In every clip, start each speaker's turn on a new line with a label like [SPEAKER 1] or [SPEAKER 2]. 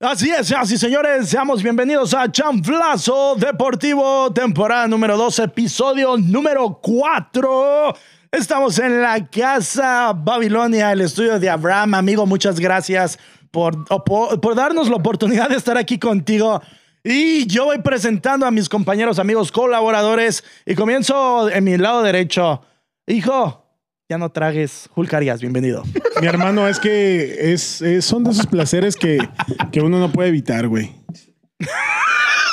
[SPEAKER 1] Así es, así señores, seamos bienvenidos a Chanflazo Deportivo, temporada número 2, episodio número 4. Estamos en la casa Babilonia, el estudio de Abraham. Amigo, muchas gracias por, por, por darnos la oportunidad de estar aquí contigo. Y yo voy presentando a mis compañeros, amigos, colaboradores. Y comienzo en mi lado derecho. Hijo, ya no tragues. Hulk Arias, bienvenido.
[SPEAKER 2] Mi hermano, es que es, es- son de esos placeres que, que uno no puede evitar, güey.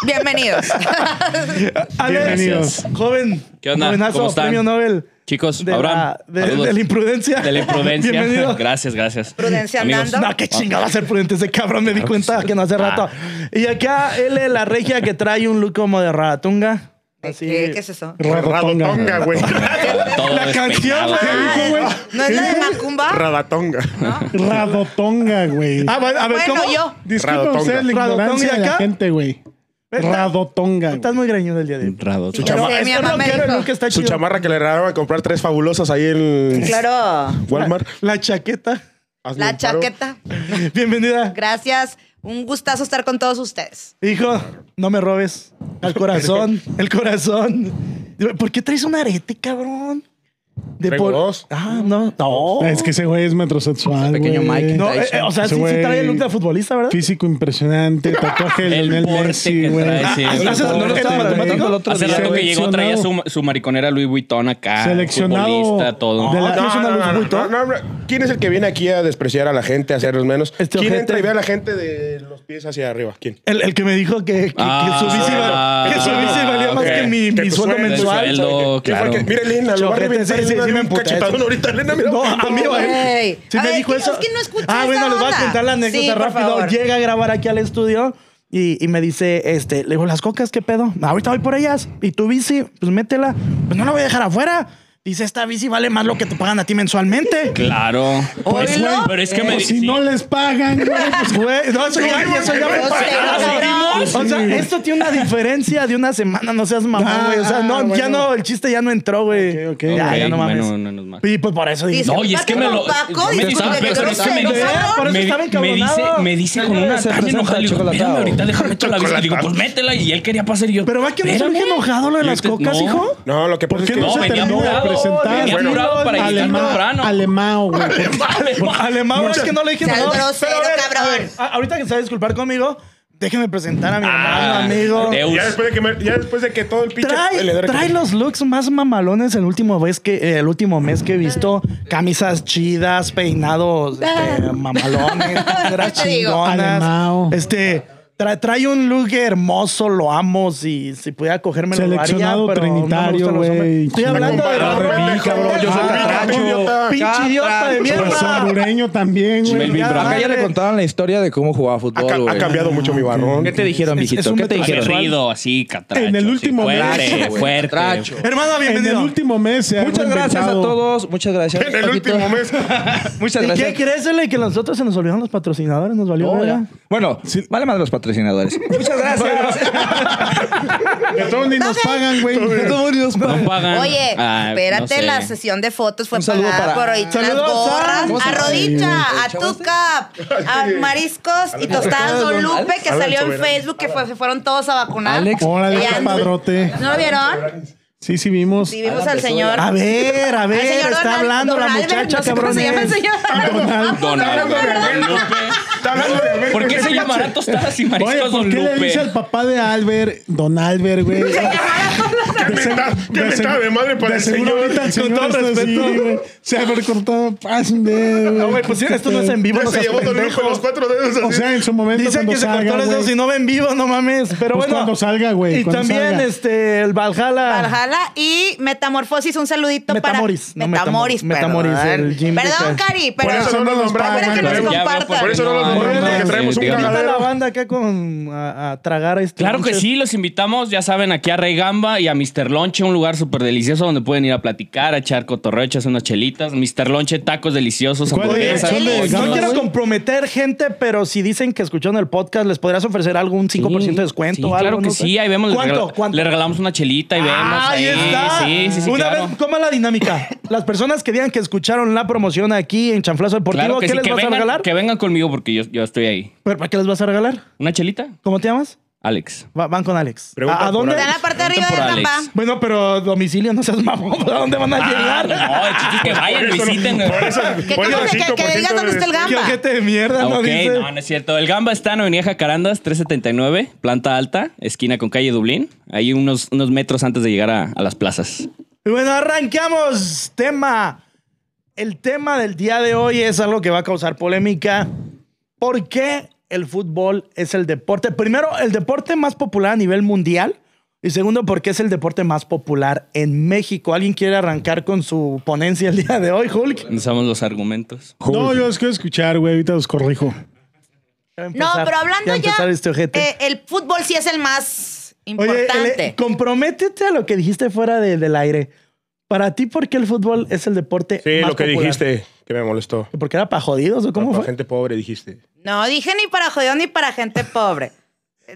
[SPEAKER 3] Bienvenidos.
[SPEAKER 1] Alex,
[SPEAKER 2] Bienvenidos.
[SPEAKER 1] joven,
[SPEAKER 4] ¿Qué onda?
[SPEAKER 1] jovenazo,
[SPEAKER 4] ¿Cómo están?
[SPEAKER 1] premio Nobel
[SPEAKER 4] Chicos,
[SPEAKER 1] de,
[SPEAKER 4] Abraham,
[SPEAKER 1] la, de,
[SPEAKER 4] saludos.
[SPEAKER 1] de la imprudencia.
[SPEAKER 4] De la imprudencia.
[SPEAKER 1] Bienvenido.
[SPEAKER 4] Gracias, gracias.
[SPEAKER 3] Prudencia
[SPEAKER 4] Amigos,
[SPEAKER 3] andando.
[SPEAKER 1] No, qué chingada ser prudente ese cabrón, me di cuenta que no hace rato. Y acá L, la regia que trae un look como de raratunga. Así.
[SPEAKER 3] ¿Qué, qué es eso?
[SPEAKER 2] Radotonga.
[SPEAKER 5] Rabatonga, güey.
[SPEAKER 4] todo
[SPEAKER 1] La canción,
[SPEAKER 4] despeinado.
[SPEAKER 1] güey.
[SPEAKER 3] Ah, ¿No es la de Macumba?
[SPEAKER 5] Rabatonga.
[SPEAKER 3] Ah,
[SPEAKER 2] Radotonga, güey.
[SPEAKER 1] Ah, bueno, a ver,
[SPEAKER 3] Bueno,
[SPEAKER 1] ¿cómo?
[SPEAKER 3] yo.
[SPEAKER 2] Disculpa
[SPEAKER 5] Radotonga.
[SPEAKER 2] usted la
[SPEAKER 1] Radotonga
[SPEAKER 2] ignorancia de
[SPEAKER 1] acá.
[SPEAKER 2] la gente, güey.
[SPEAKER 1] Está-
[SPEAKER 2] Radotonga,
[SPEAKER 1] Estás
[SPEAKER 2] güey.
[SPEAKER 1] muy greñudo el día de hoy.
[SPEAKER 4] Rado, todo.
[SPEAKER 5] Su chama-
[SPEAKER 3] Sí, Este, mi
[SPEAKER 1] Está
[SPEAKER 3] mamá me
[SPEAKER 1] rockero, el
[SPEAKER 3] dijo.
[SPEAKER 1] look está
[SPEAKER 5] Su
[SPEAKER 1] chido.
[SPEAKER 5] chamarra que le regalaron a comprar tres fabulosas ahí en
[SPEAKER 3] Claro.
[SPEAKER 5] Walmart.
[SPEAKER 1] La chaqueta.
[SPEAKER 5] Hazme
[SPEAKER 3] La
[SPEAKER 5] un paro.
[SPEAKER 3] chaqueta.
[SPEAKER 1] Bienvenida.
[SPEAKER 3] Gracias. Un gustazo estar con todos ustedes.
[SPEAKER 1] Hijo, no me robes. Al corazón, el corazón. ¿Por qué traes un arete, cabrón? De
[SPEAKER 5] Traigo
[SPEAKER 1] pol-
[SPEAKER 5] dos.
[SPEAKER 1] Ah, no. No.
[SPEAKER 2] Es que ese güey es metrosexual,
[SPEAKER 4] Pequeño
[SPEAKER 2] güey.
[SPEAKER 4] Mike.
[SPEAKER 1] No, eh, eh, o sea, sí,
[SPEAKER 2] Ese
[SPEAKER 1] sí
[SPEAKER 2] güey-
[SPEAKER 1] trae el look de futbolista, ¿verdad?
[SPEAKER 2] Físico impresionante, tatuaje de
[SPEAKER 4] El
[SPEAKER 2] Lionel
[SPEAKER 4] porte
[SPEAKER 2] Messi,
[SPEAKER 4] que
[SPEAKER 2] güey.
[SPEAKER 4] trae, sí.
[SPEAKER 6] Ah,
[SPEAKER 2] El
[SPEAKER 1] Gracias, Ah, no lo
[SPEAKER 2] porte,
[SPEAKER 1] estaba
[SPEAKER 2] güey.
[SPEAKER 1] matando el otro
[SPEAKER 4] Hace
[SPEAKER 1] día.
[SPEAKER 4] rato que llegó traía
[SPEAKER 2] Seleccionado.
[SPEAKER 4] su, su mariconera Louis Vuitton acá.
[SPEAKER 2] Seleccionado
[SPEAKER 4] Futbolista, todo.
[SPEAKER 2] de
[SPEAKER 1] ¿Le
[SPEAKER 2] la-
[SPEAKER 1] traes una luz, Buito?
[SPEAKER 5] no, no, no. ¿Quién es el que viene aquí a despreciar a la gente, a hacerlos menos?
[SPEAKER 1] Este
[SPEAKER 5] ¿Quién
[SPEAKER 1] ojete.
[SPEAKER 5] entra y ve a la gente de los pies hacia arriba? ¿Quién?
[SPEAKER 1] El, el que me dijo que, que,
[SPEAKER 4] Ah,
[SPEAKER 1] que su bici va- que su bici valía
[SPEAKER 4] ok.
[SPEAKER 1] más que mi,
[SPEAKER 5] Que
[SPEAKER 1] mi
[SPEAKER 5] tu
[SPEAKER 1] sueldo
[SPEAKER 5] sueldo,
[SPEAKER 1] mensual.
[SPEAKER 4] sueldo.
[SPEAKER 5] ¿Quién
[SPEAKER 4] claro.
[SPEAKER 5] fue el que- Mira, Elena, lo va a
[SPEAKER 1] Chorrete,
[SPEAKER 5] reventar
[SPEAKER 1] sí, sí,
[SPEAKER 5] Elena,
[SPEAKER 1] sí me
[SPEAKER 5] un
[SPEAKER 1] emputé.
[SPEAKER 5] cachetadón ahorita, Elena, mira.
[SPEAKER 1] No, amigo, eh.
[SPEAKER 3] Ey.
[SPEAKER 1] Sí
[SPEAKER 3] A
[SPEAKER 1] me
[SPEAKER 3] ver,
[SPEAKER 1] dijo
[SPEAKER 3] ¿qué-
[SPEAKER 1] eso.
[SPEAKER 3] es que no escuché
[SPEAKER 1] ah,
[SPEAKER 3] esa
[SPEAKER 1] bueno, les voy a
[SPEAKER 3] onda?
[SPEAKER 1] contar la anécdota
[SPEAKER 3] Sí, por
[SPEAKER 1] rápido.
[SPEAKER 3] favor.
[SPEAKER 1] Llega a grabar aquí al estudio y, y me dice, este, le digo, las cocas, ¿qué pedo? "Ah, Ahorita voy por ellas. Y tu bici, pues métela. Pues no la voy a dejar afuera. Dice, esta bici vale más lo que te pagan a ti mensualmente.
[SPEAKER 4] Claro.
[SPEAKER 3] Pues,
[SPEAKER 4] güey,
[SPEAKER 3] ¿no?
[SPEAKER 4] pero es
[SPEAKER 1] Oh,
[SPEAKER 4] que me
[SPEAKER 2] Pues si
[SPEAKER 4] sí.
[SPEAKER 2] no les pagan, güey.
[SPEAKER 1] Pues, güey, no, eso ya, eso ya me
[SPEAKER 3] No sé,
[SPEAKER 1] pagaron.
[SPEAKER 3] cabrón.
[SPEAKER 1] O sea, esto tiene una diferencia de una semana, no seas mamón,
[SPEAKER 2] Ah,
[SPEAKER 1] güey. O sea, no,
[SPEAKER 2] bueno.
[SPEAKER 1] ya no, el chiste ya no entró, güey.
[SPEAKER 2] Ok, ok.
[SPEAKER 1] ya, ya
[SPEAKER 4] Ok,
[SPEAKER 1] no mames.
[SPEAKER 4] bueno, no nos mames.
[SPEAKER 1] y pues por eso dije,
[SPEAKER 3] Dice,
[SPEAKER 1] no,
[SPEAKER 4] No, y es que me lo.
[SPEAKER 3] Paco,
[SPEAKER 4] me
[SPEAKER 3] disculpe,
[SPEAKER 4] estaba-
[SPEAKER 3] que
[SPEAKER 4] pero es que me,
[SPEAKER 3] grosero, cabrón.
[SPEAKER 1] Por
[SPEAKER 4] me, me
[SPEAKER 1] eso estaba
[SPEAKER 4] dice,
[SPEAKER 1] encabronado.
[SPEAKER 4] me dice con una cara enojada. le digo, espérame, ahorita déjame echar la bici. Le digo, pues métela. Y él quería pasar. Y yo,
[SPEAKER 1] Pero va que no
[SPEAKER 4] espérame.
[SPEAKER 1] surge enojado lo de
[SPEAKER 4] Y
[SPEAKER 1] las
[SPEAKER 4] este-
[SPEAKER 1] cocas,
[SPEAKER 4] no.
[SPEAKER 1] hijo.
[SPEAKER 5] pues, No, lo que
[SPEAKER 2] ¿Por
[SPEAKER 5] pasa es
[SPEAKER 2] qué
[SPEAKER 5] que...
[SPEAKER 2] no
[SPEAKER 4] No,
[SPEAKER 2] se
[SPEAKER 4] venía
[SPEAKER 2] termina de
[SPEAKER 4] apurado,
[SPEAKER 2] presentar?
[SPEAKER 4] venía
[SPEAKER 2] güey?
[SPEAKER 4] apurado para llegar temprano.
[SPEAKER 2] Alemán, alemán, güey.
[SPEAKER 1] Alemán, es que no le dije
[SPEAKER 3] Seas
[SPEAKER 1] nada.
[SPEAKER 3] grosero,
[SPEAKER 1] Pero a ver,
[SPEAKER 3] cabrón.
[SPEAKER 1] a ver, a- ahorita que se va a disculpar conmigo, déjeme presentar a mi
[SPEAKER 4] Ah,
[SPEAKER 1] hermano, amigo.
[SPEAKER 4] Deus.
[SPEAKER 5] Ya después, de que me- ya después de que todo el pinche...
[SPEAKER 1] Trae,
[SPEAKER 5] heledero que-
[SPEAKER 1] trae los looks más mamalones el último vez que eh, el último mes que he visto camisas chidas, peinados este, mamalones, caras
[SPEAKER 3] ¿Qué te digo?
[SPEAKER 1] chingonas.
[SPEAKER 2] Alemao.
[SPEAKER 1] Este tra- trae un look hermoso, lo amo. Si, si pudiera cogerme lo haría,
[SPEAKER 2] Seleccionado
[SPEAKER 1] pero no me gustan los
[SPEAKER 2] trinitario,
[SPEAKER 1] hombres.
[SPEAKER 2] güey.
[SPEAKER 1] Estoy hablando de
[SPEAKER 5] compadre, pendejo,
[SPEAKER 1] cabrón,
[SPEAKER 5] yo soy catracho.
[SPEAKER 1] idiota. Pinche idiota de
[SPEAKER 2] Pues
[SPEAKER 1] mierda.
[SPEAKER 2] hondureño también,
[SPEAKER 4] Melvin
[SPEAKER 2] güey.
[SPEAKER 1] Ya,
[SPEAKER 7] Acá
[SPEAKER 1] madre.
[SPEAKER 7] ya le contaban la historia de cómo jugaba
[SPEAKER 5] Ha, ca-
[SPEAKER 7] fútbol,
[SPEAKER 5] ha
[SPEAKER 7] güey.
[SPEAKER 5] cambiado mucho mi barrón.
[SPEAKER 7] ¿Qué te dijeron,
[SPEAKER 1] Es- es
[SPEAKER 7] viejito?
[SPEAKER 1] un
[SPEAKER 7] ¿Qué te dijeron?
[SPEAKER 4] Aguerrido, así, catracho.
[SPEAKER 2] En el
[SPEAKER 4] así,
[SPEAKER 2] último
[SPEAKER 4] Fuerte,
[SPEAKER 2] mes.
[SPEAKER 4] fuerte.
[SPEAKER 7] Tracho.
[SPEAKER 1] Hermano,
[SPEAKER 2] En el
[SPEAKER 1] bienvenido.
[SPEAKER 2] último mes se ha
[SPEAKER 7] Muchas gracias a
[SPEAKER 2] reinventado.
[SPEAKER 7] todos. Muchas gracias.
[SPEAKER 5] En el
[SPEAKER 7] Paquito.
[SPEAKER 5] último mes.
[SPEAKER 7] Muchas
[SPEAKER 1] ¿Y qué
[SPEAKER 7] gracias.
[SPEAKER 1] crees, Ele, que nosotros se nos olvidaron los patrocinadores? Nos valió
[SPEAKER 7] No,
[SPEAKER 1] verga.
[SPEAKER 7] ya. Bueno, vale más los patrocinadores. Muchas gracias.
[SPEAKER 2] De todos ni nos pagan, güey.
[SPEAKER 4] No pagan.
[SPEAKER 3] Oye,
[SPEAKER 4] Ah,
[SPEAKER 3] espérate,
[SPEAKER 4] no sé.
[SPEAKER 3] la sesión de fotos fue
[SPEAKER 7] Un saludo
[SPEAKER 3] pagada
[SPEAKER 7] para-
[SPEAKER 3] por hoy. Las
[SPEAKER 1] Saludos, Sam.
[SPEAKER 3] gorras,
[SPEAKER 7] ¿Cómo se
[SPEAKER 3] a
[SPEAKER 7] llama?
[SPEAKER 3] rodilla, a
[SPEAKER 7] ¿El chavo
[SPEAKER 3] tucap, a mariscos y tostadas Don Lupe que
[SPEAKER 5] Alan
[SPEAKER 3] salió en
[SPEAKER 5] Soberano.
[SPEAKER 3] Facebook que fue- se fueron todos a vacunar.
[SPEAKER 7] Alex.
[SPEAKER 2] Órale,
[SPEAKER 3] Ya,
[SPEAKER 2] qué padrote.
[SPEAKER 3] ¿No lo vieron?
[SPEAKER 2] Sí, sí vimos.
[SPEAKER 3] Sí, vimos al señor.
[SPEAKER 1] A ver, a
[SPEAKER 3] al
[SPEAKER 1] ver,
[SPEAKER 3] señor
[SPEAKER 1] está
[SPEAKER 3] Don Al-
[SPEAKER 1] hablando
[SPEAKER 3] Don
[SPEAKER 1] la
[SPEAKER 3] Albert,
[SPEAKER 1] muchacha,
[SPEAKER 3] no sé cómo
[SPEAKER 1] cabrón.
[SPEAKER 3] se llama el señor.
[SPEAKER 4] Don Albert Lupe.
[SPEAKER 5] Está hablando de-
[SPEAKER 4] ¿Por qué se llamará tostadas y
[SPEAKER 2] Oye,
[SPEAKER 4] mariscos
[SPEAKER 2] ¿por
[SPEAKER 4] Don
[SPEAKER 2] qué le dice al
[SPEAKER 4] Lupe?
[SPEAKER 2] papá de Albert, don Albert, güey?
[SPEAKER 5] ¿Qué mentada- qué
[SPEAKER 2] De
[SPEAKER 5] mentada
[SPEAKER 2] seg-
[SPEAKER 5] de madre para
[SPEAKER 2] de
[SPEAKER 5] el
[SPEAKER 2] seguro
[SPEAKER 5] señor?
[SPEAKER 2] ahorita el
[SPEAKER 1] Con
[SPEAKER 2] señor
[SPEAKER 1] todo
[SPEAKER 2] está así,
[SPEAKER 1] respeto.
[SPEAKER 2] güey. Se ha recortado. Pásenle,
[SPEAKER 1] No, güey, pues sí, esto no es en vivo,
[SPEAKER 5] Ya
[SPEAKER 1] no
[SPEAKER 5] se
[SPEAKER 1] seas
[SPEAKER 5] llevó Don Luis
[SPEAKER 1] pendejo.
[SPEAKER 5] con los cuatro dedos así.
[SPEAKER 2] O sea, en su momento
[SPEAKER 1] Dicen
[SPEAKER 2] cuando
[SPEAKER 1] que se
[SPEAKER 2] salga,
[SPEAKER 1] cortó los dedos
[SPEAKER 2] güey.
[SPEAKER 1] y no ven vivo, no mames. Pero
[SPEAKER 2] Pues
[SPEAKER 1] bueno.
[SPEAKER 2] cuando salga, güey,
[SPEAKER 1] Y
[SPEAKER 2] cuando
[SPEAKER 1] también
[SPEAKER 2] salga.
[SPEAKER 1] este, el Valhalla.
[SPEAKER 3] Valhalla y Metamorfosis, un saludito
[SPEAKER 1] Metamoris, no,
[SPEAKER 3] para Metamoris,
[SPEAKER 1] Metamor-
[SPEAKER 3] perdón.
[SPEAKER 1] Metamoris, el gym de-
[SPEAKER 3] perdón, Cari, pero
[SPEAKER 5] Por eso no nos
[SPEAKER 3] espero que
[SPEAKER 5] pagan,
[SPEAKER 3] nos
[SPEAKER 5] pero
[SPEAKER 4] ya veo
[SPEAKER 3] compartan.
[SPEAKER 4] por
[SPEAKER 5] Por eso no los
[SPEAKER 4] No,
[SPEAKER 5] movemos,
[SPEAKER 1] no,
[SPEAKER 5] porque
[SPEAKER 1] no,
[SPEAKER 5] traemos
[SPEAKER 4] sí,
[SPEAKER 5] un
[SPEAKER 4] dígame.
[SPEAKER 1] Invita a la
[SPEAKER 5] cagadero.
[SPEAKER 1] banda acá con, a, a tragar este.
[SPEAKER 4] Claro que
[SPEAKER 1] pinche-
[SPEAKER 4] sí, los invitamos. Ya saben, aquí a Rey Gamba y a mis
[SPEAKER 6] Mr. Lonche, un lugar súper delicioso donde pueden ir a platicar, a echar cotorreo, echarse unas chelitas. Mr. Lonche, tacos deliciosos,
[SPEAKER 2] ¿Cuál es?
[SPEAKER 6] hamburguesas.
[SPEAKER 2] ¿Son de
[SPEAKER 3] Delicioso.
[SPEAKER 1] No
[SPEAKER 2] gama,
[SPEAKER 1] quiero
[SPEAKER 2] güey?
[SPEAKER 1] comprometer gente, pero si dicen que escucharon el podcast, ¿les podrías ofrecer algún 5% de descuento?
[SPEAKER 6] sí,
[SPEAKER 1] o algo,
[SPEAKER 6] claro que
[SPEAKER 1] no sé?
[SPEAKER 6] sí, ahí vemos, le,
[SPEAKER 1] ¿Cuánto?
[SPEAKER 6] regala-
[SPEAKER 1] ¿Cuánto?
[SPEAKER 6] le regalamos una chelita y vemos.
[SPEAKER 1] ahí
[SPEAKER 6] ahí,
[SPEAKER 1] está.
[SPEAKER 6] Sí, sí, sí,
[SPEAKER 1] Una
[SPEAKER 6] claro.
[SPEAKER 1] vez, ¿cómo es la dinámica? Las personas que digan que escucharon la promoción aquí en Chanflazo Deportivo,
[SPEAKER 6] Claro que
[SPEAKER 1] ¿qué
[SPEAKER 6] sí,
[SPEAKER 1] les
[SPEAKER 6] que
[SPEAKER 1] vas
[SPEAKER 6] vengan,
[SPEAKER 1] a regalar?
[SPEAKER 6] que vengan conmigo porque yo, yo estoy ahí.
[SPEAKER 1] ¿Pero ¿Para qué les vas a regalar?
[SPEAKER 6] ¿Una chelita?
[SPEAKER 1] ¿Cómo te llamas?
[SPEAKER 6] Alex.
[SPEAKER 1] Va- van con Alex.
[SPEAKER 5] Pregunta
[SPEAKER 1] ¿A, a
[SPEAKER 5] por
[SPEAKER 1] dónde?
[SPEAKER 3] Está en la parte de arriba
[SPEAKER 6] Pregunta
[SPEAKER 3] del
[SPEAKER 6] por
[SPEAKER 3] papá.
[SPEAKER 6] Alex.
[SPEAKER 1] Bueno, pero domicilio no seas mamón. ¿A dónde van a
[SPEAKER 6] Ah,
[SPEAKER 1] llegar?
[SPEAKER 6] no, el chiste es que vayan, lo visiten.
[SPEAKER 3] Que como que, que, que digas dónde está el
[SPEAKER 1] Qué
[SPEAKER 3] gamba.
[SPEAKER 1] ojete de mierda,
[SPEAKER 6] Ah,
[SPEAKER 1] no
[SPEAKER 6] ok,
[SPEAKER 1] dice.
[SPEAKER 6] no, no es cierto. El Gamba está en Avenida Jacarandas, 379, planta alta, esquina con calle Dublín. Ahí unos, unos metros antes de llegar a, a las plazas.
[SPEAKER 1] Y Bueno, arrancamos. Tema. El tema del día de hoy es algo que va a causar polémica. ¿Por qué el fútbol es el deporte? Primero, el deporte más popular a nivel mundial. Y segundo, ¿por qué es el deporte más popular en México? ¿Alguien quiere arrancar con su ponencia el día de hoy, Hulk?
[SPEAKER 6] Usamos los argumentos.
[SPEAKER 2] No, yo los quiero escuchar, güey. Ahorita los corrijo.
[SPEAKER 1] Ya va a
[SPEAKER 3] No,
[SPEAKER 1] empezar-
[SPEAKER 3] pero hablando
[SPEAKER 1] va a
[SPEAKER 3] ya.
[SPEAKER 1] empezar este ojete.
[SPEAKER 3] eh, el fútbol sí es el más
[SPEAKER 1] Oye,
[SPEAKER 3] importante.
[SPEAKER 1] Ele, comprométete a lo que dijiste fuera de- del aire. Para ti, ¿por qué el fútbol es el deporte
[SPEAKER 5] Sí,
[SPEAKER 1] más
[SPEAKER 5] lo que
[SPEAKER 1] popular?
[SPEAKER 5] dijiste, que me molestó.
[SPEAKER 1] ¿Porque era para jodidos o cómo
[SPEAKER 5] Para
[SPEAKER 1] fue?
[SPEAKER 5] gente pobre dijiste.
[SPEAKER 3] no dije ni para jodido ni para gente pobre.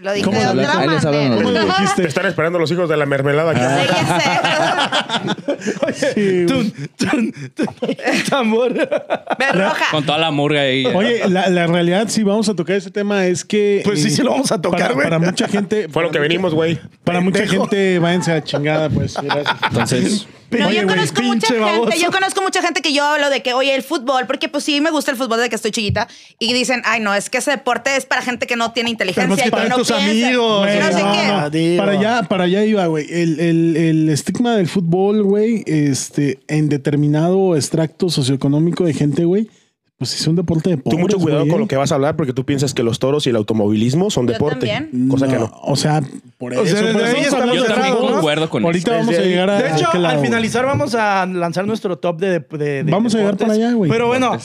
[SPEAKER 3] Lo dije
[SPEAKER 2] ¿Cómo
[SPEAKER 3] de
[SPEAKER 2] hablaste?
[SPEAKER 3] otra
[SPEAKER 7] Ahí les
[SPEAKER 3] manera.
[SPEAKER 7] hablan a los
[SPEAKER 2] ¿Cómo lo dijiste?
[SPEAKER 5] Te están esperando los hijos de la mermelada. aquí.
[SPEAKER 3] Debería ser.
[SPEAKER 2] Sí, güey.
[SPEAKER 1] Tun, tun, tun, tambor.
[SPEAKER 3] Ver roja.
[SPEAKER 6] Con toda la murga ahí.
[SPEAKER 2] Oye, la, la realidad, si vamos a tocar ese tema, es que.
[SPEAKER 1] Pues sí,
[SPEAKER 2] eh,
[SPEAKER 1] sí lo vamos a tocar,
[SPEAKER 2] para-
[SPEAKER 1] güey.
[SPEAKER 2] Para mucha gente.
[SPEAKER 5] Fue lo que venimos, güey.
[SPEAKER 2] Para mucha gente, váyanse a la chingada, pues. Gracias.
[SPEAKER 6] Entonces,
[SPEAKER 3] No,
[SPEAKER 1] Oye,
[SPEAKER 3] yo
[SPEAKER 1] güey,
[SPEAKER 3] conozco mucha
[SPEAKER 1] pinche
[SPEAKER 3] gente,
[SPEAKER 1] baboso.
[SPEAKER 3] yo conozco mucha gente que yo hablo de que, oye, el fútbol, porque pues sí me gusta el fútbol desde que estoy chiquita, y dicen, ay no, es que ese deporte es para gente que no tiene inteligencia,
[SPEAKER 1] Tenemos que
[SPEAKER 3] y
[SPEAKER 1] para
[SPEAKER 3] no
[SPEAKER 1] tus
[SPEAKER 3] piensa,
[SPEAKER 1] amigos,
[SPEAKER 3] que no sé
[SPEAKER 1] güey,
[SPEAKER 3] qué.
[SPEAKER 2] Ah,
[SPEAKER 3] Ah,
[SPEAKER 1] no, Digo.
[SPEAKER 2] Para allá, para allá iba, güey. El, el- el estigma del fútbol, güey, este, en determinado extracto socioeconómico de gente, güey, pues es un deporte de
[SPEAKER 5] Tú
[SPEAKER 2] pobres,
[SPEAKER 5] mucho cuidado
[SPEAKER 2] güey,
[SPEAKER 5] con
[SPEAKER 2] ¿eh?
[SPEAKER 5] lo que vas a hablar porque tú piensas que los toros y el automovilismo son
[SPEAKER 3] Yo
[SPEAKER 5] deporte.
[SPEAKER 3] también.
[SPEAKER 5] Cosa que no.
[SPEAKER 2] O sea, por eso.
[SPEAKER 1] O sea, desde
[SPEAKER 2] por eso
[SPEAKER 1] ahí
[SPEAKER 2] estamos
[SPEAKER 1] estamos
[SPEAKER 2] hablando de
[SPEAKER 1] cerrados,
[SPEAKER 2] fútbol.
[SPEAKER 1] ¿no?
[SPEAKER 6] Concuerdo con
[SPEAKER 2] Ahorita
[SPEAKER 6] eso.
[SPEAKER 2] vamos
[SPEAKER 5] Desde
[SPEAKER 2] a
[SPEAKER 5] ahí.
[SPEAKER 2] llegar a.
[SPEAKER 1] De hecho,
[SPEAKER 2] a qué
[SPEAKER 1] al
[SPEAKER 2] lado,
[SPEAKER 1] finalizar vamos a lanzar nuestro top de... de- de
[SPEAKER 2] Vamos a llegar
[SPEAKER 1] deportes.
[SPEAKER 2] para allá, güey.
[SPEAKER 1] Pero bueno, eh,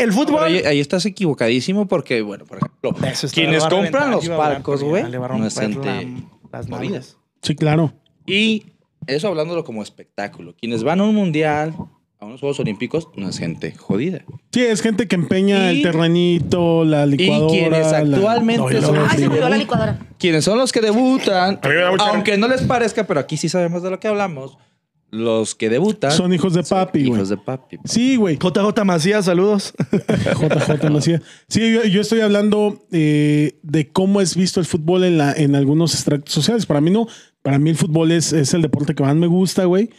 [SPEAKER 1] el
[SPEAKER 7] Pero
[SPEAKER 1] fútbol...
[SPEAKER 7] ahí, ahí estás equivocadísimo porque, bueno, por ejemplo,
[SPEAKER 1] Eso está-
[SPEAKER 7] quienes
[SPEAKER 1] le va a
[SPEAKER 7] compran
[SPEAKER 1] reventar,
[SPEAKER 7] los
[SPEAKER 1] le va a
[SPEAKER 7] palcos,
[SPEAKER 1] romper,
[SPEAKER 7] güey,
[SPEAKER 1] le va a
[SPEAKER 7] no es
[SPEAKER 1] romper la-
[SPEAKER 7] gente
[SPEAKER 1] las
[SPEAKER 7] movida.
[SPEAKER 1] nalgas.
[SPEAKER 2] Sí, claro.
[SPEAKER 7] Y eso hablándolo como espectáculo. Quienes van a un mundial, a unos Juegos Olímpicos, no es gente jodida.
[SPEAKER 2] Sí, es gente que empeña
[SPEAKER 7] Y-
[SPEAKER 2] el terrenito, la licuadora.
[SPEAKER 7] y quienes
[SPEAKER 2] la-
[SPEAKER 7] actualmente
[SPEAKER 2] No, y
[SPEAKER 7] son
[SPEAKER 2] luego
[SPEAKER 7] los
[SPEAKER 3] Ay,
[SPEAKER 2] sí.
[SPEAKER 3] se murió la licuadora.
[SPEAKER 7] quienes son los que debutan,
[SPEAKER 5] A mí me da mucha
[SPEAKER 7] aunque no les parezca, pero aquí sí sabemos de lo que hablamos, los que debutan
[SPEAKER 2] Son hijos de papi, güey.
[SPEAKER 7] hijos de papi.
[SPEAKER 2] Sí, güey.
[SPEAKER 1] JJ Macías, saludos.
[SPEAKER 2] JJ Macías. Sí, yo, yo estoy hablando eh, de cómo es visto el fútbol en, la, en algunos extractos sociales. Para mí no. Para mí el fútbol es, es el deporte que más me gusta, güey.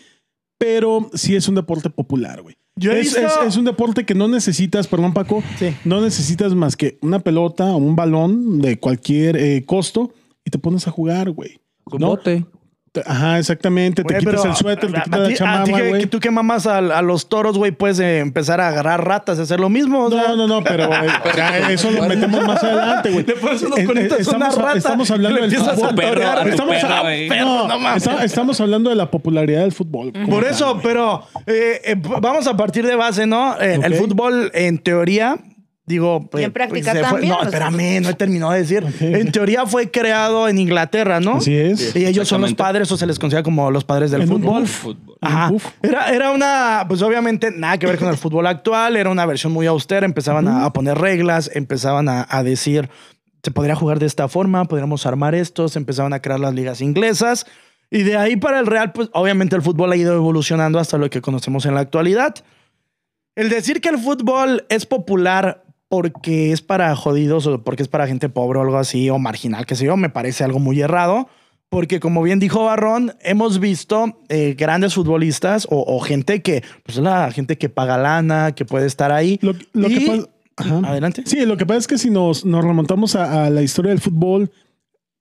[SPEAKER 2] Pero sí es un deporte popular, güey.
[SPEAKER 1] Yo he
[SPEAKER 2] Es,
[SPEAKER 1] visto-
[SPEAKER 2] es- es un deporte que no necesitas, perdón Paco,
[SPEAKER 1] Sí.
[SPEAKER 2] no necesitas más que una pelota o un balón de cualquier eh, costo y te pones a jugar, güey.
[SPEAKER 7] Un
[SPEAKER 2] ¿No?
[SPEAKER 7] bote.
[SPEAKER 2] Te- Ajá, exactamente. Te
[SPEAKER 1] Güey,
[SPEAKER 2] quitas
[SPEAKER 1] pero
[SPEAKER 2] el suéter, te
[SPEAKER 1] a-
[SPEAKER 2] quitas
[SPEAKER 1] a
[SPEAKER 2] la
[SPEAKER 1] ti- a ti
[SPEAKER 2] chamarra,
[SPEAKER 1] que- que
[SPEAKER 2] güey.
[SPEAKER 1] Tú que mamas a, a los toros, güey, puedes eh, empezar a agarrar ratas y hacer lo mismo. o sea.
[SPEAKER 2] No, no, no, pero eh, ya eso lo metemos más adelante, güey.
[SPEAKER 1] Le pones unos
[SPEAKER 2] Eh, eh,
[SPEAKER 1] conitos a una
[SPEAKER 2] estamos,
[SPEAKER 1] rata
[SPEAKER 2] estamos
[SPEAKER 1] y
[SPEAKER 2] hablando
[SPEAKER 1] le
[SPEAKER 2] del
[SPEAKER 1] empiezas a
[SPEAKER 2] fútbol.
[SPEAKER 1] perro,
[SPEAKER 6] a tu
[SPEAKER 2] estamos,
[SPEAKER 6] perro,
[SPEAKER 2] ah,
[SPEAKER 6] güey.
[SPEAKER 2] no,
[SPEAKER 1] No mames.
[SPEAKER 2] está- estamos hablando de la popularidad del fútbol. como
[SPEAKER 1] Por
[SPEAKER 2] tal,
[SPEAKER 1] eso,
[SPEAKER 2] güey.
[SPEAKER 1] pero eh, eh, p- vamos a partir de base, ¿no? Eh, El
[SPEAKER 2] Ok.
[SPEAKER 1] fútbol, en teoría, digo...
[SPEAKER 3] Y en
[SPEAKER 1] eh,
[SPEAKER 3] práctica
[SPEAKER 1] se fue-
[SPEAKER 3] también, o
[SPEAKER 1] No,
[SPEAKER 3] sea.
[SPEAKER 1] espérame, no he terminado de decir.
[SPEAKER 2] Ok.
[SPEAKER 1] En teoría fue creado en Inglaterra, ¿no?
[SPEAKER 2] Así es.
[SPEAKER 1] Y ellos son los
[SPEAKER 6] Exactamente.
[SPEAKER 1] padres o se les considera como los padres del
[SPEAKER 2] En un
[SPEAKER 6] eh,
[SPEAKER 1] fútbol.
[SPEAKER 2] puff.
[SPEAKER 1] Ajá.
[SPEAKER 2] Un puff.
[SPEAKER 1] Era, era una, pues obviamente nada que ver con el fútbol actual, era una versión muy austera, empezaban a, a poner reglas, empezaban a, a decir, se podría jugar de esta forma, podríamos armar esto, se empezaban a crear las ligas inglesas y de ahí para el Real, pues obviamente el fútbol ha ido evolucionando hasta lo que conocemos en la actualidad. El decir que el fútbol es popular porque es para jodidos o porque es para gente pobre o algo así o marginal, qué sé yo, me parece algo muy errado. Porque como bien dijo Barrón, hemos visto eh, grandes futbolistas o, o gente que, pues la gente que paga lana, que puede estar ahí.
[SPEAKER 2] Lo, lo
[SPEAKER 1] Y-
[SPEAKER 2] que pasa- ajá.
[SPEAKER 1] Adelante.
[SPEAKER 2] Sí, lo que pasa es que si nos, nos remontamos a, a la historia del fútbol,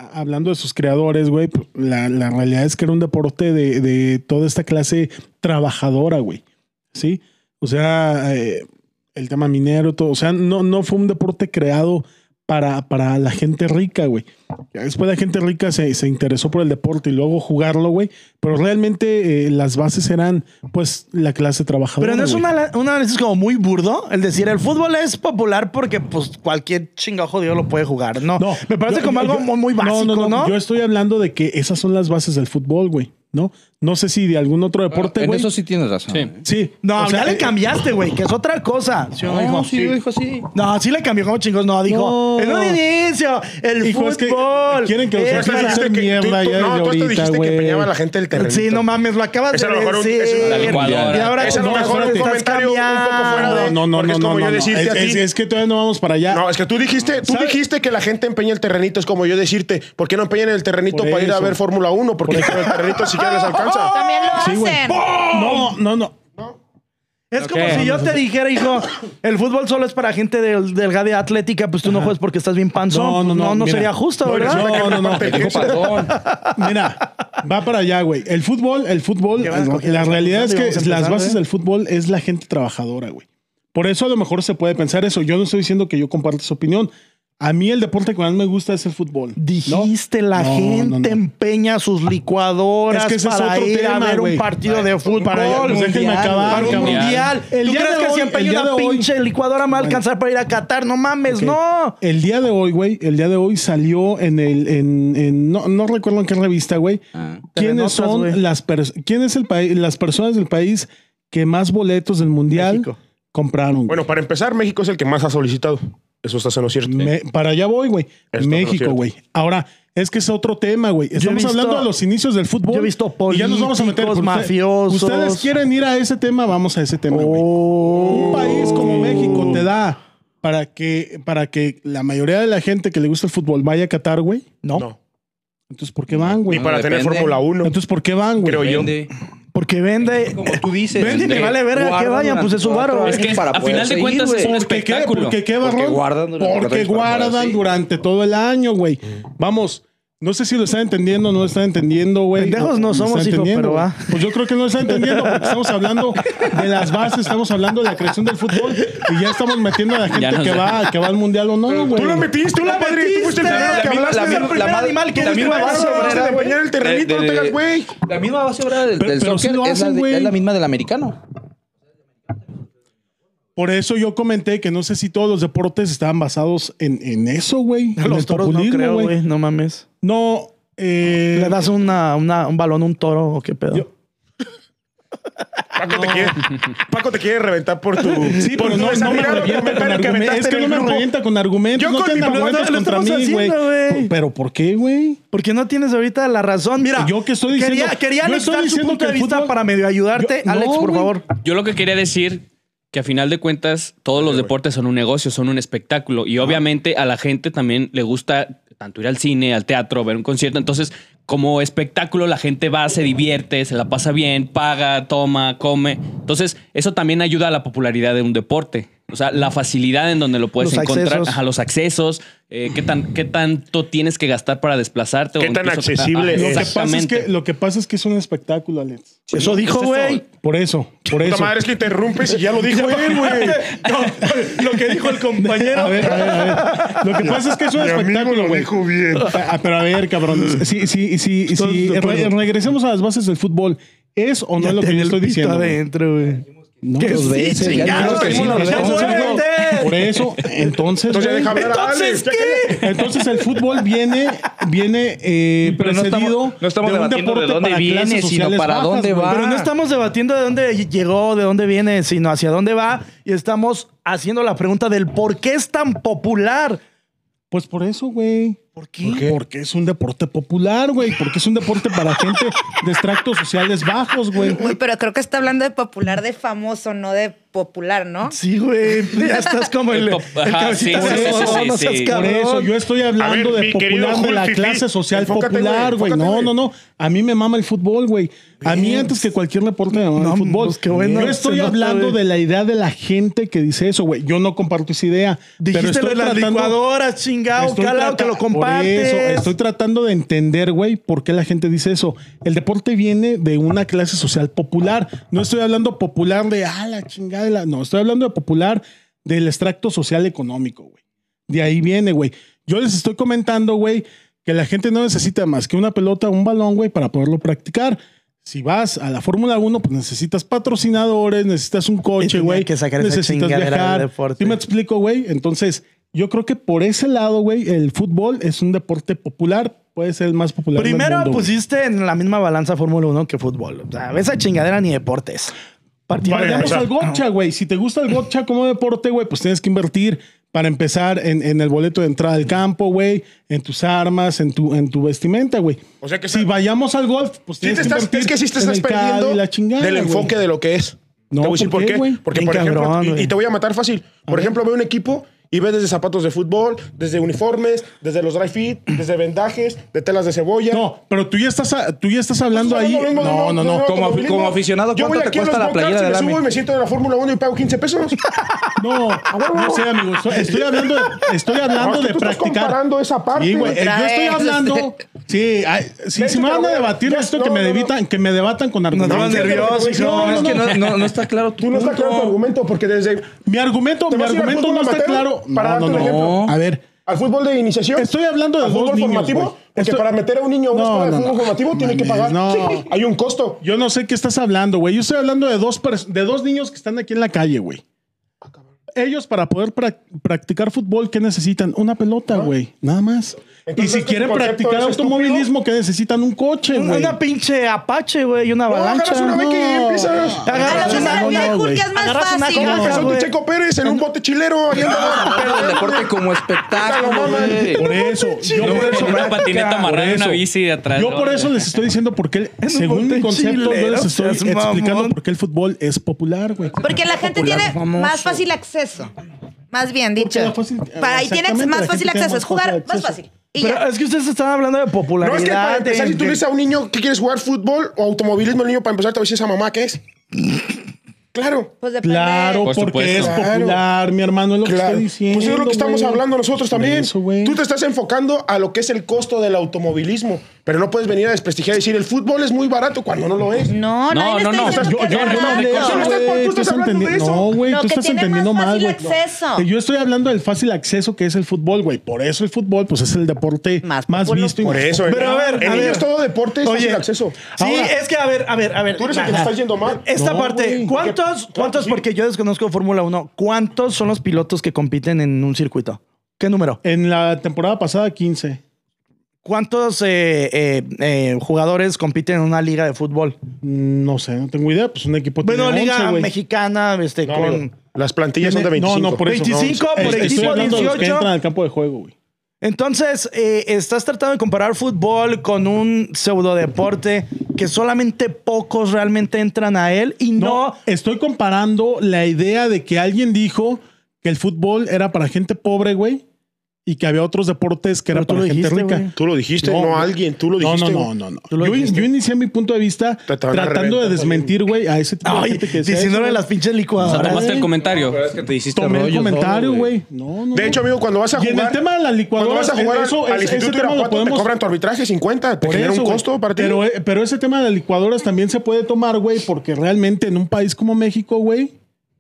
[SPEAKER 2] a- hablando de sus creadores, güey, pues, la, la realidad es que era un deporte de, de toda esta clase trabajadora, güey. ¿Sí? O sea, eh, el tema minero, todo. O sea, no, no fue un deporte creado para, para la gente rica, güey. Ya Después la gente rica se, se interesó por el deporte y luego jugarlo, güey. Pero realmente eh, las bases eran, pues, la clase trabajadora.
[SPEAKER 1] Pero no es
[SPEAKER 2] güey.
[SPEAKER 1] una, un análisis como muy burdo el decir el fútbol es popular porque pues cualquier chingado jodido lo puede jugar. No, me parece
[SPEAKER 2] yo-
[SPEAKER 1] como
[SPEAKER 2] yo-
[SPEAKER 1] algo muy, muy
[SPEAKER 2] no,
[SPEAKER 1] básico, ¿no?
[SPEAKER 2] Yo estoy hablando de que esas son las bases del fútbol, güey. ¿no? No sé si de algún otro deporte,
[SPEAKER 7] en
[SPEAKER 2] güey.
[SPEAKER 7] eso sí tienes razón.
[SPEAKER 6] Sí.
[SPEAKER 7] ¿eh?
[SPEAKER 2] Sí.
[SPEAKER 1] No,
[SPEAKER 2] o sea,
[SPEAKER 1] ya le
[SPEAKER 2] eh,
[SPEAKER 1] cambiaste, güey, que es otra cosa. ¿Sí o no, hijo?
[SPEAKER 7] No, sí, dijo sí.
[SPEAKER 1] No, sí le cambió como chingos. No, dijo,
[SPEAKER 2] No.
[SPEAKER 1] en un inicio, el
[SPEAKER 2] Hijo, es que
[SPEAKER 1] fútbol.
[SPEAKER 2] quieren que los
[SPEAKER 1] es
[SPEAKER 2] Pero Quieren
[SPEAKER 5] Tú
[SPEAKER 1] para-
[SPEAKER 5] dijiste
[SPEAKER 2] hacer
[SPEAKER 5] que- tú-
[SPEAKER 2] mierda
[SPEAKER 5] tú-
[SPEAKER 2] ya desde
[SPEAKER 5] no, tú hasta dijiste
[SPEAKER 2] ahorita,
[SPEAKER 5] que
[SPEAKER 2] güey.
[SPEAKER 5] peñaba a la gente el terreno.
[SPEAKER 1] Sí, no mames, lo acabas
[SPEAKER 5] Es a
[SPEAKER 1] de
[SPEAKER 5] lo mejor un-
[SPEAKER 1] decir.
[SPEAKER 5] es a lo
[SPEAKER 6] mejor un-
[SPEAKER 1] y ahora
[SPEAKER 5] Es a lo
[SPEAKER 1] no,
[SPEAKER 5] mejor
[SPEAKER 1] te
[SPEAKER 5] un
[SPEAKER 1] estás
[SPEAKER 5] comentario un poco
[SPEAKER 1] cambiando.
[SPEAKER 5] fuera de.
[SPEAKER 2] No, no,
[SPEAKER 5] porque
[SPEAKER 2] no,
[SPEAKER 5] es
[SPEAKER 2] no,
[SPEAKER 5] como
[SPEAKER 2] no,
[SPEAKER 5] yo
[SPEAKER 2] no. Es,
[SPEAKER 5] decirte a
[SPEAKER 2] es-
[SPEAKER 5] ti.
[SPEAKER 2] es que todavía no vamos para allá.
[SPEAKER 5] No, es que tú dijiste, tú
[SPEAKER 2] ¿Sabes?
[SPEAKER 5] dijiste que la gente empeña el terrenito. Es como yo decirte, ¿por qué no empeñan el terrenito
[SPEAKER 2] Por
[SPEAKER 5] para ir a
[SPEAKER 2] eso.
[SPEAKER 5] ver Fórmula 1? Porque con el terrenito siquiera les alcanza.
[SPEAKER 3] También lo
[SPEAKER 2] Sí, güey.
[SPEAKER 3] hacen.
[SPEAKER 2] No, no, no.
[SPEAKER 1] Es como si yo te dijera, hijo, el fútbol solo es para gente del, delgada y atlética, pues tú no juegas porque estás bien panzón.
[SPEAKER 2] No, no, no,
[SPEAKER 1] No,
[SPEAKER 2] mira.
[SPEAKER 1] sería justo,
[SPEAKER 5] No,
[SPEAKER 1] ¿verdad?
[SPEAKER 5] resulta que
[SPEAKER 2] No, no, no.
[SPEAKER 5] aparte-
[SPEAKER 7] Dijo patón.
[SPEAKER 2] Mira, va para allá, güey. El fútbol, el fútbol,
[SPEAKER 1] Ya van escogiendo
[SPEAKER 2] la
[SPEAKER 1] los
[SPEAKER 2] realidad es
[SPEAKER 1] partidos y vamos a
[SPEAKER 2] que
[SPEAKER 1] empezar,
[SPEAKER 2] las bases
[SPEAKER 1] ¿eh?
[SPEAKER 2] del fútbol es la gente trabajadora, güey. Por eso a lo mejor se puede pensar eso. Yo no estoy diciendo que yo comparto su opinión. A mí el deporte que más me gusta es el fútbol. ¿no?
[SPEAKER 1] Dijiste, la
[SPEAKER 2] No, no,
[SPEAKER 1] gente
[SPEAKER 2] no.
[SPEAKER 1] empeña sus licuadoras
[SPEAKER 2] Es que ese es
[SPEAKER 1] para
[SPEAKER 2] otro
[SPEAKER 1] ir a
[SPEAKER 2] tema,
[SPEAKER 1] ver un
[SPEAKER 2] güey.
[SPEAKER 1] partido de fútbol.
[SPEAKER 2] para allá, pues déjenme
[SPEAKER 1] Mundial,
[SPEAKER 2] acabar,
[SPEAKER 1] para un
[SPEAKER 2] cabrón.
[SPEAKER 1] mundial.
[SPEAKER 2] El
[SPEAKER 1] ¿Tú
[SPEAKER 2] día
[SPEAKER 1] crees
[SPEAKER 2] de
[SPEAKER 1] que
[SPEAKER 2] hoy-
[SPEAKER 1] siempre
[SPEAKER 2] el
[SPEAKER 1] hay
[SPEAKER 2] día
[SPEAKER 1] una
[SPEAKER 2] de hoy-
[SPEAKER 1] pinche licuadora me va a
[SPEAKER 2] Bueno.
[SPEAKER 1] alcanzar para ir a Qatar? No mames,
[SPEAKER 2] Ok.
[SPEAKER 1] no.
[SPEAKER 2] El día de hoy, güey, el día de hoy salió en el, en, en- no, no recuerdo en qué revista, güey.
[SPEAKER 7] Ah.
[SPEAKER 2] ¿Quiénes
[SPEAKER 1] Telenotas,
[SPEAKER 2] son
[SPEAKER 1] güey.
[SPEAKER 2] las personas, quién es el país, las personas del país que más boletos del mundial
[SPEAKER 1] México.
[SPEAKER 2] compraron? güey?
[SPEAKER 5] Bueno, para empezar, México es el que más ha solicitado. Eso está siendo cierto.
[SPEAKER 2] Me- para allá voy, güey.
[SPEAKER 5] Esto no es
[SPEAKER 2] México,
[SPEAKER 5] cierto.
[SPEAKER 2] güey. Ahora, es que es otro tema, güey. Estamos
[SPEAKER 1] visto-
[SPEAKER 2] hablando de los inicios del fútbol.
[SPEAKER 1] yo he visto
[SPEAKER 2] y ya nos vamos a meter
[SPEAKER 1] políticos,
[SPEAKER 2] porque usted-
[SPEAKER 1] mafiosos.
[SPEAKER 2] Ustedes quieren ir a ese tema, vamos a ese tema, güey. Un país como
[SPEAKER 1] Oh.
[SPEAKER 2] México te da para que, para que la mayoría de la gente que le gusta el fútbol vaya a Qatar, güey.
[SPEAKER 1] No.
[SPEAKER 5] No.
[SPEAKER 2] Entonces, ¿por qué van,
[SPEAKER 5] Ni
[SPEAKER 2] güey?
[SPEAKER 7] No,
[SPEAKER 5] para tener
[SPEAKER 7] depende.
[SPEAKER 5] Fórmula 1.
[SPEAKER 2] Entonces, ¿por qué van, güey?
[SPEAKER 5] Creo yo.
[SPEAKER 7] Vende.
[SPEAKER 1] Porque vende.
[SPEAKER 7] Como tú dices.
[SPEAKER 1] Vende y me
[SPEAKER 7] vende.
[SPEAKER 1] vale verga que
[SPEAKER 7] Guarda
[SPEAKER 1] vayan, pues
[SPEAKER 7] durante
[SPEAKER 1] es su
[SPEAKER 7] cuatro
[SPEAKER 1] varo.
[SPEAKER 7] años
[SPEAKER 6] Es que
[SPEAKER 7] para
[SPEAKER 6] a
[SPEAKER 7] poder
[SPEAKER 6] final de
[SPEAKER 7] seguir,
[SPEAKER 6] cuentas
[SPEAKER 7] güey.
[SPEAKER 6] es un
[SPEAKER 2] ¿Por qué?
[SPEAKER 6] espectáculo.
[SPEAKER 2] Porque qué
[SPEAKER 7] Porque
[SPEAKER 2] barrón.
[SPEAKER 7] guardan durante cuatro
[SPEAKER 2] Porque
[SPEAKER 7] años para jugar,
[SPEAKER 2] guardan
[SPEAKER 7] sí.
[SPEAKER 2] durante todo el año, güey. Vamos. No sé si lo están entendiendo o no lo están entendiendo, güey.
[SPEAKER 1] Pendejos
[SPEAKER 2] O-
[SPEAKER 1] no
[SPEAKER 2] lo
[SPEAKER 1] somos,
[SPEAKER 2] están
[SPEAKER 1] hijo,
[SPEAKER 2] entendiendo,
[SPEAKER 1] pero
[SPEAKER 2] güey.
[SPEAKER 1] va.
[SPEAKER 2] Pues yo creo que no lo están entendiendo porque estamos hablando de las bases, estamos hablando de la creación del fútbol y ya estamos metiendo a la gente
[SPEAKER 6] Ya nos-
[SPEAKER 2] que va, que va al mundial o no, güey.
[SPEAKER 5] Tú la metiste, la padre. Tú fuiste el
[SPEAKER 1] metiste.
[SPEAKER 5] primero que
[SPEAKER 1] La misma-
[SPEAKER 5] hablaste.
[SPEAKER 1] la
[SPEAKER 5] del
[SPEAKER 1] misma-
[SPEAKER 5] primer
[SPEAKER 1] la
[SPEAKER 5] animal que
[SPEAKER 1] la
[SPEAKER 5] viste
[SPEAKER 1] misma
[SPEAKER 5] hablar,
[SPEAKER 1] base
[SPEAKER 5] hablaste
[SPEAKER 1] obrera,
[SPEAKER 5] de
[SPEAKER 1] güey.
[SPEAKER 5] empeñar el terrenito, no
[SPEAKER 7] De-
[SPEAKER 5] te
[SPEAKER 7] de-
[SPEAKER 5] hagas, güey.
[SPEAKER 7] La misma base obrera del,
[SPEAKER 2] Pero-
[SPEAKER 7] del
[SPEAKER 2] pero sí
[SPEAKER 7] soccer
[SPEAKER 2] lo
[SPEAKER 7] es, la,
[SPEAKER 2] hacen,
[SPEAKER 7] de-
[SPEAKER 2] güey.
[SPEAKER 7] es la misma del americano.
[SPEAKER 2] Por eso yo comenté que no sé si todos los deportes estaban basados en, en eso, güey. en el
[SPEAKER 1] Los toros no
[SPEAKER 2] populismo,
[SPEAKER 1] creo, güey. No mames.
[SPEAKER 2] No, eh,
[SPEAKER 1] ¿Le das una, una- un balón a un toro o qué pedo?
[SPEAKER 2] Yo-
[SPEAKER 5] Paco te quiere, Paco te quiere reventar por tu.
[SPEAKER 2] Sí,
[SPEAKER 5] por
[SPEAKER 2] pero
[SPEAKER 5] tu
[SPEAKER 2] pues no, no me
[SPEAKER 5] desatinado
[SPEAKER 2] revienta con
[SPEAKER 5] comentario que
[SPEAKER 2] argumentos. Es
[SPEAKER 1] este,
[SPEAKER 2] que
[SPEAKER 5] aventaste en
[SPEAKER 2] no
[SPEAKER 5] el
[SPEAKER 2] me
[SPEAKER 5] grupo.
[SPEAKER 2] revienta con argumentos.
[SPEAKER 5] Yo
[SPEAKER 2] no
[SPEAKER 5] con
[SPEAKER 2] te
[SPEAKER 5] mi
[SPEAKER 2] andan
[SPEAKER 5] pregunta
[SPEAKER 2] argumentos
[SPEAKER 5] lo
[SPEAKER 2] contra
[SPEAKER 5] estamos
[SPEAKER 2] mí, güey.
[SPEAKER 1] haciendo, güey.
[SPEAKER 2] Pero ¿por qué, güey?
[SPEAKER 1] Porque no tienes ahorita la razón. Mira,
[SPEAKER 2] Yo que estoy diciendo-
[SPEAKER 1] quería, quería
[SPEAKER 2] yo
[SPEAKER 1] Alex
[SPEAKER 2] estoy
[SPEAKER 1] dar su
[SPEAKER 2] diciendo
[SPEAKER 1] punto de
[SPEAKER 2] que el
[SPEAKER 1] vista
[SPEAKER 2] fútbol-
[SPEAKER 1] para medio ayudarte.
[SPEAKER 2] Yo-
[SPEAKER 1] Alex,
[SPEAKER 2] no,
[SPEAKER 1] por
[SPEAKER 2] güey.
[SPEAKER 1] favor.
[SPEAKER 6] Yo lo que quería decir que a final de cuentas todos los deportes son un negocio, son un espectáculo y obviamente a la gente también le gusta tanto ir al cine, al teatro, ver un concierto, entonces como espectáculo la gente va, se divierte, se la pasa bien, paga, toma, come. Entonces, eso también ayuda a la popularidad de un deporte. O sea, la facilidad en donde lo puedes
[SPEAKER 1] Los
[SPEAKER 6] encontrar,
[SPEAKER 1] accesos.
[SPEAKER 6] Ajá, los accesos, eh, qué, tan, qué tanto tienes que gastar para desplazarte.
[SPEAKER 5] Qué tan
[SPEAKER 6] incluso-
[SPEAKER 5] accesible
[SPEAKER 2] Lo
[SPEAKER 6] Ajá,
[SPEAKER 2] que, pasa es
[SPEAKER 6] exactamente.
[SPEAKER 2] que, lo que pasa es que es un espectáculo, Alex.
[SPEAKER 1] Eso dijo,
[SPEAKER 6] es eso.
[SPEAKER 1] güey.
[SPEAKER 2] Por eso, por
[SPEAKER 5] Puta
[SPEAKER 2] eso.
[SPEAKER 5] madre es que interrumpes y ya lo dijo él, güey.
[SPEAKER 1] No, lo que dijo el compañero.
[SPEAKER 2] A ver, a ver, a ver. Lo que pasa es que es un
[SPEAKER 5] Mi amigo
[SPEAKER 2] espectáculo,
[SPEAKER 5] lo
[SPEAKER 2] güey.
[SPEAKER 5] dijo bien.
[SPEAKER 2] Ah, pero a ver, cabrones. Si, si, si,
[SPEAKER 1] Todos
[SPEAKER 2] si
[SPEAKER 1] de
[SPEAKER 2] re-
[SPEAKER 1] acuerdo.
[SPEAKER 2] regresemos a las bases del fútbol, ¿es o no
[SPEAKER 1] Ya
[SPEAKER 2] es lo que
[SPEAKER 1] tenía
[SPEAKER 2] yo
[SPEAKER 1] el
[SPEAKER 2] estoy
[SPEAKER 1] pito
[SPEAKER 2] diciendo? güey?
[SPEAKER 1] adentro, güey.
[SPEAKER 2] No,
[SPEAKER 1] Que
[SPEAKER 2] dos
[SPEAKER 1] sí,
[SPEAKER 2] veces. Ya
[SPEAKER 1] chingado,
[SPEAKER 2] dijimos que sí,
[SPEAKER 1] dijimos
[SPEAKER 2] dos
[SPEAKER 1] que
[SPEAKER 2] veces,
[SPEAKER 1] ya
[SPEAKER 2] güey.
[SPEAKER 1] fuerte.
[SPEAKER 2] Por eso, entonces.
[SPEAKER 5] Entonces ya
[SPEAKER 2] güey,
[SPEAKER 5] deja hablar a Alex.
[SPEAKER 1] Entonces,
[SPEAKER 5] ya
[SPEAKER 1] ¿qué?
[SPEAKER 2] Entonces el fútbol viene, viene eh,
[SPEAKER 7] Pero no
[SPEAKER 2] precedido
[SPEAKER 7] estamos- no estamos
[SPEAKER 2] de un
[SPEAKER 7] debatiendo
[SPEAKER 2] deporte
[SPEAKER 7] de dónde
[SPEAKER 2] para clases
[SPEAKER 7] viene, sino
[SPEAKER 2] sociales
[SPEAKER 7] para
[SPEAKER 2] bajas,
[SPEAKER 7] dónde
[SPEAKER 2] güey. este,
[SPEAKER 7] va.
[SPEAKER 1] Pero no estamos debatiendo de dónde llegó, de dónde viene, sino hacia dónde va. Y estamos haciendo la pregunta del por qué es tan popular.
[SPEAKER 2] Pues por eso, güey.
[SPEAKER 1] ¿Por qué?
[SPEAKER 2] ¿Por qué? Porque es un deporte popular, güey. Porque es un deporte para gente de extractos sociales bajos, güey.
[SPEAKER 3] Uy, pero creo que está hablando de popular, de famoso, no de popular, ¿no?
[SPEAKER 1] Sí, güey. Ya estás como el,
[SPEAKER 6] El
[SPEAKER 1] el
[SPEAKER 6] pop- ajá,
[SPEAKER 1] cabecita
[SPEAKER 6] sí,
[SPEAKER 1] de
[SPEAKER 6] sí,
[SPEAKER 1] eso,
[SPEAKER 6] sí, sí,
[SPEAKER 1] no
[SPEAKER 6] sí.
[SPEAKER 1] seas
[SPEAKER 2] Por
[SPEAKER 1] cabrón.
[SPEAKER 2] eso yo estoy hablando
[SPEAKER 5] A ver,
[SPEAKER 2] de
[SPEAKER 5] mi querido
[SPEAKER 2] popular, de la
[SPEAKER 5] Julfi,
[SPEAKER 2] clase social
[SPEAKER 5] enfócate, güey,
[SPEAKER 2] popular, güey.
[SPEAKER 5] enfócate,
[SPEAKER 2] No,
[SPEAKER 5] güey.
[SPEAKER 2] no, no. A mí me mama el fútbol, güey. A mí antes que cualquier deporte me mama
[SPEAKER 1] No,
[SPEAKER 2] el fútbol.
[SPEAKER 1] pues, qué bueno,
[SPEAKER 2] yo
[SPEAKER 1] se
[SPEAKER 2] estoy
[SPEAKER 1] nota,
[SPEAKER 2] hablando
[SPEAKER 1] güey.
[SPEAKER 2] de la idea de la gente que dice eso, güey. Yo no comparto esa idea. pero
[SPEAKER 1] Dijiste
[SPEAKER 2] estoy
[SPEAKER 1] lo de las
[SPEAKER 2] tratando-
[SPEAKER 1] licuadoras, chingado,
[SPEAKER 2] Estoy
[SPEAKER 1] calado, que
[SPEAKER 2] trata-
[SPEAKER 1] lo
[SPEAKER 2] Por
[SPEAKER 1] compartes.
[SPEAKER 2] eso, estoy tratando de entender, güey, por qué la gente dice eso. El deporte viene de una clase social popular. No estoy hablando popular de, ah, la chingada. de la-". No, estoy hablando de popular del extracto social económico, güey. De ahí viene, güey. Yo les estoy comentando, güey, que la gente no necesita más que una pelota, un balón, güey, para poderlo practicar. Si vas a la Fórmula 1, pues necesitas patrocinadores, necesitas un coche,
[SPEAKER 1] tenía
[SPEAKER 2] güey.
[SPEAKER 1] que sacar esa
[SPEAKER 2] Necesitas
[SPEAKER 1] chingadera del
[SPEAKER 2] viajar.
[SPEAKER 1] deporte.
[SPEAKER 2] Sí me explico, güey. Entonces, Yo creo que por ese lado, güey, el fútbol es un deporte popular. Puede ser el más popular. del
[SPEAKER 1] Primero
[SPEAKER 2] mundo, güey.
[SPEAKER 1] pusiste en la misma balanza Fórmula 1 que fútbol. O sea, esa chingadera ni deportes. Partido
[SPEAKER 5] Vale,
[SPEAKER 1] de-
[SPEAKER 5] o
[SPEAKER 2] Vamos
[SPEAKER 5] sea,
[SPEAKER 2] al gotcha, güey. Si te gusta el gotcha como deporte, güey, pues tienes que invertir para empezar en, en el boleto de entrada al campo, güey, en tus armas, en tu, en tu vestimenta, güey.
[SPEAKER 5] O sea que
[SPEAKER 2] si
[SPEAKER 5] sa-
[SPEAKER 2] vayamos al golf, pues
[SPEAKER 5] Sí
[SPEAKER 2] tienes
[SPEAKER 5] te estás,
[SPEAKER 2] invertir
[SPEAKER 5] es que sí
[SPEAKER 2] en
[SPEAKER 5] te estás
[SPEAKER 2] el cable
[SPEAKER 5] perdiendo
[SPEAKER 2] y la chingada,
[SPEAKER 5] del
[SPEAKER 2] güey.
[SPEAKER 5] enfoque de lo que es.
[SPEAKER 2] No,
[SPEAKER 5] te voy a decir
[SPEAKER 2] ¿por
[SPEAKER 5] por
[SPEAKER 2] qué,
[SPEAKER 5] qué.
[SPEAKER 2] güey?
[SPEAKER 5] Porque,
[SPEAKER 1] Bien
[SPEAKER 5] por ejemplo,
[SPEAKER 1] cabrón,
[SPEAKER 5] y- y,
[SPEAKER 1] güey.
[SPEAKER 5] te voy a matar fácil. Por ejemplo, veo un equipo y ves desde zapatos de fútbol, desde uniformes, desde los dry fit, desde vendajes, de telas de cebolla. Pues,
[SPEAKER 2] No, pero tú ya estás, a- tú ya estás hablando
[SPEAKER 5] Estamos
[SPEAKER 2] ahí.
[SPEAKER 5] hablando lo
[SPEAKER 2] No,
[SPEAKER 5] mismo,
[SPEAKER 2] no, no.
[SPEAKER 5] de lo
[SPEAKER 7] Como afi-
[SPEAKER 5] automovilismo.
[SPEAKER 7] como aficionado,
[SPEAKER 5] Yo voy
[SPEAKER 7] ¿cuánto te
[SPEAKER 5] aquí a los
[SPEAKER 7] cuesta la
[SPEAKER 5] go-karts
[SPEAKER 7] playera
[SPEAKER 5] y
[SPEAKER 7] del
[SPEAKER 5] me
[SPEAKER 7] AME?
[SPEAKER 5] subo y me siento en la Fórmula 1 y pago 15 pesos.
[SPEAKER 2] No, no sé, amigo. Estoy, estoy hablando, de- estoy
[SPEAKER 5] No,
[SPEAKER 2] hablando
[SPEAKER 5] es que
[SPEAKER 2] de
[SPEAKER 5] tú estás
[SPEAKER 2] practicar.
[SPEAKER 5] comparando esa parte.
[SPEAKER 2] Sí, güey. eh, Yo estoy
[SPEAKER 3] Traes,
[SPEAKER 2] hablando.
[SPEAKER 3] este-
[SPEAKER 2] Sí, ay, sí,
[SPEAKER 5] Vente,
[SPEAKER 2] si me
[SPEAKER 5] pero
[SPEAKER 2] van a
[SPEAKER 5] bueno,
[SPEAKER 2] debatir
[SPEAKER 5] ya-
[SPEAKER 2] esto,
[SPEAKER 5] no,
[SPEAKER 2] que, me
[SPEAKER 5] no, no.
[SPEAKER 2] debitan, que me debatan con argumentos.
[SPEAKER 1] estaban nerviosos,
[SPEAKER 2] No, no,
[SPEAKER 7] Es
[SPEAKER 2] no.
[SPEAKER 7] que no, no, no está claro tu
[SPEAKER 5] Tú no está
[SPEAKER 7] punto.
[SPEAKER 5] claro tu argumento porque desde...
[SPEAKER 2] Mi argumento,
[SPEAKER 5] ¿Te
[SPEAKER 2] mi
[SPEAKER 5] vas a ir al
[SPEAKER 2] argumento
[SPEAKER 5] fútbol
[SPEAKER 2] no está
[SPEAKER 5] amateur?
[SPEAKER 2] claro.
[SPEAKER 5] Para
[SPEAKER 2] no,
[SPEAKER 5] darte
[SPEAKER 2] no,
[SPEAKER 5] un
[SPEAKER 2] no.
[SPEAKER 5] ejemplo.
[SPEAKER 2] A ver.
[SPEAKER 5] Al fútbol de iniciación.
[SPEAKER 2] Estoy hablando de
[SPEAKER 5] al
[SPEAKER 2] dos
[SPEAKER 5] fútbol
[SPEAKER 2] niños,
[SPEAKER 5] formativo.
[SPEAKER 2] güey.
[SPEAKER 5] Porque
[SPEAKER 2] Estoy-
[SPEAKER 5] para meter a un niño a una
[SPEAKER 2] No,
[SPEAKER 5] escuela de
[SPEAKER 2] no,
[SPEAKER 5] fútbol
[SPEAKER 2] no.
[SPEAKER 5] formativo tiene que
[SPEAKER 2] Mames,
[SPEAKER 5] pagar.
[SPEAKER 2] no.
[SPEAKER 5] Hay un costo.
[SPEAKER 2] Yo no sé qué estás hablando, güey. Yo estoy hablando de dos, pers- de dos niños que están aquí en la calle, güey.
[SPEAKER 5] Ah,
[SPEAKER 2] Ellos para poder prac- practicar fútbol, ¿qué necesitan? Una pelota, güey. Nada más.
[SPEAKER 5] Ah. Entonces,
[SPEAKER 2] y si quieren
[SPEAKER 5] ¿tu concepto
[SPEAKER 2] practicar
[SPEAKER 5] es estúpido?
[SPEAKER 2] automovilismo, ¿qué necesitan? Un coche,
[SPEAKER 1] Una,
[SPEAKER 2] güey.
[SPEAKER 1] una pinche apache, güey, y una
[SPEAKER 5] No,
[SPEAKER 1] avalancha.
[SPEAKER 5] agarras una beca y
[SPEAKER 2] No.
[SPEAKER 5] empiezas.
[SPEAKER 1] Te
[SPEAKER 3] A lo
[SPEAKER 1] agarras
[SPEAKER 3] que se
[SPEAKER 1] una-
[SPEAKER 3] me olvida,
[SPEAKER 2] no,
[SPEAKER 3] Julio,
[SPEAKER 2] güey.
[SPEAKER 3] es más
[SPEAKER 1] Agarras una
[SPEAKER 3] fácil.
[SPEAKER 1] coca,
[SPEAKER 5] Como
[SPEAKER 3] ¿no?
[SPEAKER 5] empezó tu
[SPEAKER 1] güey.
[SPEAKER 5] Checo Pérez en un bote chilero. ahí andaba.
[SPEAKER 7] Pero el deporte como espectáculo.
[SPEAKER 5] Lo maman.
[SPEAKER 7] güey.
[SPEAKER 2] Por eso, yo
[SPEAKER 6] No,
[SPEAKER 2] por eso,
[SPEAKER 6] con una patineta amarrada en
[SPEAKER 2] eso.
[SPEAKER 6] una bici de atrás.
[SPEAKER 2] yo
[SPEAKER 6] ¿no?
[SPEAKER 2] por eso les estoy diciendo por qué,
[SPEAKER 1] un
[SPEAKER 2] según
[SPEAKER 1] bote
[SPEAKER 2] mi concepto, yo
[SPEAKER 1] chilero,
[SPEAKER 2] les estoy
[SPEAKER 1] seas mamón.
[SPEAKER 2] explicando por qué el fútbol es popular, güey.
[SPEAKER 3] Porque la gente
[SPEAKER 7] popular,
[SPEAKER 3] tiene
[SPEAKER 7] famoso.
[SPEAKER 3] más fácil acceso. Más bien dicho.
[SPEAKER 2] la fácil-
[SPEAKER 3] Para ahí tiene
[SPEAKER 2] exactamente, la
[SPEAKER 3] más
[SPEAKER 2] gente tiene
[SPEAKER 3] fácil acceso.
[SPEAKER 2] más
[SPEAKER 3] Es jugar
[SPEAKER 2] fácil
[SPEAKER 3] más
[SPEAKER 2] acceso.
[SPEAKER 3] fácil. Y
[SPEAKER 1] Pero
[SPEAKER 3] ya.
[SPEAKER 1] es que ustedes están hablando de
[SPEAKER 5] No,
[SPEAKER 1] popularidad.
[SPEAKER 5] es que para empezar,
[SPEAKER 1] de-
[SPEAKER 5] si tú le dices a un niño que quieres jugar fútbol o automovilismo, el niño para empezar te va a decir esa mamá que es. Claro.
[SPEAKER 3] Pues depende.
[SPEAKER 2] Claro,
[SPEAKER 6] Por
[SPEAKER 2] porque es
[SPEAKER 6] supuesto.
[SPEAKER 2] popular, mi hermano, es lo que
[SPEAKER 5] Claro.
[SPEAKER 2] estoy diciendo.
[SPEAKER 5] pues es lo que estamos
[SPEAKER 2] güey.
[SPEAKER 5] hablando nosotros también.
[SPEAKER 2] Por eso, güey.
[SPEAKER 5] Tú te estás enfocando a lo que es el costo del automovilismo, pero no puedes venir a desprestigiar y decir el fútbol es muy barato cuando no lo es.
[SPEAKER 3] No,
[SPEAKER 6] No,
[SPEAKER 3] nadie le
[SPEAKER 6] no,
[SPEAKER 3] está
[SPEAKER 6] no.
[SPEAKER 3] diciendo
[SPEAKER 5] Yo-
[SPEAKER 3] que
[SPEAKER 5] yo-
[SPEAKER 3] es
[SPEAKER 5] yo no hablé
[SPEAKER 3] barato.
[SPEAKER 5] de eso.
[SPEAKER 2] No,
[SPEAKER 5] Tú
[SPEAKER 2] güey,
[SPEAKER 5] estás- tú
[SPEAKER 2] tú
[SPEAKER 5] estás
[SPEAKER 2] estás
[SPEAKER 5] hablando de
[SPEAKER 2] entendi-
[SPEAKER 5] eso.
[SPEAKER 2] No, güey,
[SPEAKER 3] No,
[SPEAKER 2] tú
[SPEAKER 3] que
[SPEAKER 2] estás
[SPEAKER 3] tiene más
[SPEAKER 2] entendiendo mal,
[SPEAKER 3] fácil
[SPEAKER 2] güey.
[SPEAKER 3] acceso.
[SPEAKER 2] No. Yo estoy hablando del fácil acceso que es el fútbol, güey. Por eso el fútbol, pues es el deporte más,
[SPEAKER 3] Más popular.
[SPEAKER 2] visto y
[SPEAKER 5] Por
[SPEAKER 2] más
[SPEAKER 5] eso, eh.
[SPEAKER 2] popular.
[SPEAKER 1] Pero a ver,
[SPEAKER 5] en
[SPEAKER 1] a ver.
[SPEAKER 5] niños todo deporte es fácil acceso.
[SPEAKER 1] Sí,
[SPEAKER 2] Ahora-
[SPEAKER 1] es que a ver, a ver, a ver.
[SPEAKER 5] Tú eres el que te
[SPEAKER 1] Ajá.
[SPEAKER 5] estás yendo mal.
[SPEAKER 1] Esta
[SPEAKER 2] No,
[SPEAKER 1] parte,
[SPEAKER 2] güey.
[SPEAKER 1] ¿cuántos,
[SPEAKER 5] Porque-
[SPEAKER 1] cuántos,
[SPEAKER 5] claro que sí.
[SPEAKER 1] porque yo desconozco Fórmula 1, cuántos son los pilotos que compiten en un circuito? ¿Qué número?
[SPEAKER 2] En la temporada pasada, 15.
[SPEAKER 1] ¿Cuántos eh, eh, eh, jugadores compiten en una liga de fútbol?
[SPEAKER 2] Mm, No sé, no tengo idea. Pues un equipo
[SPEAKER 1] Bueno,
[SPEAKER 2] tiene
[SPEAKER 1] liga
[SPEAKER 2] 11, güey.
[SPEAKER 1] mexicana, este,
[SPEAKER 5] No,
[SPEAKER 1] con...
[SPEAKER 5] amigo, las plantillas son de
[SPEAKER 2] Tiene-
[SPEAKER 5] 25.
[SPEAKER 2] No, no, por eso.
[SPEAKER 1] 25
[SPEAKER 2] no.
[SPEAKER 1] por
[SPEAKER 2] Estoy
[SPEAKER 1] equipo,
[SPEAKER 2] hablando de los que
[SPEAKER 1] 18.
[SPEAKER 2] entran al campo de juego, güey.
[SPEAKER 1] Entonces, eh, estás tratando de comparar fútbol con un pseudodeporte que solamente pocos realmente entran a él y no...
[SPEAKER 2] No, estoy comparando la idea de que alguien dijo que el fútbol era para gente pobre, güey, y que había otros deportes que
[SPEAKER 1] Pero
[SPEAKER 2] era
[SPEAKER 1] tú
[SPEAKER 2] para
[SPEAKER 1] lo
[SPEAKER 2] gente
[SPEAKER 1] dijiste,
[SPEAKER 2] rica.
[SPEAKER 1] güey.
[SPEAKER 5] Tú lo dijiste, no,
[SPEAKER 2] No, güey.
[SPEAKER 5] alguien, tú lo
[SPEAKER 2] No,
[SPEAKER 5] dijiste.
[SPEAKER 2] no, no,
[SPEAKER 5] güey.
[SPEAKER 2] no, no.
[SPEAKER 1] Tú lo
[SPEAKER 2] Yo,
[SPEAKER 1] dijiste.
[SPEAKER 2] yo inicié mi punto de vista
[SPEAKER 5] Te- te van a
[SPEAKER 2] tratando de
[SPEAKER 5] reventar,
[SPEAKER 2] desmentir, güey, a ese tipo de
[SPEAKER 1] Ay,
[SPEAKER 2] gente que decía eso,
[SPEAKER 1] diciéndole
[SPEAKER 2] güey.
[SPEAKER 1] las pinches
[SPEAKER 6] O sea,
[SPEAKER 1] licuadoras.
[SPEAKER 6] tomaste el comentario.
[SPEAKER 7] Pero es que te hiciste
[SPEAKER 2] Tomé el
[SPEAKER 7] rollos,
[SPEAKER 2] comentario,
[SPEAKER 7] ¿no,
[SPEAKER 2] güey. No, no.
[SPEAKER 5] De
[SPEAKER 2] no.
[SPEAKER 5] hecho, amigo, cuando vas a
[SPEAKER 2] y
[SPEAKER 5] jugar.
[SPEAKER 2] en el tema de las
[SPEAKER 5] Cuando
[SPEAKER 2] licuadoras,
[SPEAKER 5] vas a jugar al-
[SPEAKER 2] eso,
[SPEAKER 5] al
[SPEAKER 2] es- ese
[SPEAKER 5] Instituto
[SPEAKER 2] tema lo
[SPEAKER 5] Irapuato,
[SPEAKER 2] podemos
[SPEAKER 5] te cobran tu arbitraje 50. Te
[SPEAKER 2] Por
[SPEAKER 5] genera
[SPEAKER 2] eso,
[SPEAKER 5] un
[SPEAKER 2] güey.
[SPEAKER 5] costo para ti.
[SPEAKER 2] Pero, eh, pero ese tema de las licuadoras también se puede tomar, güey, porque realmente en un país como México, güey,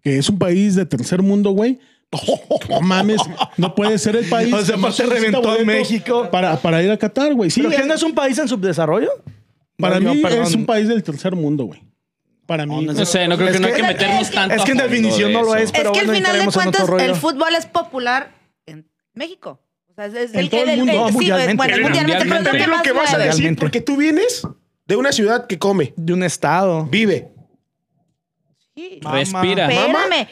[SPEAKER 2] que es un país de tercer mundo, güey, no mames, no puede ser el país.
[SPEAKER 1] O sea,
[SPEAKER 2] que más
[SPEAKER 1] aparte
[SPEAKER 2] solicita
[SPEAKER 1] reventó
[SPEAKER 2] boletos
[SPEAKER 1] México.
[SPEAKER 2] Para, para ir a Qatar, güey. Sí,
[SPEAKER 1] ¿Pero
[SPEAKER 2] eh,
[SPEAKER 1] qué no es un país en subdesarrollo?
[SPEAKER 2] para
[SPEAKER 1] No, yo,
[SPEAKER 2] mí
[SPEAKER 1] perdón.
[SPEAKER 2] es un país del tercer mundo, güey. Para mí.
[SPEAKER 6] No sé, no creo que,
[SPEAKER 1] Es
[SPEAKER 6] no hay
[SPEAKER 1] que-
[SPEAKER 6] que meternos
[SPEAKER 3] es que-
[SPEAKER 6] tanto.
[SPEAKER 1] es que en
[SPEAKER 6] a fondo
[SPEAKER 1] definición
[SPEAKER 6] de
[SPEAKER 1] no lo
[SPEAKER 6] eso.
[SPEAKER 1] es, pero
[SPEAKER 3] Es que al
[SPEAKER 1] bueno,
[SPEAKER 3] final de
[SPEAKER 1] entraremos en otro
[SPEAKER 3] cuentas,
[SPEAKER 1] rollo.
[SPEAKER 3] el fútbol es popular en México. O sea, es- es
[SPEAKER 2] En todo el mundo,
[SPEAKER 3] sí, pues,
[SPEAKER 1] mundialmente.
[SPEAKER 3] bueno,
[SPEAKER 1] El
[SPEAKER 3] mundialmente, pero
[SPEAKER 6] mundialmente.
[SPEAKER 3] es
[SPEAKER 5] es
[SPEAKER 3] lo
[SPEAKER 5] lo que vas a
[SPEAKER 3] mueve.
[SPEAKER 5] decir,
[SPEAKER 1] Realmente.
[SPEAKER 5] porque tú vienes de una ciudad que come,
[SPEAKER 1] De un estado.
[SPEAKER 5] vive.
[SPEAKER 3] Sí.
[SPEAKER 6] Respira.
[SPEAKER 1] Mamá.
[SPEAKER 3] Espérame.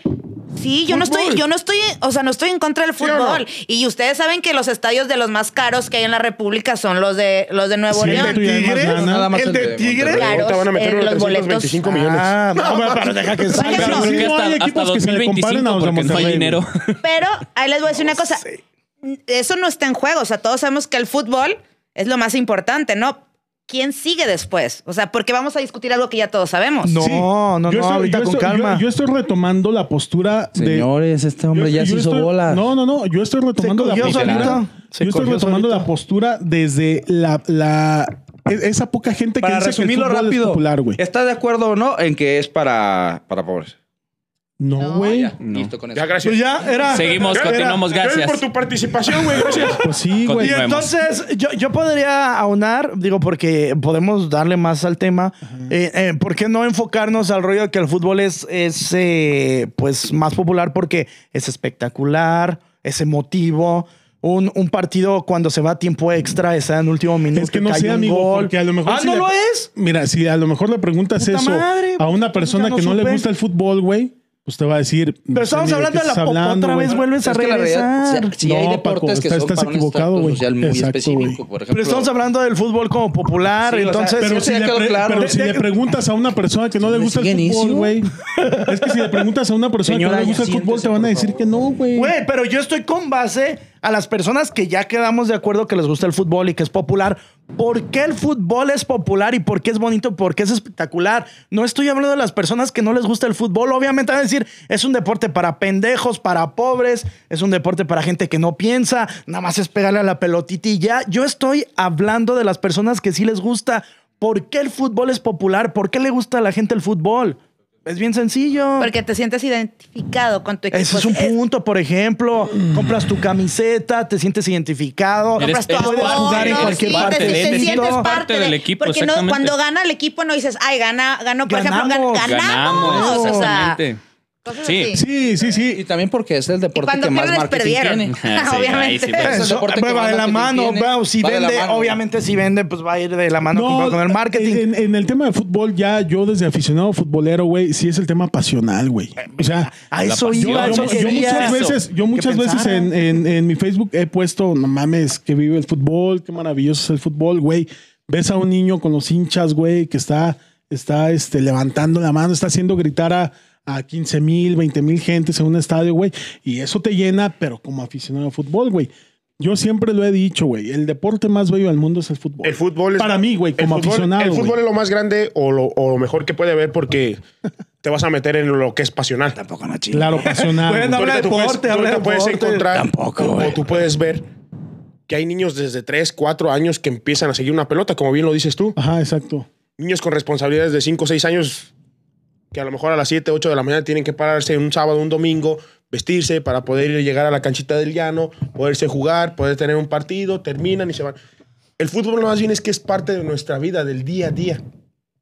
[SPEAKER 3] Sí, yo no estoy,
[SPEAKER 5] Fútbol.
[SPEAKER 3] yo no estoy, o sea, no estoy en contra del
[SPEAKER 5] o no?
[SPEAKER 3] fútbol. Y ustedes saben que los estadios de los más caros que hay en la República son los de los de Nuevo
[SPEAKER 2] Sí,
[SPEAKER 3] León.
[SPEAKER 2] tú ya hay más
[SPEAKER 1] Tigres,
[SPEAKER 2] lana.
[SPEAKER 7] Nada más
[SPEAKER 1] el
[SPEAKER 7] el
[SPEAKER 1] de
[SPEAKER 7] de
[SPEAKER 1] Tigres.
[SPEAKER 7] Monterrey.
[SPEAKER 5] Ahorita van a meter
[SPEAKER 3] Claro,
[SPEAKER 5] unos
[SPEAKER 3] en los boletos.
[SPEAKER 5] 325 millones.
[SPEAKER 1] Ah, no, pero, pero deja que
[SPEAKER 6] Yo
[SPEAKER 1] salga.
[SPEAKER 3] Váyanlo.
[SPEAKER 6] creo que
[SPEAKER 2] No,
[SPEAKER 6] hasta,
[SPEAKER 2] hay
[SPEAKER 6] hasta
[SPEAKER 2] equipos que se le comparan a
[SPEAKER 6] 2025
[SPEAKER 2] los de
[SPEAKER 6] porque no hay
[SPEAKER 2] Monterrey,
[SPEAKER 6] dinero.
[SPEAKER 3] Pero ahí les voy a decir una cosa. Eso no está en juego. O sea, todos sabemos que el fútbol es lo más importante, ¿no? ¿Quién sigue después? O sea, porque vamos a discutir algo que ya todos sabemos.
[SPEAKER 1] No,
[SPEAKER 2] Sí.
[SPEAKER 1] no, no,
[SPEAKER 2] Yo estoy-
[SPEAKER 1] ahorita
[SPEAKER 2] yo
[SPEAKER 1] con
[SPEAKER 2] estoy-
[SPEAKER 1] calma.
[SPEAKER 2] Yo, yo estoy retomando la postura
[SPEAKER 7] güey?
[SPEAKER 2] de,
[SPEAKER 7] Señores, este
[SPEAKER 2] Yo-
[SPEAKER 7] hombre ya
[SPEAKER 2] yo
[SPEAKER 7] se hizo
[SPEAKER 2] estoy-
[SPEAKER 7] bola.
[SPEAKER 2] No, no, no. Yo estoy retomando
[SPEAKER 1] Se
[SPEAKER 2] la
[SPEAKER 1] cogió
[SPEAKER 2] postura.
[SPEAKER 1] solito. Se
[SPEAKER 2] Yo estoy
[SPEAKER 1] cogió
[SPEAKER 2] retomando
[SPEAKER 1] solito.
[SPEAKER 2] la postura desde la, la e- esa poca gente que
[SPEAKER 7] Para
[SPEAKER 2] dice que el
[SPEAKER 7] resumirlo
[SPEAKER 2] fútbol
[SPEAKER 7] rápido,
[SPEAKER 2] es popular, güey.
[SPEAKER 7] ¿estás de acuerdo o no en que es para, para pobres?
[SPEAKER 2] No, güey.
[SPEAKER 7] Ya, listo con eso.
[SPEAKER 5] Ya, gracias.
[SPEAKER 1] Pues ya era.
[SPEAKER 6] Seguimos,
[SPEAKER 1] ya era.
[SPEAKER 6] continuamos, gracias.
[SPEAKER 5] por tu participación, güey. Gracias.
[SPEAKER 2] Pues sí, güey.
[SPEAKER 1] Y
[SPEAKER 6] Continuemos.
[SPEAKER 1] entonces yo, yo podría aunar, digo, porque podemos darle más al tema, eh, eh, ¿por qué no enfocarnos al rollo de que el fútbol es, es, eh, pues más popular porque es espectacular, es emotivo. Un, un partido cuando se va a tiempo extra, está en último minuto.
[SPEAKER 2] Es que no
[SPEAKER 1] cae
[SPEAKER 2] sé,
[SPEAKER 1] un
[SPEAKER 2] amigo,
[SPEAKER 1] gol.
[SPEAKER 2] porque a lo mejor.
[SPEAKER 1] ¡Ah,
[SPEAKER 2] si
[SPEAKER 1] no
[SPEAKER 2] le-
[SPEAKER 1] lo es!
[SPEAKER 2] Mira, si a lo mejor le preguntas
[SPEAKER 1] Puta
[SPEAKER 2] eso
[SPEAKER 1] madre,
[SPEAKER 2] a una
[SPEAKER 1] puta,
[SPEAKER 2] persona
[SPEAKER 1] no
[SPEAKER 2] que no le
[SPEAKER 1] supe.
[SPEAKER 2] gusta el fútbol, güey, pues te va a decir.
[SPEAKER 1] Pero estamos hablando de la popó, otra vez vuelves a
[SPEAKER 7] Es que la
[SPEAKER 1] regresar.
[SPEAKER 7] realidad, si si hay
[SPEAKER 2] No,
[SPEAKER 7] deportes
[SPEAKER 2] Paco,
[SPEAKER 7] que
[SPEAKER 2] estás-
[SPEAKER 7] son
[SPEAKER 2] estás
[SPEAKER 7] para un
[SPEAKER 2] equivocado,
[SPEAKER 7] estrato
[SPEAKER 2] güey.
[SPEAKER 7] social muy
[SPEAKER 2] Exacto,
[SPEAKER 7] específico,
[SPEAKER 2] güey.
[SPEAKER 7] por
[SPEAKER 1] Pero
[SPEAKER 7] ejemplo.
[SPEAKER 1] estamos hablando del fútbol como popular,
[SPEAKER 7] Sí, o sea,
[SPEAKER 1] entonces...
[SPEAKER 7] pero
[SPEAKER 2] Pero,
[SPEAKER 7] Sí,
[SPEAKER 2] si
[SPEAKER 7] ya
[SPEAKER 2] le,
[SPEAKER 7] quedó
[SPEAKER 2] pre-
[SPEAKER 7] claro.
[SPEAKER 2] pero si le preguntas a una persona que no le
[SPEAKER 7] ¿Me
[SPEAKER 2] gusta el
[SPEAKER 7] siguen
[SPEAKER 2] fútbol,
[SPEAKER 7] inicio?
[SPEAKER 2] güey. Es que si le preguntas a una persona
[SPEAKER 7] Señora,
[SPEAKER 2] que no le
[SPEAKER 7] ya
[SPEAKER 2] gusta el fútbol,
[SPEAKER 7] siéntese,
[SPEAKER 2] te van a
[SPEAKER 7] por
[SPEAKER 2] decir
[SPEAKER 7] favor.
[SPEAKER 2] que no, güey.
[SPEAKER 1] Güey, pero yo estoy con base a las personas que ya quedamos de acuerdo que les gusta el fútbol y que es popular. ¿Por qué el fútbol es popular y por qué es bonito? ¿Por qué es espectacular? No estoy hablando de las personas que no les gusta el fútbol. Obviamente van a decir, es un deporte para pendejos, para pobres, es un deporte para gente que no piensa, nada más es pegarle a la pelotita y ya. Yo estoy hablando de las personas que sí les gusta. ¿Por qué el fútbol es popular? ¿Por qué le gusta a la gente el fútbol? Es bien sencillo.
[SPEAKER 3] Porque te sientes identificado con tu equipo.
[SPEAKER 1] Ese es un punto, por ejemplo. Compras tu camiseta, te sientes identificado.
[SPEAKER 6] Eres-
[SPEAKER 3] Compras tu
[SPEAKER 6] eres
[SPEAKER 3] apoyo,
[SPEAKER 6] jugar en
[SPEAKER 3] sí,
[SPEAKER 6] cualquier
[SPEAKER 3] te-
[SPEAKER 6] parte,
[SPEAKER 3] te,
[SPEAKER 6] de- te
[SPEAKER 3] sientes
[SPEAKER 6] sientes
[SPEAKER 3] parte
[SPEAKER 6] parte
[SPEAKER 3] de-
[SPEAKER 6] del equipo,
[SPEAKER 3] Porque no,
[SPEAKER 6] exactamente.
[SPEAKER 3] cuando gana el equipo no dices, ay, gana, ganó, por ejemplo, gan- ganamos.
[SPEAKER 6] Ganamos,
[SPEAKER 3] o sea,
[SPEAKER 6] exactamente.
[SPEAKER 3] cosas
[SPEAKER 6] Sí.
[SPEAKER 3] así.
[SPEAKER 2] Sí, sí,
[SPEAKER 7] Y
[SPEAKER 2] sí.
[SPEAKER 7] también porque es el
[SPEAKER 3] Y
[SPEAKER 7] deporte
[SPEAKER 3] cuando
[SPEAKER 7] que más
[SPEAKER 3] pierdes,
[SPEAKER 7] marketing
[SPEAKER 3] perdieron.
[SPEAKER 7] tiene.
[SPEAKER 6] Ajá, sí, ahí
[SPEAKER 3] Obviamente.
[SPEAKER 6] sí, pero-
[SPEAKER 7] Es el
[SPEAKER 1] Eso,
[SPEAKER 7] deporte que
[SPEAKER 1] va
[SPEAKER 7] más
[SPEAKER 1] de la
[SPEAKER 7] marketing
[SPEAKER 1] mano,
[SPEAKER 7] tiene,
[SPEAKER 1] bro. Si
[SPEAKER 7] va de la
[SPEAKER 1] vende,
[SPEAKER 7] mano.
[SPEAKER 1] obviamente si vende, pues va a ir de la mano
[SPEAKER 2] No,
[SPEAKER 1] con el marketing.
[SPEAKER 2] En, en el tema de fútbol, ya yo desde aficionado futbolero, güey, sí es el tema pasional, güey. O sea,
[SPEAKER 1] a
[SPEAKER 6] la
[SPEAKER 1] eso
[SPEAKER 6] pasión,
[SPEAKER 1] iba,
[SPEAKER 6] yo-
[SPEAKER 1] eso
[SPEAKER 6] yo
[SPEAKER 2] yo
[SPEAKER 1] quería.
[SPEAKER 2] muchas veces, yo muchas
[SPEAKER 1] que
[SPEAKER 2] veces en, en- en mi Facebook he puesto, no mames, que vive el fútbol, qué maravilloso es el fútbol, güey. Ves a un niño con los hinchas, güey, que está, está este, levantando la mano, está haciendo gritar a, a 15 mil, 20 mil gentes en un estadio, güey. Y eso te llena, pero como aficionado al fútbol, güey. Yo siempre lo he dicho, güey, el deporte más bello del mundo es el fútbol.
[SPEAKER 5] El fútbol es.
[SPEAKER 2] Para mí, güey,
[SPEAKER 5] el
[SPEAKER 2] como
[SPEAKER 5] fútbol-
[SPEAKER 2] aficionado.
[SPEAKER 5] El fútbol
[SPEAKER 2] güey.
[SPEAKER 5] es lo más grande o lo, o lo mejor que puede haber porque te vas a meter en lo que es pasional.
[SPEAKER 7] Tampoco, no, chico.
[SPEAKER 2] Claro, pasional.
[SPEAKER 1] Bueno,
[SPEAKER 2] güey.
[SPEAKER 1] Habla de
[SPEAKER 5] Ahorita tú puedes-
[SPEAKER 1] deporte,
[SPEAKER 5] tú
[SPEAKER 1] habla
[SPEAKER 5] ahorita
[SPEAKER 1] de
[SPEAKER 5] puedes
[SPEAKER 1] deporte.
[SPEAKER 5] encontrar
[SPEAKER 7] Tampoco,
[SPEAKER 5] o-
[SPEAKER 7] güey.
[SPEAKER 5] o tú puedes ver que hay niños desde 3, 4 años que empiezan a seguir una pelota, como bien lo dices tú.
[SPEAKER 2] Ajá, exacto.
[SPEAKER 5] Niños con responsabilidades de 5, 6 años que a lo mejor a las 7, 8 de la mañana tienen que pararse un sábado, un domingo, vestirse para poder ir- llegar a la canchita del llano, poderse jugar, poder tener un partido, terminan y se van. El fútbol lo más bien es que es parte de nuestra vida, del día a día.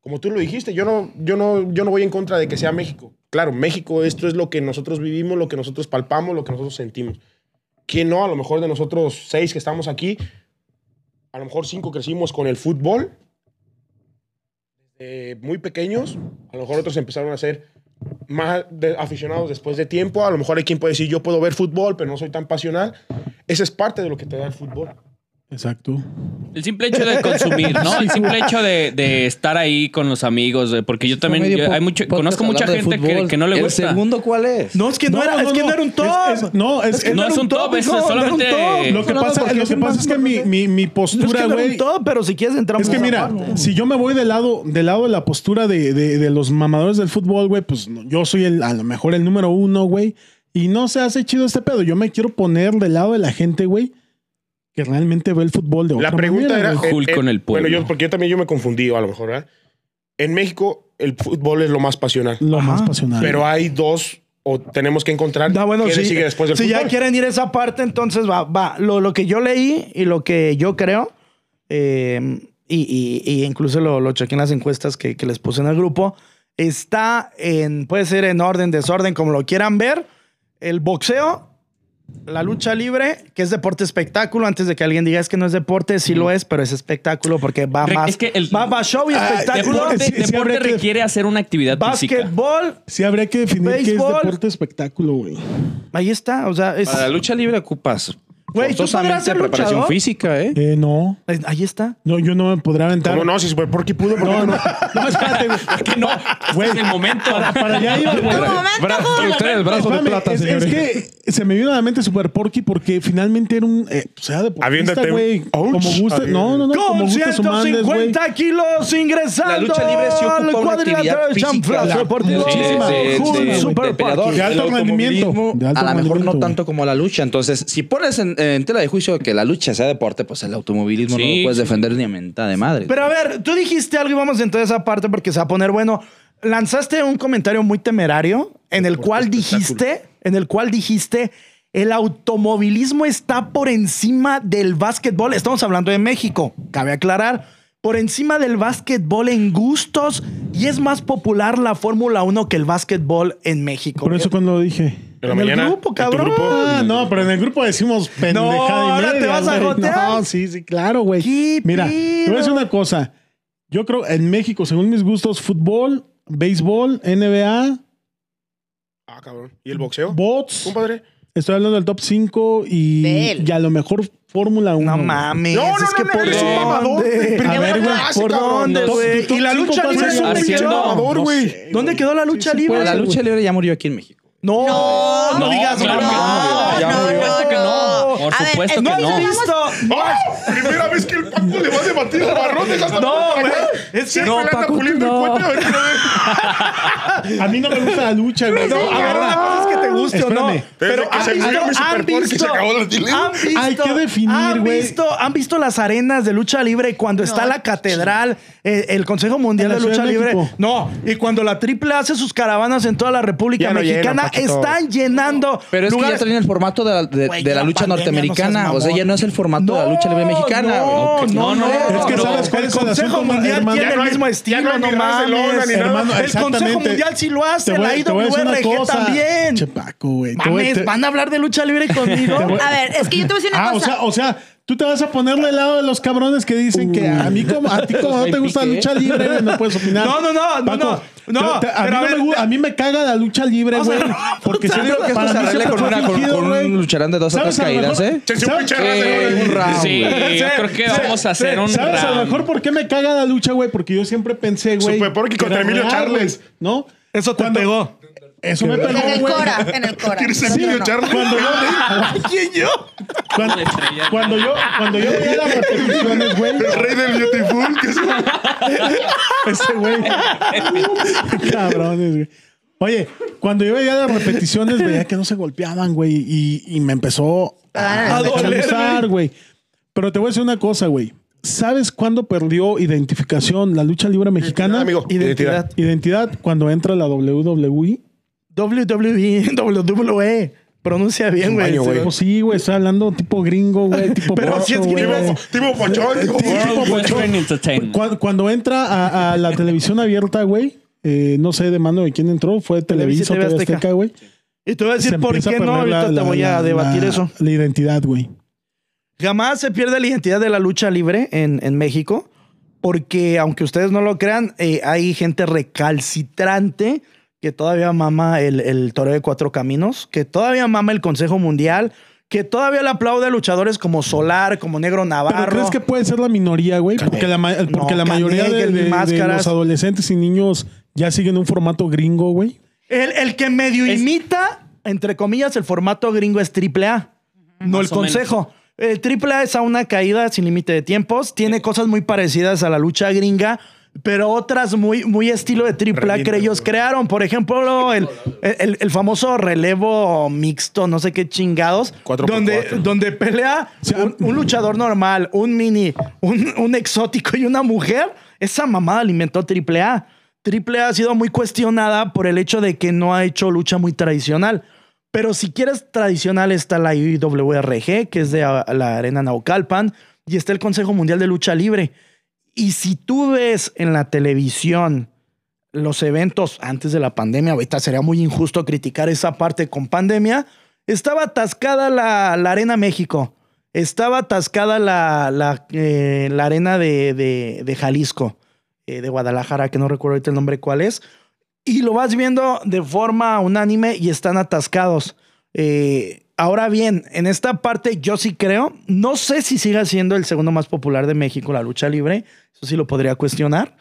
[SPEAKER 5] Como tú lo dijiste, yo no, yo no, yo no voy en contra de que sea México. Claro, México, esto es lo que nosotros vivimos, lo que nosotros palpamos, lo que nosotros sentimos. ¿Quién no? A lo mejor de nosotros seis que estamos aquí, a lo mejor cinco crecimos con el fútbol. eh, muy pequeños, a lo mejor otros empezaron a ser más de- aficionados después de tiempo. A lo mejor hay quien puede decir, yo puedo ver fútbol, pero no soy tan pasional. Esa es parte de lo que te da el fútbol.
[SPEAKER 2] Exacto.
[SPEAKER 6] El simple hecho de consumir, ¿no? El simple hecho de, de estar ahí con los amigos, de- porque yo también
[SPEAKER 7] Medio
[SPEAKER 6] yo-
[SPEAKER 7] po-
[SPEAKER 6] hay mucho,
[SPEAKER 7] podcast
[SPEAKER 6] conozco mucha
[SPEAKER 7] hablando de
[SPEAKER 6] gente que,
[SPEAKER 7] fútbol.
[SPEAKER 6] que no le gusta.
[SPEAKER 7] ¿El segundo cuál es?
[SPEAKER 1] No, es que no, era, es que no, era un top.
[SPEAKER 2] Es- es- no, es, que
[SPEAKER 6] no es un top, es solamente-
[SPEAKER 2] Lo que
[SPEAKER 1] No, no,
[SPEAKER 2] pasa,
[SPEAKER 1] porque
[SPEAKER 2] lo
[SPEAKER 1] es
[SPEAKER 2] que
[SPEAKER 1] un
[SPEAKER 2] pasa
[SPEAKER 1] más-
[SPEAKER 2] es que mi, mi, mi
[SPEAKER 1] No es que
[SPEAKER 2] postura,
[SPEAKER 1] no era
[SPEAKER 2] güey.
[SPEAKER 1] un top, pero pues, si quieres entramos.
[SPEAKER 2] es que
[SPEAKER 1] a esa
[SPEAKER 2] mira,
[SPEAKER 1] parte.
[SPEAKER 2] si yo me voy del lado, del lado de la postura de, de- de los mamadores del fútbol, güey, pues no, yo soy el, a lo mejor el número uno, güey. Y no se hace chido este pedo. Yo me quiero poner del lado de la gente, güey, que realmente ve el fútbol de otra
[SPEAKER 5] La pregunta
[SPEAKER 2] manera,
[SPEAKER 5] era...
[SPEAKER 2] güey.
[SPEAKER 6] Hulk con el pueblo.
[SPEAKER 5] Bueno, yo, porque yo también yo me confundí, a lo mejor, ¿verdad? En México, el fútbol es lo más pasional.
[SPEAKER 2] lo más
[SPEAKER 1] Ajá.
[SPEAKER 2] pasional.
[SPEAKER 5] Pero hay dos, o tenemos que encontrar
[SPEAKER 1] Ah, bueno,
[SPEAKER 5] qué
[SPEAKER 1] si,
[SPEAKER 5] sigue después del
[SPEAKER 1] si
[SPEAKER 5] fútbol.
[SPEAKER 1] ya quieren ir a esa parte, entonces va, va. Lo, lo que yo leí y lo que yo creo, eh, y, y- y incluso lo, lo chequé en las encuestas que, que les puse en el grupo, está en, puede ser en orden, desorden, como lo quieran ver, el boxeo, la lucha libre, que es deporte espectáculo, antes de que alguien diga es que no es deporte, sí lo es, pero es espectáculo porque va
[SPEAKER 6] Mm. Re-
[SPEAKER 1] más,
[SPEAKER 6] es que el-
[SPEAKER 1] va más show y
[SPEAKER 2] Ah,
[SPEAKER 1] espectáculo,
[SPEAKER 6] Deporte,
[SPEAKER 2] Sí, sí,
[SPEAKER 6] deporte
[SPEAKER 2] habría que-
[SPEAKER 6] requiere hacer una actividad física.
[SPEAKER 1] básquetbol,
[SPEAKER 2] Sí habría que definir qué
[SPEAKER 1] Béisbol.
[SPEAKER 2] es deporte espectáculo, güey.
[SPEAKER 1] ahí está, o sea, es,
[SPEAKER 7] Para la lucha libre ocupas
[SPEAKER 1] Güey, ¿tú
[SPEAKER 7] forzosamente
[SPEAKER 1] podrás ser
[SPEAKER 7] preparación
[SPEAKER 1] luchador?
[SPEAKER 7] física, ¿eh?
[SPEAKER 2] Eh, no.
[SPEAKER 1] ahí está.
[SPEAKER 2] No, yo no me podría aventar.
[SPEAKER 5] ¿Cómo no? Si fue porque pudo, ¿por qué
[SPEAKER 2] No,
[SPEAKER 5] no?
[SPEAKER 2] no, no, espérate, güey.
[SPEAKER 6] Que no,
[SPEAKER 2] Güey.
[SPEAKER 6] este es el momento.
[SPEAKER 2] Para allá iba, güey.
[SPEAKER 3] Un momento,
[SPEAKER 7] Bra-
[SPEAKER 3] Hulk.
[SPEAKER 7] usted el brazo de
[SPEAKER 2] Espérame,
[SPEAKER 7] plata,
[SPEAKER 2] es,
[SPEAKER 7] señores.
[SPEAKER 2] es que se me vino a la mente Super Porky porque finalmente era un. Eh, o sea, deportista,
[SPEAKER 5] Aviéntate un-
[SPEAKER 2] güey. Como
[SPEAKER 5] Ouch.
[SPEAKER 2] gusta.
[SPEAKER 5] Aviéntate.
[SPEAKER 2] No, no, no. Como
[SPEAKER 1] Con
[SPEAKER 2] gusta Sumandes, güey.
[SPEAKER 1] 150 kilos ingresando
[SPEAKER 7] La lucha libre sí ocupa
[SPEAKER 1] al
[SPEAKER 7] una
[SPEAKER 1] cuadrilátero
[SPEAKER 7] actividad
[SPEAKER 1] de
[SPEAKER 7] física,
[SPEAKER 1] chanflazo
[SPEAKER 7] la-
[SPEAKER 1] deportivo.
[SPEAKER 7] Sí,
[SPEAKER 2] muchísima,
[SPEAKER 7] sí,
[SPEAKER 1] Hulk
[SPEAKER 7] sí, de
[SPEAKER 1] Super
[SPEAKER 7] peleador.
[SPEAKER 1] Party.
[SPEAKER 2] De alto
[SPEAKER 7] El
[SPEAKER 2] rendimiento,
[SPEAKER 7] automovilismo,
[SPEAKER 2] de alto
[SPEAKER 7] a lo mejor
[SPEAKER 2] rendimiento,
[SPEAKER 7] no
[SPEAKER 2] güey.
[SPEAKER 7] tanto como la lucha. Entonces, si pones en, en tela de juicio que la lucha sea deporte, pues el automovilismo no
[SPEAKER 6] Sí.
[SPEAKER 7] lo puedes defender ni a mentada de madre.
[SPEAKER 1] Pero a ver, tú dijiste algo y vamos entonces a esa parte porque se va a poner bueno. Lanzaste un comentario muy temerario en el cual dijiste, en el cual dijiste, el automovilismo está por encima del básquetbol. Estamos hablando de México, cabe aclarar. Por encima del básquetbol en gustos y es más popular la Fórmula 1 que el básquetbol en México.
[SPEAKER 2] Por eso cuando lo dije.
[SPEAKER 5] De la
[SPEAKER 1] En el
[SPEAKER 5] mañana.
[SPEAKER 1] grupo,
[SPEAKER 5] en tu
[SPEAKER 1] cabrón.
[SPEAKER 2] Ah, no, pero en el grupo decimos pendejada y
[SPEAKER 1] ahora te
[SPEAKER 2] media,
[SPEAKER 1] vas a
[SPEAKER 2] güey.
[SPEAKER 1] jotear.
[SPEAKER 2] No, sí, sí, claro, güey.
[SPEAKER 1] ¿Qué
[SPEAKER 2] Mira, te voy a decir
[SPEAKER 1] pedo?
[SPEAKER 2] una cosa. Yo creo en México, según mis gustos, fútbol, béisbol, NBA,
[SPEAKER 5] Ah, cabrón. ¿Y el boxeo?
[SPEAKER 2] bots.
[SPEAKER 5] Compadre.
[SPEAKER 2] Estoy hablando del top 5 y,
[SPEAKER 3] Del.
[SPEAKER 2] y a lo mejor Fórmula 1.
[SPEAKER 1] No mames.
[SPEAKER 5] No, no,
[SPEAKER 1] es
[SPEAKER 5] no,
[SPEAKER 1] que
[SPEAKER 5] no,
[SPEAKER 1] por
[SPEAKER 5] eres un mamador.
[SPEAKER 1] dónde.
[SPEAKER 2] A ver, güey.
[SPEAKER 1] ¿Por dónde, güey? Y la lucha libre
[SPEAKER 6] es un
[SPEAKER 1] dónde
[SPEAKER 6] haciendo-
[SPEAKER 1] quedó.
[SPEAKER 5] mamador, güey.
[SPEAKER 1] ¿Dónde quedó la lucha libre?
[SPEAKER 7] Pues la lucha libre ya murió aquí en México.
[SPEAKER 1] No, no,
[SPEAKER 6] No,
[SPEAKER 1] digas
[SPEAKER 6] claro que no.
[SPEAKER 1] mamá.
[SPEAKER 6] Ya
[SPEAKER 3] no,
[SPEAKER 6] murió.
[SPEAKER 1] este
[SPEAKER 3] no,
[SPEAKER 6] Claro que no. Por
[SPEAKER 3] A ver,
[SPEAKER 6] supuesto
[SPEAKER 1] No
[SPEAKER 6] que
[SPEAKER 1] has
[SPEAKER 6] no.
[SPEAKER 1] visto.
[SPEAKER 5] ¡Ah! Primera vez que el Paco le va a debatir el barrón. Dejaste
[SPEAKER 1] No,
[SPEAKER 5] para
[SPEAKER 1] güey.
[SPEAKER 5] acá.
[SPEAKER 1] Es que-
[SPEAKER 5] Siempre
[SPEAKER 1] No,
[SPEAKER 5] le anda
[SPEAKER 6] Paco, tú
[SPEAKER 5] puliendo el
[SPEAKER 6] no.
[SPEAKER 5] cuete, a ver, a ver.
[SPEAKER 2] A mí no me gusta la lucha, güey.
[SPEAKER 1] No, a ver, una cosa es que te guste o no.
[SPEAKER 2] Espérame.
[SPEAKER 1] Pero
[SPEAKER 5] Desde que
[SPEAKER 1] han
[SPEAKER 5] se
[SPEAKER 1] visto,
[SPEAKER 5] murió mi
[SPEAKER 1] han
[SPEAKER 5] Super Bowl que se
[SPEAKER 1] visto,
[SPEAKER 5] acabó la chile.
[SPEAKER 1] han visto,
[SPEAKER 2] Hay que definir,
[SPEAKER 1] han
[SPEAKER 2] güey.
[SPEAKER 1] visto, han visto las arenas de lucha libre cuando está la catedral, eh, el Consejo Mundial
[SPEAKER 2] En
[SPEAKER 1] de
[SPEAKER 2] la
[SPEAKER 1] Lucha
[SPEAKER 2] Ciudad de
[SPEAKER 1] Libre.
[SPEAKER 2] México.
[SPEAKER 1] No, y cuando la Triple hace sus caravanas en toda la República
[SPEAKER 5] Ya no
[SPEAKER 1] Mexicana,
[SPEAKER 5] llenan, Paquito.
[SPEAKER 1] están llenando
[SPEAKER 7] Pero es que ya
[SPEAKER 1] lugares.
[SPEAKER 7] traen el formato de la, de,
[SPEAKER 1] Güey,
[SPEAKER 7] de la
[SPEAKER 1] la
[SPEAKER 7] lucha
[SPEAKER 1] pandemia,
[SPEAKER 7] norteamericana.
[SPEAKER 1] no seas
[SPEAKER 7] o sea, ya no es el formato de la lucha libre mexicana.
[SPEAKER 1] No,
[SPEAKER 7] güey.
[SPEAKER 1] no,
[SPEAKER 6] No,
[SPEAKER 1] no,
[SPEAKER 6] no,
[SPEAKER 2] Es que
[SPEAKER 1] no.
[SPEAKER 2] sabes cuál es
[SPEAKER 1] el
[SPEAKER 2] el
[SPEAKER 1] Consejo
[SPEAKER 2] asunto,
[SPEAKER 1] Mundial
[SPEAKER 2] hermano.
[SPEAKER 1] tiene
[SPEAKER 2] Ya
[SPEAKER 1] el
[SPEAKER 2] no hay-
[SPEAKER 1] mismo
[SPEAKER 5] ya
[SPEAKER 1] estilo,
[SPEAKER 5] no hay
[SPEAKER 1] no
[SPEAKER 5] migradas de lona
[SPEAKER 1] mames.
[SPEAKER 5] ni nada.
[SPEAKER 2] Hermano,
[SPEAKER 1] el Consejo
[SPEAKER 2] exactamente.
[SPEAKER 1] Mundial sí lo hace,
[SPEAKER 2] Te voy- te
[SPEAKER 1] la
[SPEAKER 2] voy a decir una
[SPEAKER 1] IWRG
[SPEAKER 2] cosa.
[SPEAKER 1] también.
[SPEAKER 2] Che, Paco, güey. Te voy- te-
[SPEAKER 1] Mames, ¿van a hablar de lucha libre conmigo?
[SPEAKER 3] A ver, es que yo te voy a decir una
[SPEAKER 2] Ah, o
[SPEAKER 3] cosa.
[SPEAKER 2] sea, o sea, tú te vas a ponerle al lado de los cabrones que dicen que a mí como a ti como no te gusta la lucha libre, güey, no puedes opinar.
[SPEAKER 1] No, no, no, no, no, no,
[SPEAKER 2] te- te- a, mí
[SPEAKER 1] pero a
[SPEAKER 2] no
[SPEAKER 1] ver,
[SPEAKER 2] me, gu-
[SPEAKER 1] te-
[SPEAKER 2] a mí me caga la lucha libre,
[SPEAKER 1] Vamos a
[SPEAKER 2] güey,
[SPEAKER 1] agarrar
[SPEAKER 2] porque
[SPEAKER 1] putas.
[SPEAKER 7] Yo creo
[SPEAKER 2] siempre
[SPEAKER 7] que esto
[SPEAKER 2] para
[SPEAKER 7] se
[SPEAKER 2] mí
[SPEAKER 7] arregla
[SPEAKER 2] siempre
[SPEAKER 7] con,
[SPEAKER 2] fue
[SPEAKER 7] una, con,
[SPEAKER 2] fingido,
[SPEAKER 7] con
[SPEAKER 2] güey.
[SPEAKER 7] un lucharán de dos a
[SPEAKER 2] ¿Sabes
[SPEAKER 7] tres
[SPEAKER 2] a lo
[SPEAKER 7] caídas,
[SPEAKER 2] mejor?
[SPEAKER 7] ¿eh?
[SPEAKER 5] Chense un
[SPEAKER 2] ¿Sabes?
[SPEAKER 5] pinche
[SPEAKER 7] Eh,
[SPEAKER 5] rato,
[SPEAKER 7] un
[SPEAKER 5] güey.
[SPEAKER 7] round,
[SPEAKER 6] Sí,
[SPEAKER 7] güey.
[SPEAKER 6] yo creo que vamos a hacer un
[SPEAKER 2] ¿Sabes a lo
[SPEAKER 6] round.
[SPEAKER 2] mejor por qué me caga la lucha, güey? Porque yo siempre pensé, güey.
[SPEAKER 5] Super Porky
[SPEAKER 2] que
[SPEAKER 5] contra
[SPEAKER 2] era
[SPEAKER 5] Emilio
[SPEAKER 2] real,
[SPEAKER 5] Charles.
[SPEAKER 2] güey, ¿No?
[SPEAKER 1] Eso te
[SPEAKER 2] Cuando-
[SPEAKER 1] pegó.
[SPEAKER 2] Eso me pegó,
[SPEAKER 3] en el
[SPEAKER 2] güey.
[SPEAKER 3] Cora, en el Cora.
[SPEAKER 5] ¿Quieres
[SPEAKER 3] Pero
[SPEAKER 5] decir,
[SPEAKER 3] no.
[SPEAKER 5] Charlie?
[SPEAKER 2] Cuando yo
[SPEAKER 1] ¿Quién yo?
[SPEAKER 2] Cuando, cuando yo, cuando yo veía las repeticiones, güey,
[SPEAKER 5] El rey del Beautiful, que es un
[SPEAKER 2] ese güey. Cabrones, güey. Oye, cuando yo veía las repeticiones, veía que no se golpeaban, güey, y, y me empezó a,
[SPEAKER 1] A doler,
[SPEAKER 2] gustar, güey. Pero te voy a decir una cosa, güey. ¿Sabes cuándo perdió identificación la lucha libre mexicana?
[SPEAKER 5] amigo.
[SPEAKER 1] Identidad.
[SPEAKER 2] Identidad cuando entra la E. WWE.
[SPEAKER 1] WWE, WWE. E. Pronuncia bien, güey.
[SPEAKER 5] Baño, güey.
[SPEAKER 2] Pues sí, güey, estoy hablando tipo gringo, güey, tipo
[SPEAKER 1] Pero si
[SPEAKER 2] borracho, güey.
[SPEAKER 1] escribes-
[SPEAKER 5] Tipo, tipo pochón, tipo pochón.
[SPEAKER 6] World Wrestling Entertainment.
[SPEAKER 2] Cuando, cuando entra a, a la televisión abierta, güey, eh, no sé de mano de quién entró, fue Televisa o
[SPEAKER 1] TV
[SPEAKER 2] TV Azteca,
[SPEAKER 1] Azteca.
[SPEAKER 2] güey.
[SPEAKER 1] Y te voy a
[SPEAKER 2] se
[SPEAKER 1] decir por
[SPEAKER 2] empieza
[SPEAKER 1] qué
[SPEAKER 2] a
[SPEAKER 1] no,
[SPEAKER 2] perder la-
[SPEAKER 1] ahorita te
[SPEAKER 2] la-
[SPEAKER 1] voy a
[SPEAKER 2] la-
[SPEAKER 1] debatir
[SPEAKER 2] la-
[SPEAKER 1] eso.
[SPEAKER 2] La identidad, güey.
[SPEAKER 1] Jamás se pierde la identidad de la lucha libre en, en México, porque aunque ustedes no lo crean, eh, hay gente recalcitrante que todavía mama el, el toreo de cuatro caminos, que todavía mama el Consejo Mundial, que todavía le aplaude a luchadores como Solar, como Negro
[SPEAKER 2] ¿Pero
[SPEAKER 1] Navarro.
[SPEAKER 2] crees que puede ser la minoría, güey? Porque la, ma- porque la mayoría de-
[SPEAKER 1] Canegel,
[SPEAKER 2] de, de
[SPEAKER 1] máscaras.
[SPEAKER 2] los adolescentes y niños ya siguen un formato gringo, güey.
[SPEAKER 1] El, el que medio
[SPEAKER 6] Es-
[SPEAKER 1] imita, entre comillas, el formato gringo es triple A, no el
[SPEAKER 6] Más o menos.
[SPEAKER 1] consejo. El triple A es a una caída sin límite de tiempos. Tiene cosas muy parecidas a la lucha gringa, pero otras muy, muy estilo de triple A
[SPEAKER 5] Reviento,
[SPEAKER 1] que ellos
[SPEAKER 5] güey.
[SPEAKER 1] crearon. Por ejemplo, el, el- el famoso relevo mixto, no sé qué chingados,
[SPEAKER 5] Cuatro por
[SPEAKER 1] donde,
[SPEAKER 5] cuatro.
[SPEAKER 1] Eh, donde pelea
[SPEAKER 2] sea,
[SPEAKER 1] un, un luchador normal, un mini, un, un exótico y una mujer, esa mamada la inventó Triple A. Triple A ha sido muy cuestionada por el hecho de que no ha hecho lucha muy tradicional. Pero si quieres tradicional está la IWRG, que es de ah, la Arena Naucalpan, y está el Consejo Mundial de Lucha Libre. Y si tú ves en la televisión los eventos antes de la pandemia, ahorita sería muy injusto criticar esa parte con pandemia, estaba atascada la, la Arena México, estaba atascada la, la, eh, la Arena de, de- de Jalisco, eh, de Guadalajara, que no recuerdo ahorita el nombre cuál es, y lo vas viendo de forma unánime y están atascados. Eh, ahora bien, en esta parte yo sí creo, no sé si siga siendo el segundo más popular de México la lucha libre, eso sí lo podría cuestionar.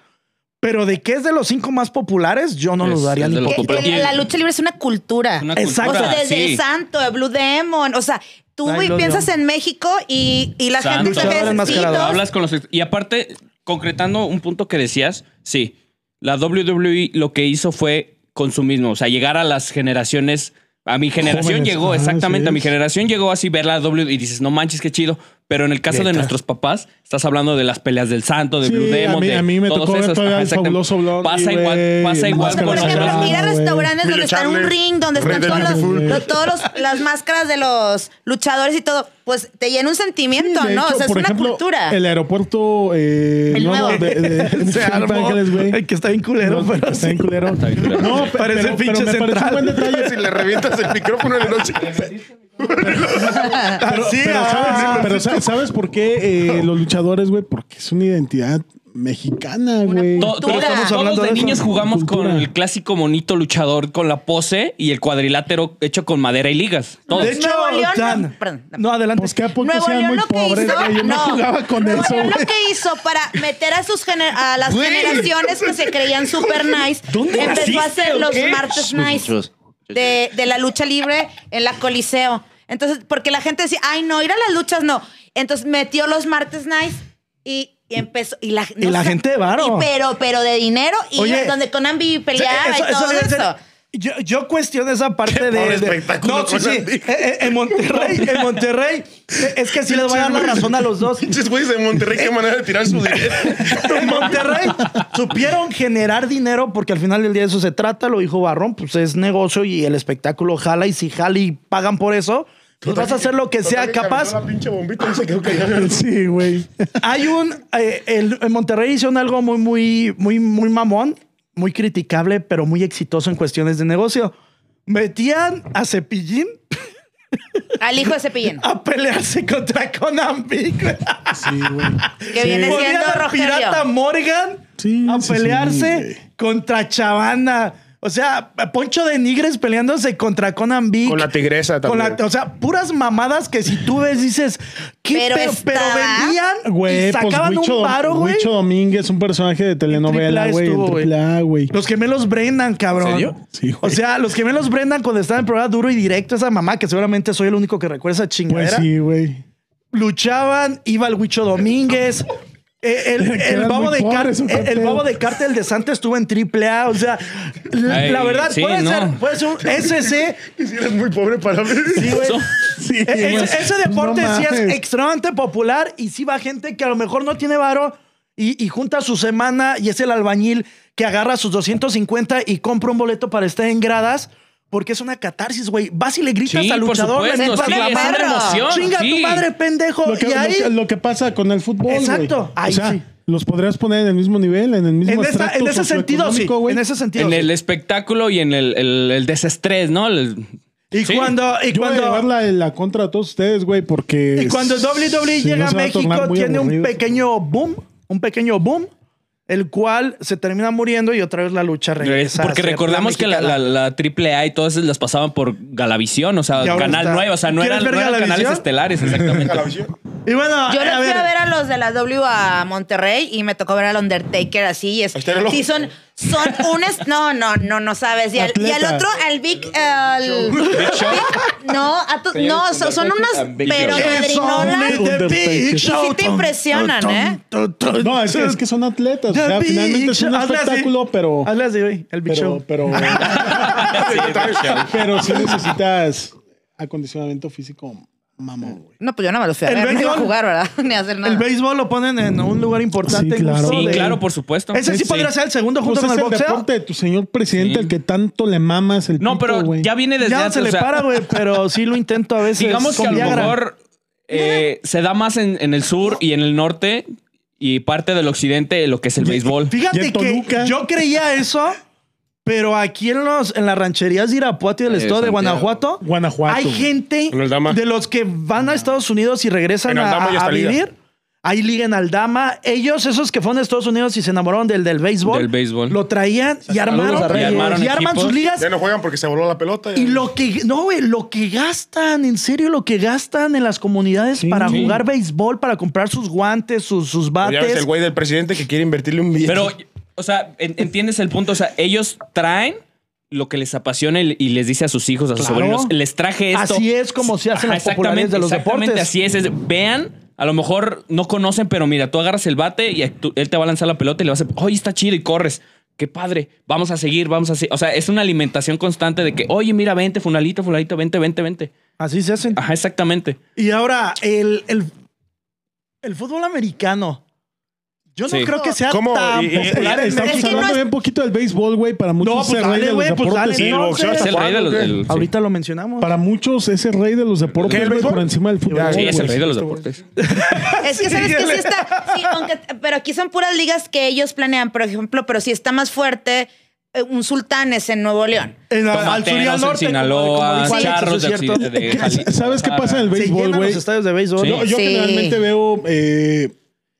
[SPEAKER 1] Pero de que es de los cinco más populares, yo no lo
[SPEAKER 6] Es
[SPEAKER 1] daría
[SPEAKER 6] el
[SPEAKER 1] ni
[SPEAKER 6] de
[SPEAKER 1] por
[SPEAKER 6] los
[SPEAKER 3] Que- que la, la lucha libre es una cultura.
[SPEAKER 6] Una cultura,
[SPEAKER 1] Exacto.
[SPEAKER 3] o sea, desde
[SPEAKER 6] sí.
[SPEAKER 3] el Santo, el Blue Demon. O sea, tú
[SPEAKER 1] Ay, lo
[SPEAKER 3] piensas
[SPEAKER 1] de-
[SPEAKER 3] en México y, y la
[SPEAKER 6] Santo.
[SPEAKER 3] gente
[SPEAKER 1] Luchador
[SPEAKER 3] se ve
[SPEAKER 1] enmascarado.
[SPEAKER 6] Hablas con los ex- y aparte concretando un punto que decías, sí, la WWE lo que hizo fue consumismo, o sea, llegar a las generaciones a mi generación
[SPEAKER 2] Jóvenes,
[SPEAKER 6] llegó
[SPEAKER 2] ajá,
[SPEAKER 6] exactamente,
[SPEAKER 2] así
[SPEAKER 6] a mi
[SPEAKER 2] es.
[SPEAKER 6] generación llegó así ver la WWE y dices, "No manches, qué chido", Pero en el caso de
[SPEAKER 5] Neta.
[SPEAKER 6] nuestros papás, estás hablando de las peleas del santo, de
[SPEAKER 2] Sí,
[SPEAKER 6] Blue Demon.
[SPEAKER 2] a mí-
[SPEAKER 6] de
[SPEAKER 2] a mí me
[SPEAKER 6] todos
[SPEAKER 2] tocó ver
[SPEAKER 6] esos.
[SPEAKER 2] todavía
[SPEAKER 6] Ajá,
[SPEAKER 2] el
[SPEAKER 6] exactamente.
[SPEAKER 2] fabuloso Blondie,
[SPEAKER 6] Pasa igual,
[SPEAKER 2] güey,
[SPEAKER 6] pasa
[SPEAKER 2] el
[SPEAKER 6] igual
[SPEAKER 2] Máscara
[SPEAKER 6] con
[SPEAKER 3] Por
[SPEAKER 6] los
[SPEAKER 3] ejemplo,
[SPEAKER 2] Sagrada,
[SPEAKER 3] ir a
[SPEAKER 2] güey.
[SPEAKER 3] restaurantes donde
[SPEAKER 5] Milo
[SPEAKER 3] están un
[SPEAKER 5] Charles,
[SPEAKER 3] ring, donde
[SPEAKER 5] Rey
[SPEAKER 3] están
[SPEAKER 5] del
[SPEAKER 3] todas
[SPEAKER 5] Liverpool.
[SPEAKER 3] las, todas las máscaras de los luchadores y todo, pues te llena un sentimiento,
[SPEAKER 2] De
[SPEAKER 3] ¿no?
[SPEAKER 2] hecho,
[SPEAKER 3] o sea, es
[SPEAKER 2] por
[SPEAKER 3] una
[SPEAKER 2] ejemplo,
[SPEAKER 3] cultura.
[SPEAKER 2] El aeropuerto eh,
[SPEAKER 3] El
[SPEAKER 2] nuevo
[SPEAKER 3] nuevo.
[SPEAKER 2] de, de- de
[SPEAKER 1] Se
[SPEAKER 2] Los
[SPEAKER 1] armó.
[SPEAKER 2] Ángeles, güey.
[SPEAKER 1] El que está bien culero,
[SPEAKER 2] No,
[SPEAKER 1] pero
[SPEAKER 2] está bien
[SPEAKER 1] sí.
[SPEAKER 2] culero.
[SPEAKER 6] bien culero.
[SPEAKER 2] No, pe-
[SPEAKER 1] Parece
[SPEAKER 2] pero,
[SPEAKER 1] pinche
[SPEAKER 2] pero me parece un
[SPEAKER 1] central.
[SPEAKER 2] buen detalle.
[SPEAKER 5] Si le revientas el micrófono en la noche.
[SPEAKER 1] Así,
[SPEAKER 2] Pero,
[SPEAKER 1] ah,
[SPEAKER 2] ¿sabes, pero sa- ¿sabes por qué eh, los luchadores, güey? Porque es una identidad mexicana, güey.
[SPEAKER 6] To-
[SPEAKER 3] Cultura.
[SPEAKER 6] pero estamos
[SPEAKER 1] Todos
[SPEAKER 6] hablando
[SPEAKER 1] de
[SPEAKER 6] de niños
[SPEAKER 1] eso.
[SPEAKER 6] jugamos con
[SPEAKER 2] Cultura.
[SPEAKER 6] el clásico monito luchador con la pose y el cuadrilátero hecho con madera y ligas. Todos.
[SPEAKER 1] De hecho,
[SPEAKER 3] Nuevo León,
[SPEAKER 1] Dan-
[SPEAKER 3] no, perdón.
[SPEAKER 1] no, adelante.
[SPEAKER 2] Pues que a poco
[SPEAKER 3] Nuevo
[SPEAKER 2] sean
[SPEAKER 3] León
[SPEAKER 2] muy
[SPEAKER 3] lo que
[SPEAKER 2] pobres,
[SPEAKER 3] hizo,
[SPEAKER 2] güey. Yo no jugaba con
[SPEAKER 3] Nuevo
[SPEAKER 2] eso,
[SPEAKER 3] León lo
[SPEAKER 2] güey.
[SPEAKER 3] que hizo para meter a sus gener- a las generaciones que se creían super nice,
[SPEAKER 4] ¿Dónde
[SPEAKER 3] empezó a
[SPEAKER 4] naciste
[SPEAKER 3] hacer
[SPEAKER 4] o
[SPEAKER 3] los
[SPEAKER 4] qué?
[SPEAKER 3] martes nice de, de la lucha libre en la Coliseo. Entonces, porque la gente decía, ay, no, ir a las luchas no. Entonces metió los martes nice y, y empezó. Y la,
[SPEAKER 1] Y la gente de varo.
[SPEAKER 3] y Pero, pero de dinero y
[SPEAKER 1] Oye.
[SPEAKER 3] donde con Ambi
[SPEAKER 1] Sí,
[SPEAKER 3] peleaba
[SPEAKER 1] eso-
[SPEAKER 3] y
[SPEAKER 1] eso
[SPEAKER 3] todo
[SPEAKER 1] debe
[SPEAKER 3] eso.
[SPEAKER 1] ser- Yo, yo cuestiono esa parte de,
[SPEAKER 5] pobre
[SPEAKER 1] de-
[SPEAKER 5] espectáculo
[SPEAKER 1] No, sí,
[SPEAKER 5] con
[SPEAKER 1] sí.
[SPEAKER 5] Andy.
[SPEAKER 1] Eh, eh, En Monterrey, en Monterrey. eh, Es que sí les voy a dar la razón a los dos.
[SPEAKER 5] Pinches güeyes de Monterrey, qué manera de tirar su dinero.
[SPEAKER 1] En Monterrey supieron generar dinero porque al final del día de eso se trata, lo dijo Barrón, pues es negocio y el espectáculo jala y si jala y pagan por eso, pues vas a hacer lo que sea
[SPEAKER 5] Total
[SPEAKER 1] capaz.
[SPEAKER 5] calentó La pinche bombita y se quedó callado.
[SPEAKER 2] Sí, güey.
[SPEAKER 1] Hay un. eh, el- en Monterrey hicieron algo muy, muy, muy, muy mamón, muy criticable, pero muy exitoso en cuestiones de negocio. Metían a Cepillín
[SPEAKER 3] Al hijo de Cepillín.
[SPEAKER 1] a pelearse contra Conan Big.
[SPEAKER 2] Sí, güey.
[SPEAKER 3] Que viene
[SPEAKER 1] Ponían
[SPEAKER 3] siendo
[SPEAKER 1] a
[SPEAKER 3] Rogelio.
[SPEAKER 1] Pirata Morgan
[SPEAKER 2] Sí,
[SPEAKER 1] a
[SPEAKER 2] sí, sí,
[SPEAKER 1] pelearse
[SPEAKER 2] güey.
[SPEAKER 1] contra Chavana. O sea, Poncho de Nigres peleándose contra Conan Big.
[SPEAKER 5] Con la tigresa
[SPEAKER 1] Con la-
[SPEAKER 5] también.
[SPEAKER 1] o sea, puras mamadas que si tú ves dices, ¿qué
[SPEAKER 3] Pero
[SPEAKER 1] pe- pero,
[SPEAKER 3] estaba-
[SPEAKER 1] vendían
[SPEAKER 2] Güey,
[SPEAKER 1] y
[SPEAKER 2] pues
[SPEAKER 1] sacaban
[SPEAKER 2] Huicho,
[SPEAKER 1] un paro, güey.
[SPEAKER 2] Huicho Domínguez, un personaje de telenovela,
[SPEAKER 1] AAA
[SPEAKER 2] güey.
[SPEAKER 1] estuvo,
[SPEAKER 2] en
[SPEAKER 1] güey.
[SPEAKER 2] AAA, güey.
[SPEAKER 1] Los gemelos Brendan, cabrón.
[SPEAKER 7] ¿En serio?
[SPEAKER 2] Sí, güey.
[SPEAKER 1] o sea, los gemelos Brendan cuando estaban en programa duro y directo, esa mamá que seguramente soy el único que recuerda esa
[SPEAKER 2] Pues
[SPEAKER 1] chingadera.
[SPEAKER 2] sí, güey.
[SPEAKER 1] Luchaban, iba el Huicho Domínguez. eh, El, el,
[SPEAKER 2] Que eran
[SPEAKER 1] babo
[SPEAKER 2] muy
[SPEAKER 1] de car-
[SPEAKER 2] pobres, un
[SPEAKER 1] el, el
[SPEAKER 2] pedo.
[SPEAKER 1] babo de cártel de Santa estuvo en triple A. O sea, la,
[SPEAKER 6] Ay,
[SPEAKER 1] la verdad,
[SPEAKER 6] sí,
[SPEAKER 1] puede,
[SPEAKER 6] no.
[SPEAKER 1] ser, puede ser un SC.
[SPEAKER 5] Y si eres muy pobre para mí.
[SPEAKER 1] Sí, güey.
[SPEAKER 6] Eso-
[SPEAKER 2] Sí,
[SPEAKER 1] E- e-
[SPEAKER 2] güey.
[SPEAKER 1] ese, deporte
[SPEAKER 2] No
[SPEAKER 1] sí es
[SPEAKER 2] mames.
[SPEAKER 1] extremadamente popular y sí va gente que a lo mejor no tiene varo y, y junta su semana y es el albañil que agarra sus 250 y compra un boleto para estar en gradas porque es una catarsis, güey. Vas y le gritas
[SPEAKER 6] Sí,
[SPEAKER 1] al
[SPEAKER 6] por
[SPEAKER 1] luchador. le
[SPEAKER 6] supuesto,
[SPEAKER 1] mentas
[SPEAKER 6] sí,
[SPEAKER 1] la
[SPEAKER 6] es
[SPEAKER 1] madre.
[SPEAKER 6] una emoción,
[SPEAKER 1] Chinga
[SPEAKER 6] sí.
[SPEAKER 1] tu madre, pendejo.
[SPEAKER 2] Lo que,
[SPEAKER 1] y
[SPEAKER 2] lo
[SPEAKER 1] ahí,
[SPEAKER 2] que- lo que pasa con el fútbol. güey.
[SPEAKER 1] Exacto. Ahí
[SPEAKER 2] o sea,
[SPEAKER 1] sí.
[SPEAKER 2] los podrías poner en el mismo nivel, en el mismo
[SPEAKER 1] en, esa-
[SPEAKER 2] estrato
[SPEAKER 1] en ese sentido, sí.
[SPEAKER 2] socioeconómico, güey.
[SPEAKER 1] En ese sentido.
[SPEAKER 6] En
[SPEAKER 1] sí.
[SPEAKER 6] el espectáculo y en el, el- el desestrés, ¿no? El-
[SPEAKER 1] y
[SPEAKER 6] sí.
[SPEAKER 1] cuando, y
[SPEAKER 2] Yo voy a
[SPEAKER 1] cuando,
[SPEAKER 2] llevarla en la contra a todos ustedes, güey, porque.
[SPEAKER 1] Y cuando WWE
[SPEAKER 2] si no
[SPEAKER 1] llega a
[SPEAKER 2] se va a
[SPEAKER 1] México,
[SPEAKER 2] tornar muy
[SPEAKER 1] tiene un
[SPEAKER 2] aburrido.
[SPEAKER 1] pequeño boom, un pequeño boom, el cual se termina muriendo y otra vez la lucha regresa.
[SPEAKER 6] Porque
[SPEAKER 1] a ser
[SPEAKER 6] recordamos que la,
[SPEAKER 1] mexicana.
[SPEAKER 6] la, la AAA y todas esas las pasaban por Galavisión, o sea,
[SPEAKER 1] Y ahora
[SPEAKER 6] Canal
[SPEAKER 1] está-
[SPEAKER 6] 9, o sea, no
[SPEAKER 1] ¿Quieres
[SPEAKER 6] eran,
[SPEAKER 1] ver
[SPEAKER 6] no eran canales
[SPEAKER 1] Galavisión?
[SPEAKER 6] estelares, exactamente.
[SPEAKER 1] Y bueno,
[SPEAKER 3] Yo
[SPEAKER 1] a
[SPEAKER 3] los fui
[SPEAKER 1] ver,
[SPEAKER 3] a ver a los de la W a Monterrey y me tocó ver al Undertaker así. Y es,
[SPEAKER 5] Ahí está el reloj.
[SPEAKER 3] sí, son, son unas. No, no, no, no sabes. Y al, y al
[SPEAKER 2] Atleta.
[SPEAKER 3] otro, al Big. al- Big- no, a tu- no, so- son unas.
[SPEAKER 7] Big Show.
[SPEAKER 3] Pero
[SPEAKER 1] It's only
[SPEAKER 3] madrinolas.
[SPEAKER 1] the big
[SPEAKER 2] Undertaker.
[SPEAKER 3] Sí
[SPEAKER 1] show.
[SPEAKER 3] te impresionan, ¿eh?
[SPEAKER 2] No, es, es que son atletas. O
[SPEAKER 1] The
[SPEAKER 2] sea,
[SPEAKER 1] big
[SPEAKER 2] finalmente es un
[SPEAKER 1] show. Hazle así.
[SPEAKER 2] espectáculo, pero.
[SPEAKER 1] Hazle así, güey, el big
[SPEAKER 2] Pero,
[SPEAKER 1] show.
[SPEAKER 2] pero, pero sí necesitas acondicionamiento físico, mamón, güey.
[SPEAKER 3] No, pues yo no me los fui a
[SPEAKER 1] El
[SPEAKER 3] ver. No iba a
[SPEAKER 1] béisbol.
[SPEAKER 3] jugar, ¿verdad? Ni a hacer nada.
[SPEAKER 1] El béisbol lo ponen en un lugar importante.
[SPEAKER 2] Sí, claro.
[SPEAKER 1] justo
[SPEAKER 6] Sí,
[SPEAKER 1] de-
[SPEAKER 6] claro, por supuesto.
[SPEAKER 1] Ese sí, podría ser el segundo junto
[SPEAKER 2] Pues es
[SPEAKER 1] con el
[SPEAKER 2] el
[SPEAKER 1] boxeo.
[SPEAKER 2] deporte de tu señor presidente,
[SPEAKER 6] Sí.
[SPEAKER 2] el que tanto le mamas el
[SPEAKER 6] No,
[SPEAKER 2] pito,
[SPEAKER 6] pero
[SPEAKER 2] güey.
[SPEAKER 6] ya viene desde
[SPEAKER 1] Ya no
[SPEAKER 6] antes,
[SPEAKER 1] se
[SPEAKER 6] o
[SPEAKER 1] le
[SPEAKER 6] sea,
[SPEAKER 1] para, güey, pero sí lo intento a veces.
[SPEAKER 6] Digamos que
[SPEAKER 1] con
[SPEAKER 6] a lo
[SPEAKER 1] Viagra.
[SPEAKER 6] mejor eh, se da más en, en el sur y en el norte y parte del occidente lo que es el béisbol.
[SPEAKER 2] Y
[SPEAKER 1] Fíjate
[SPEAKER 2] en
[SPEAKER 1] que
[SPEAKER 2] Toluca.
[SPEAKER 1] yo creía eso, pero aquí en los en las rancherías de Irapuato y del
[SPEAKER 7] Eh,
[SPEAKER 1] estado de
[SPEAKER 7] Santiago.
[SPEAKER 1] Guanajuato,
[SPEAKER 2] Guanajuato.
[SPEAKER 1] hay gente
[SPEAKER 5] En Aldama.
[SPEAKER 1] de los que van a Estados Unidos y regresan
[SPEAKER 5] En
[SPEAKER 1] a,
[SPEAKER 5] Aldama y
[SPEAKER 1] a-
[SPEAKER 5] hasta
[SPEAKER 1] a
[SPEAKER 5] liga.
[SPEAKER 1] vivir. Ahí ligan Aldama. Ellos, esos que fueron a Estados Unidos y se enamoraron del, del béisbol,
[SPEAKER 6] Del béisbol.
[SPEAKER 1] lo traían y armaron,
[SPEAKER 6] a Reyes.
[SPEAKER 1] y armaron y
[SPEAKER 6] equipos.
[SPEAKER 1] arman sus ligas.
[SPEAKER 5] Ya no juegan porque se voló la pelota.
[SPEAKER 1] Y lo que, no, güey, lo que gastan, en serio, lo que gastan en las comunidades para
[SPEAKER 2] sí.
[SPEAKER 1] jugar béisbol, para comprar sus guantes, sus, sus
[SPEAKER 5] Pues ya ves
[SPEAKER 1] bates.
[SPEAKER 5] el güey del presidente que quiere invertirle un billete.
[SPEAKER 6] Pero, o sea, en- entiendes el punto. O sea, ellos traen lo que les apasiona y y les dice a sus hijos, a sus
[SPEAKER 1] Claro.
[SPEAKER 6] sobrinos, les traje esto.
[SPEAKER 1] Así es como se hacen
[SPEAKER 6] Ajá,
[SPEAKER 1] las popularidades de los
[SPEAKER 6] exactamente
[SPEAKER 1] deportes.
[SPEAKER 6] Así es, es- Vean, a lo mejor no conocen, pero mira, tú agarras el bate y tú- él te va a lanzar la pelota y le vas a oye, está chido y corres. Qué padre, vamos a seguir, vamos a seguir. O sea, es una alimentación constante de que, oye, mira, vente, funalito, funalito, vente, vente, vente.
[SPEAKER 1] Así se hacen.
[SPEAKER 6] Ajá, exactamente.
[SPEAKER 1] Y ahora, el, el- el fútbol americano. Yo no
[SPEAKER 6] Sí.
[SPEAKER 1] creo que sea
[SPEAKER 5] ¿Cómo?
[SPEAKER 1] tan
[SPEAKER 5] Y- y-
[SPEAKER 1] popular en
[SPEAKER 2] Estamos hablando
[SPEAKER 3] Es que
[SPEAKER 1] México.
[SPEAKER 3] no es-
[SPEAKER 2] bien poquito del béisbol, güey. Para muchos
[SPEAKER 1] No,
[SPEAKER 2] es
[SPEAKER 1] pues
[SPEAKER 2] el rey
[SPEAKER 1] dale,
[SPEAKER 2] de los
[SPEAKER 1] güey, pues
[SPEAKER 2] deportes.
[SPEAKER 1] dale,
[SPEAKER 5] Y el
[SPEAKER 1] no,
[SPEAKER 5] boxeo
[SPEAKER 1] sé.
[SPEAKER 5] hasta
[SPEAKER 6] Es el rey de los.
[SPEAKER 5] ¿Qué?
[SPEAKER 6] del- sí.
[SPEAKER 1] Ahorita lo mencionamos.
[SPEAKER 2] Para muchos es el rey de los deportes,
[SPEAKER 5] ¿Qué, el
[SPEAKER 2] güey, por
[SPEAKER 5] béisbol?
[SPEAKER 2] encima del fútbol.
[SPEAKER 6] Sí, es el
[SPEAKER 2] güey.
[SPEAKER 6] rey de los deportes.
[SPEAKER 3] Es que sabes que sí está. sí, aunque- pero aquí son puras ligas que ellos planean, por ejemplo, pero si está más fuerte eh, un sultanes en Nuevo León.
[SPEAKER 1] en, al sur y al
[SPEAKER 6] Tomateros en
[SPEAKER 1] norte. como- como
[SPEAKER 6] Sinaloa,
[SPEAKER 1] dijo Alex,
[SPEAKER 6] charros
[SPEAKER 1] eso
[SPEAKER 6] de
[SPEAKER 1] es cierto.
[SPEAKER 6] accidente de Jalisco,
[SPEAKER 2] ¿Sabes qué pasa en el
[SPEAKER 6] Guadalajara.
[SPEAKER 1] Se
[SPEAKER 2] béisbol,
[SPEAKER 1] llenan
[SPEAKER 2] güey?
[SPEAKER 1] los estadios de béisbol.
[SPEAKER 6] Sí.
[SPEAKER 2] No, yo
[SPEAKER 3] Sí.
[SPEAKER 2] generalmente veo eh,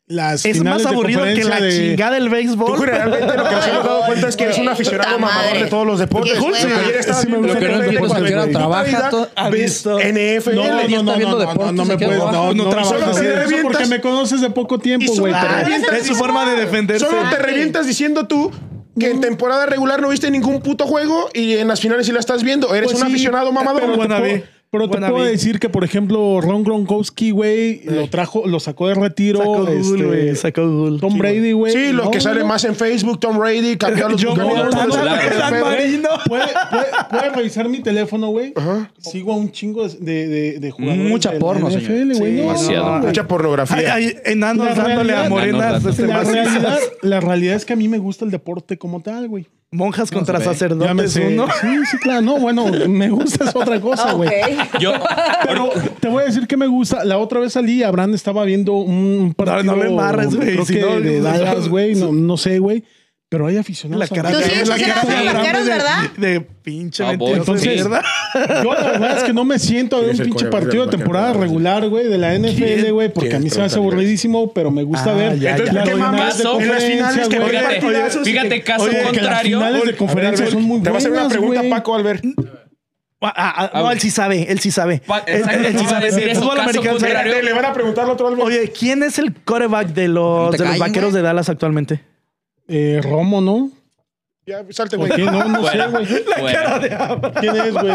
[SPEAKER 2] las
[SPEAKER 1] Es
[SPEAKER 2] finales
[SPEAKER 1] más
[SPEAKER 2] de
[SPEAKER 1] aburrido que la
[SPEAKER 2] conferencia de-
[SPEAKER 1] chingada del béisbol.
[SPEAKER 5] Tú generalmente lo que nos hemos dado cuenta es que eres un aficionado
[SPEAKER 3] Puta
[SPEAKER 5] mamador
[SPEAKER 3] madre.
[SPEAKER 5] de todos los deportes.
[SPEAKER 3] Qué
[SPEAKER 5] Porque
[SPEAKER 3] hueva.
[SPEAKER 5] ayer estabas
[SPEAKER 2] Sí, me
[SPEAKER 5] viendo
[SPEAKER 2] gusta
[SPEAKER 5] NFL,
[SPEAKER 2] que no
[SPEAKER 5] cuando
[SPEAKER 2] entiendas
[SPEAKER 5] en
[SPEAKER 2] que
[SPEAKER 5] tu
[SPEAKER 7] trabaja
[SPEAKER 5] vida
[SPEAKER 7] todo-
[SPEAKER 5] ves
[SPEAKER 1] Visto.
[SPEAKER 2] No,
[SPEAKER 5] NFL.
[SPEAKER 2] no,
[SPEAKER 7] está
[SPEAKER 2] no, no,
[SPEAKER 7] viendo
[SPEAKER 2] no, no,
[SPEAKER 7] deportes,
[SPEAKER 2] no
[SPEAKER 7] se
[SPEAKER 2] me
[SPEAKER 7] queda
[SPEAKER 2] puedes,
[SPEAKER 7] abajo.
[SPEAKER 2] no,
[SPEAKER 1] No
[SPEAKER 2] no me
[SPEAKER 1] trabajas
[SPEAKER 2] puedes
[SPEAKER 5] así de
[SPEAKER 2] decir eso
[SPEAKER 5] revientas.
[SPEAKER 2] porque me conoces de poco tiempo,
[SPEAKER 5] Y
[SPEAKER 2] güey.
[SPEAKER 5] solo
[SPEAKER 2] pero-
[SPEAKER 5] te revientas
[SPEAKER 1] es su
[SPEAKER 5] diciendo-
[SPEAKER 1] forma de defenderse.
[SPEAKER 5] Solo te
[SPEAKER 3] Ay.
[SPEAKER 5] revientas diciendo tú que
[SPEAKER 3] Mm.
[SPEAKER 5] en temporada regular no viste ningún puto juego y en las finales sí la estás viendo. Eres
[SPEAKER 2] Pues
[SPEAKER 5] un
[SPEAKER 2] sí,
[SPEAKER 5] aficionado mamador.
[SPEAKER 2] Pero, te
[SPEAKER 1] Wannabe.
[SPEAKER 2] puedo, pero te
[SPEAKER 1] Wannabe.
[SPEAKER 2] puedo decir que, por ejemplo, Ron Gronkowski, güey, lo trajo, lo sacó de retiro.
[SPEAKER 1] Sacó Google,
[SPEAKER 2] este,
[SPEAKER 1] güey, sacó Google.
[SPEAKER 2] Tom
[SPEAKER 1] Sí, güey.
[SPEAKER 2] Brady, güey.
[SPEAKER 5] Sí, lo
[SPEAKER 2] No,
[SPEAKER 5] que sale
[SPEAKER 2] no,
[SPEAKER 5] más en Facebook, Tom Brady, cambió a los
[SPEAKER 1] Yo
[SPEAKER 5] Buccaneers,
[SPEAKER 1] volando,
[SPEAKER 5] todo ese
[SPEAKER 1] San
[SPEAKER 5] pedo.
[SPEAKER 1] Marino.
[SPEAKER 2] Puede, puede- puede revisar mi teléfono, güey. Sigo a un chingo de, de, de jugadores.
[SPEAKER 7] Mucha
[SPEAKER 2] de la
[SPEAKER 7] porno,
[SPEAKER 2] NFL, güey. No,
[SPEAKER 6] demasiado.
[SPEAKER 2] no, no, güey.
[SPEAKER 5] Mucha
[SPEAKER 1] Hay,
[SPEAKER 5] pornografía.
[SPEAKER 1] hay enanos
[SPEAKER 2] La
[SPEAKER 1] dándole
[SPEAKER 2] realidad-
[SPEAKER 1] a
[SPEAKER 6] Enanos
[SPEAKER 1] morenas
[SPEAKER 6] dando-
[SPEAKER 1] este,
[SPEAKER 2] La
[SPEAKER 1] macizas.
[SPEAKER 2] realidad, la realidad es que a mí me gusta el deporte como tal, güey.
[SPEAKER 1] monjas contra
[SPEAKER 7] se ve.
[SPEAKER 1] sacerdotes
[SPEAKER 2] Llámese-
[SPEAKER 1] uno.
[SPEAKER 2] Sí, sí, claro. No, bueno, me gusta es otra
[SPEAKER 3] Ah,
[SPEAKER 2] cosa, güey.
[SPEAKER 6] Yo,
[SPEAKER 2] Pero te voy a decir que me gusta. La otra vez salí, Abraham estaba viendo un un
[SPEAKER 1] no
[SPEAKER 2] partido.
[SPEAKER 1] me embarres, güey,
[SPEAKER 2] creo
[SPEAKER 1] si
[SPEAKER 2] que
[SPEAKER 1] no-
[SPEAKER 2] de Dallas, güey. No, no sé, güey. Pero hay aficionados.
[SPEAKER 1] La cara
[SPEAKER 3] Tú
[SPEAKER 1] de-
[SPEAKER 3] sí eres
[SPEAKER 1] la
[SPEAKER 3] aficionado
[SPEAKER 1] cara Ah,
[SPEAKER 3] a
[SPEAKER 1] de-
[SPEAKER 3] los vaqueros,
[SPEAKER 1] de-
[SPEAKER 3] ¿verdad?
[SPEAKER 1] De, pinche
[SPEAKER 6] Ah, voy,
[SPEAKER 1] mentiroso de
[SPEAKER 2] entonces-
[SPEAKER 1] mierda.
[SPEAKER 2] Yo la verdad es que no me siento de un
[SPEAKER 5] es el
[SPEAKER 2] pinche
[SPEAKER 5] coreback
[SPEAKER 2] partido de
[SPEAKER 5] del
[SPEAKER 2] temporada
[SPEAKER 5] Vaquero?
[SPEAKER 2] regular, güey, de la NFL, güey, porque a
[SPEAKER 5] ¿Quién
[SPEAKER 2] mí
[SPEAKER 5] es
[SPEAKER 2] se me hace
[SPEAKER 5] Trump?
[SPEAKER 2] aburridísimo, pero me gusta
[SPEAKER 1] Ah,
[SPEAKER 2] ver.
[SPEAKER 1] ya, ya,
[SPEAKER 5] Entonces, ¿por
[SPEAKER 2] las
[SPEAKER 5] qué
[SPEAKER 6] ya.
[SPEAKER 2] finales
[SPEAKER 5] mamas?
[SPEAKER 2] de
[SPEAKER 6] Caso-
[SPEAKER 5] En las finales
[SPEAKER 2] conferencias,
[SPEAKER 5] te
[SPEAKER 2] güey.
[SPEAKER 5] ponen
[SPEAKER 6] fíjate,
[SPEAKER 5] partidazos y
[SPEAKER 6] fíjate,
[SPEAKER 5] que-
[SPEAKER 6] caso
[SPEAKER 5] Oye, que las
[SPEAKER 2] Que las
[SPEAKER 6] contrario.
[SPEAKER 2] finales de conferencia son muy buenas,
[SPEAKER 5] Te voy a hacer una pregunta,
[SPEAKER 2] güey.
[SPEAKER 5] Paco Albert.
[SPEAKER 1] Ah, ah, ah, no, él sí sabe, él sí sabe.
[SPEAKER 6] Pa-
[SPEAKER 1] Él,
[SPEAKER 6] exacto,
[SPEAKER 1] él
[SPEAKER 6] no
[SPEAKER 1] sí
[SPEAKER 6] va a
[SPEAKER 1] sabe.
[SPEAKER 6] decir
[SPEAKER 1] El
[SPEAKER 6] eso,
[SPEAKER 1] fútbol
[SPEAKER 6] caso
[SPEAKER 1] americano sabe.
[SPEAKER 6] contrario.
[SPEAKER 5] Espérate, Le van a preguntar al otro Albert.
[SPEAKER 1] Oye, ¿quién es el coreback de los,
[SPEAKER 7] No te
[SPEAKER 1] de los
[SPEAKER 7] calles,
[SPEAKER 1] vaqueros
[SPEAKER 7] güey.
[SPEAKER 1] de Dallas actualmente?
[SPEAKER 2] Eh, Romo, ¿no?
[SPEAKER 5] Ya, salte,
[SPEAKER 2] ¿Por
[SPEAKER 5] güey.
[SPEAKER 2] qué no? No sé, güey.
[SPEAKER 6] Bueno,
[SPEAKER 2] ¿Quién es, güey?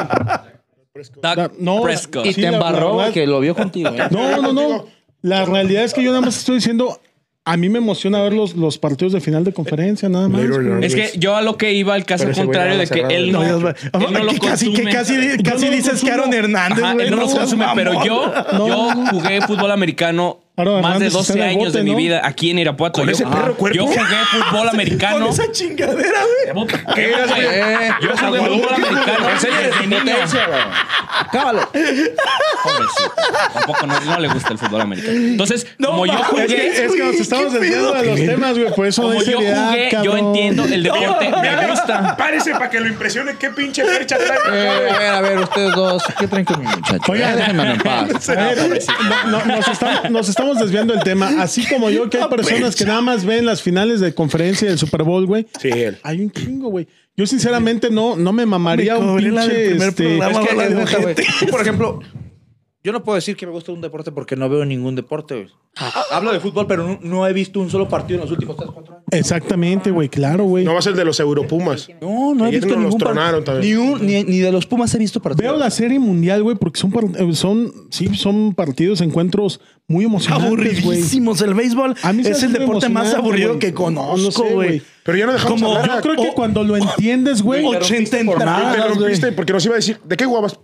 [SPEAKER 6] Doug
[SPEAKER 2] No,
[SPEAKER 6] Prescott.
[SPEAKER 7] Y
[SPEAKER 2] Sí,
[SPEAKER 7] te
[SPEAKER 2] la- la
[SPEAKER 7] embarró,
[SPEAKER 2] verdad-
[SPEAKER 7] güey, que lo vio contigo. ¿eh?
[SPEAKER 2] No, no, no. La realidad es que yo nada más estoy diciendo, a mí me emociona ver los, los partidos de final de conferencia, nada más.
[SPEAKER 5] Later,
[SPEAKER 2] güey.
[SPEAKER 5] no.
[SPEAKER 6] Es que yo a lo que iba al caso
[SPEAKER 5] Pero ese güey
[SPEAKER 6] contrario
[SPEAKER 5] nada
[SPEAKER 6] de
[SPEAKER 5] más
[SPEAKER 6] que
[SPEAKER 5] cerrado.
[SPEAKER 6] él no,
[SPEAKER 1] No, Dios, va-
[SPEAKER 6] él no lo
[SPEAKER 1] que casi, que
[SPEAKER 6] consume.
[SPEAKER 1] casi,
[SPEAKER 2] Yo
[SPEAKER 1] casi
[SPEAKER 2] no lo
[SPEAKER 1] dices
[SPEAKER 2] consumo.
[SPEAKER 1] Aaron Hernández,
[SPEAKER 6] Ajá,
[SPEAKER 1] güey.
[SPEAKER 6] él no lo
[SPEAKER 1] seas
[SPEAKER 6] consume, pero
[SPEAKER 1] mamón.
[SPEAKER 6] yo,
[SPEAKER 2] No,
[SPEAKER 6] yo
[SPEAKER 2] no, no.
[SPEAKER 6] jugué fútbol americano
[SPEAKER 2] Claro,
[SPEAKER 6] más de
[SPEAKER 2] Hernández está
[SPEAKER 6] 12
[SPEAKER 2] en el
[SPEAKER 6] años
[SPEAKER 2] bote,
[SPEAKER 6] de mi
[SPEAKER 2] ¿no?
[SPEAKER 6] vida aquí en Irapuato. Yo,
[SPEAKER 5] ese
[SPEAKER 6] Ajá.
[SPEAKER 5] perro cuerpo.
[SPEAKER 6] yo jugué fútbol
[SPEAKER 1] Con
[SPEAKER 6] americano.
[SPEAKER 1] esa chingadera, güey.
[SPEAKER 6] ¿Qué, güey?
[SPEAKER 7] Eh,
[SPEAKER 6] Yo jugué fútbol americano
[SPEAKER 7] Enséñale
[SPEAKER 6] desde
[SPEAKER 7] su
[SPEAKER 6] niño.
[SPEAKER 7] potencia, güey. Cábalo.
[SPEAKER 6] Pobrecito. Tampoco no, no le gusta el fútbol americano. Entonces, como yo
[SPEAKER 1] mames,
[SPEAKER 6] jugué,
[SPEAKER 1] güey,
[SPEAKER 2] Es que nos
[SPEAKER 1] ¿qué
[SPEAKER 2] estamos desviando
[SPEAKER 1] pedo?
[SPEAKER 2] de los temas, güey. Por eso no
[SPEAKER 6] como
[SPEAKER 2] hay
[SPEAKER 6] yo
[SPEAKER 2] seriedad,
[SPEAKER 6] jugué, yo
[SPEAKER 2] cabrón.
[SPEAKER 6] entiendo el deporte, me gusta.
[SPEAKER 5] Párese para que lo impresione qué pinche percha
[SPEAKER 7] Eh,
[SPEAKER 5] trae.
[SPEAKER 7] a ver, a ver, ustedes dos, ¿qué traen con mi muchacho?
[SPEAKER 2] Oigan,
[SPEAKER 7] Eh, déjenmelo en paz.
[SPEAKER 2] A ver, no, no, nos, estamos, nos estamos desviando del tema. Así como yo, que hay personas que nada más ven las finales de conferencia del Super Bowl, güey.
[SPEAKER 5] Sí, él.
[SPEAKER 2] Hay un chingo, güey. Yo sinceramente no, no me mamaría
[SPEAKER 1] Me
[SPEAKER 2] un
[SPEAKER 1] cobré la del
[SPEAKER 2] pinche...
[SPEAKER 1] primer
[SPEAKER 2] este,
[SPEAKER 7] Pues
[SPEAKER 1] programa,
[SPEAKER 2] es que-
[SPEAKER 1] habla de
[SPEAKER 7] neta, güey.
[SPEAKER 1] ojete.
[SPEAKER 7] Yo, por ejemplo, yo no puedo decir que me gusta un deporte porque no veo ningún deporte, güey. Hablo de fútbol, pero no, no he visto un solo partido en los últimos 3, 4 años.
[SPEAKER 2] Exactamente, güey. Claro, güey.
[SPEAKER 5] No va a ser de los Europumas.
[SPEAKER 7] No, no he
[SPEAKER 5] Ayer
[SPEAKER 7] visto
[SPEAKER 5] nos los
[SPEAKER 7] ningún
[SPEAKER 5] tronaron
[SPEAKER 7] partido.
[SPEAKER 5] también.
[SPEAKER 7] Ni, un- ni, ni de los Pumas he visto partido.
[SPEAKER 2] Veo la serie mundial, güey, porque son, par- eh, son, sí, son partidos, encuentros muy emocionantes, güey.
[SPEAKER 1] Aburridísimos. El béisbol
[SPEAKER 2] A mí se
[SPEAKER 1] es
[SPEAKER 2] hace
[SPEAKER 1] el deporte más
[SPEAKER 2] emocionante,
[SPEAKER 1] aburrido
[SPEAKER 2] güey.
[SPEAKER 1] que
[SPEAKER 2] No
[SPEAKER 1] conozco,
[SPEAKER 2] sé,
[SPEAKER 1] güey.
[SPEAKER 2] güey.
[SPEAKER 5] Pero ya no dejamos
[SPEAKER 1] Como-
[SPEAKER 5] hablar.
[SPEAKER 2] Yo creo que
[SPEAKER 1] O-
[SPEAKER 2] cuando lo entiendes, güey,
[SPEAKER 1] 80
[SPEAKER 5] Te
[SPEAKER 2] Ah,
[SPEAKER 1] entradas, güey.
[SPEAKER 5] interrumpiste porque nos iba a decir, ¿de qué guabas?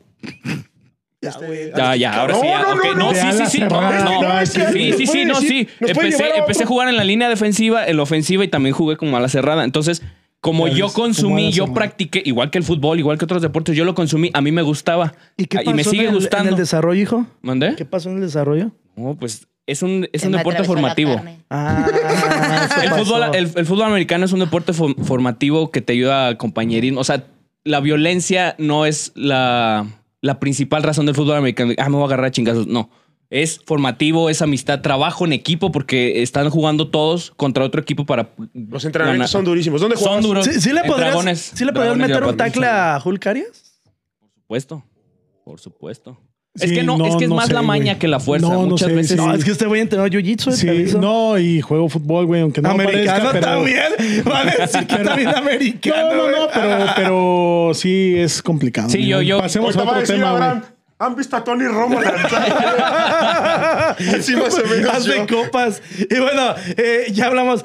[SPEAKER 6] Ya, ya, ahora
[SPEAKER 5] No,
[SPEAKER 6] sí. ya,
[SPEAKER 5] no,
[SPEAKER 6] ok, No,
[SPEAKER 5] no, no,
[SPEAKER 6] sí,
[SPEAKER 2] no.
[SPEAKER 6] sí, sí.
[SPEAKER 2] Vean la cerrada,
[SPEAKER 6] no,
[SPEAKER 2] no, es
[SPEAKER 6] sí,
[SPEAKER 2] que
[SPEAKER 6] sí,
[SPEAKER 5] nos
[SPEAKER 6] sí,
[SPEAKER 5] puede
[SPEAKER 6] sí, no,
[SPEAKER 5] decir-
[SPEAKER 6] sí.
[SPEAKER 5] nos puede
[SPEAKER 6] Empecé,
[SPEAKER 5] llevar a
[SPEAKER 6] empecé a
[SPEAKER 5] otro-
[SPEAKER 6] jugar en la línea defensiva, en la ofensiva y también jugué como a la cerrada. Entonces, como
[SPEAKER 2] Ya
[SPEAKER 6] yo
[SPEAKER 2] ves, como a
[SPEAKER 6] consumí,
[SPEAKER 2] la
[SPEAKER 6] yo
[SPEAKER 2] cerrada.
[SPEAKER 6] practiqué, igual que el fútbol, igual que otros deportes, yo lo consumí, a mí me gustaba. Ah,
[SPEAKER 1] ¿Y qué pasó
[SPEAKER 6] me sigue
[SPEAKER 1] en el-
[SPEAKER 6] gustando.
[SPEAKER 1] en el desarrollo, hijo?
[SPEAKER 6] ¿Mandé?
[SPEAKER 1] ¿Qué pasó en el desarrollo?
[SPEAKER 6] No, pues es un, es un deporte formativo.
[SPEAKER 1] Ah, eso
[SPEAKER 6] El
[SPEAKER 1] pasó.
[SPEAKER 6] fútbol, el, el fútbol americano es un deporte fo- formativo que te ayuda a compañerismo. O sea, la violencia no es la, la principal razón del fútbol americano. Ah, me voy a agarrar a chingazos. No. Es formativo, es amistad, trabajo en equipo porque están jugando todos contra otro equipo para.
[SPEAKER 5] Los entrenamientos son durísimos. ¿Dónde
[SPEAKER 6] Son
[SPEAKER 5] jugabas?
[SPEAKER 6] duros.
[SPEAKER 1] ¿Sí, sí le
[SPEAKER 6] En
[SPEAKER 1] podrías,
[SPEAKER 6] Dragones.
[SPEAKER 1] sí le podrías
[SPEAKER 6] Dragones de
[SPEAKER 1] meter un
[SPEAKER 6] Aguascalientes.
[SPEAKER 1] tackle a Hulk Arias?
[SPEAKER 6] Por supuesto. Por supuesto.
[SPEAKER 2] Sí,
[SPEAKER 6] es que no,
[SPEAKER 2] no,
[SPEAKER 6] es que es
[SPEAKER 2] no
[SPEAKER 6] más
[SPEAKER 2] sé,
[SPEAKER 6] la maña
[SPEAKER 2] güey.
[SPEAKER 6] que la fuerza.
[SPEAKER 2] No, no
[SPEAKER 6] Muchas
[SPEAKER 2] sé,
[SPEAKER 6] veces.
[SPEAKER 2] sí.
[SPEAKER 1] No, es que este güey entrenó jiu-jitsu. te
[SPEAKER 2] Sí,
[SPEAKER 1] aviso.
[SPEAKER 2] no, y juego fútbol, güey, aunque no
[SPEAKER 1] americano
[SPEAKER 2] parezca, pero...
[SPEAKER 1] también. Va a decir que también americano.
[SPEAKER 2] No, no, no, pero, pero sí es complicado.
[SPEAKER 6] Sí, yo-
[SPEAKER 2] güey.
[SPEAKER 6] yo-
[SPEAKER 2] Pasemos
[SPEAKER 5] Ahorita
[SPEAKER 2] a
[SPEAKER 5] va a
[SPEAKER 2] otro
[SPEAKER 5] decir
[SPEAKER 2] tema,
[SPEAKER 5] Abraham,
[SPEAKER 2] güey.
[SPEAKER 5] ¿han visto a Tony Romo lanzar?
[SPEAKER 1] Así más o menos
[SPEAKER 5] Haz de
[SPEAKER 1] yo. copas. Y bueno, eh, ya hablamos.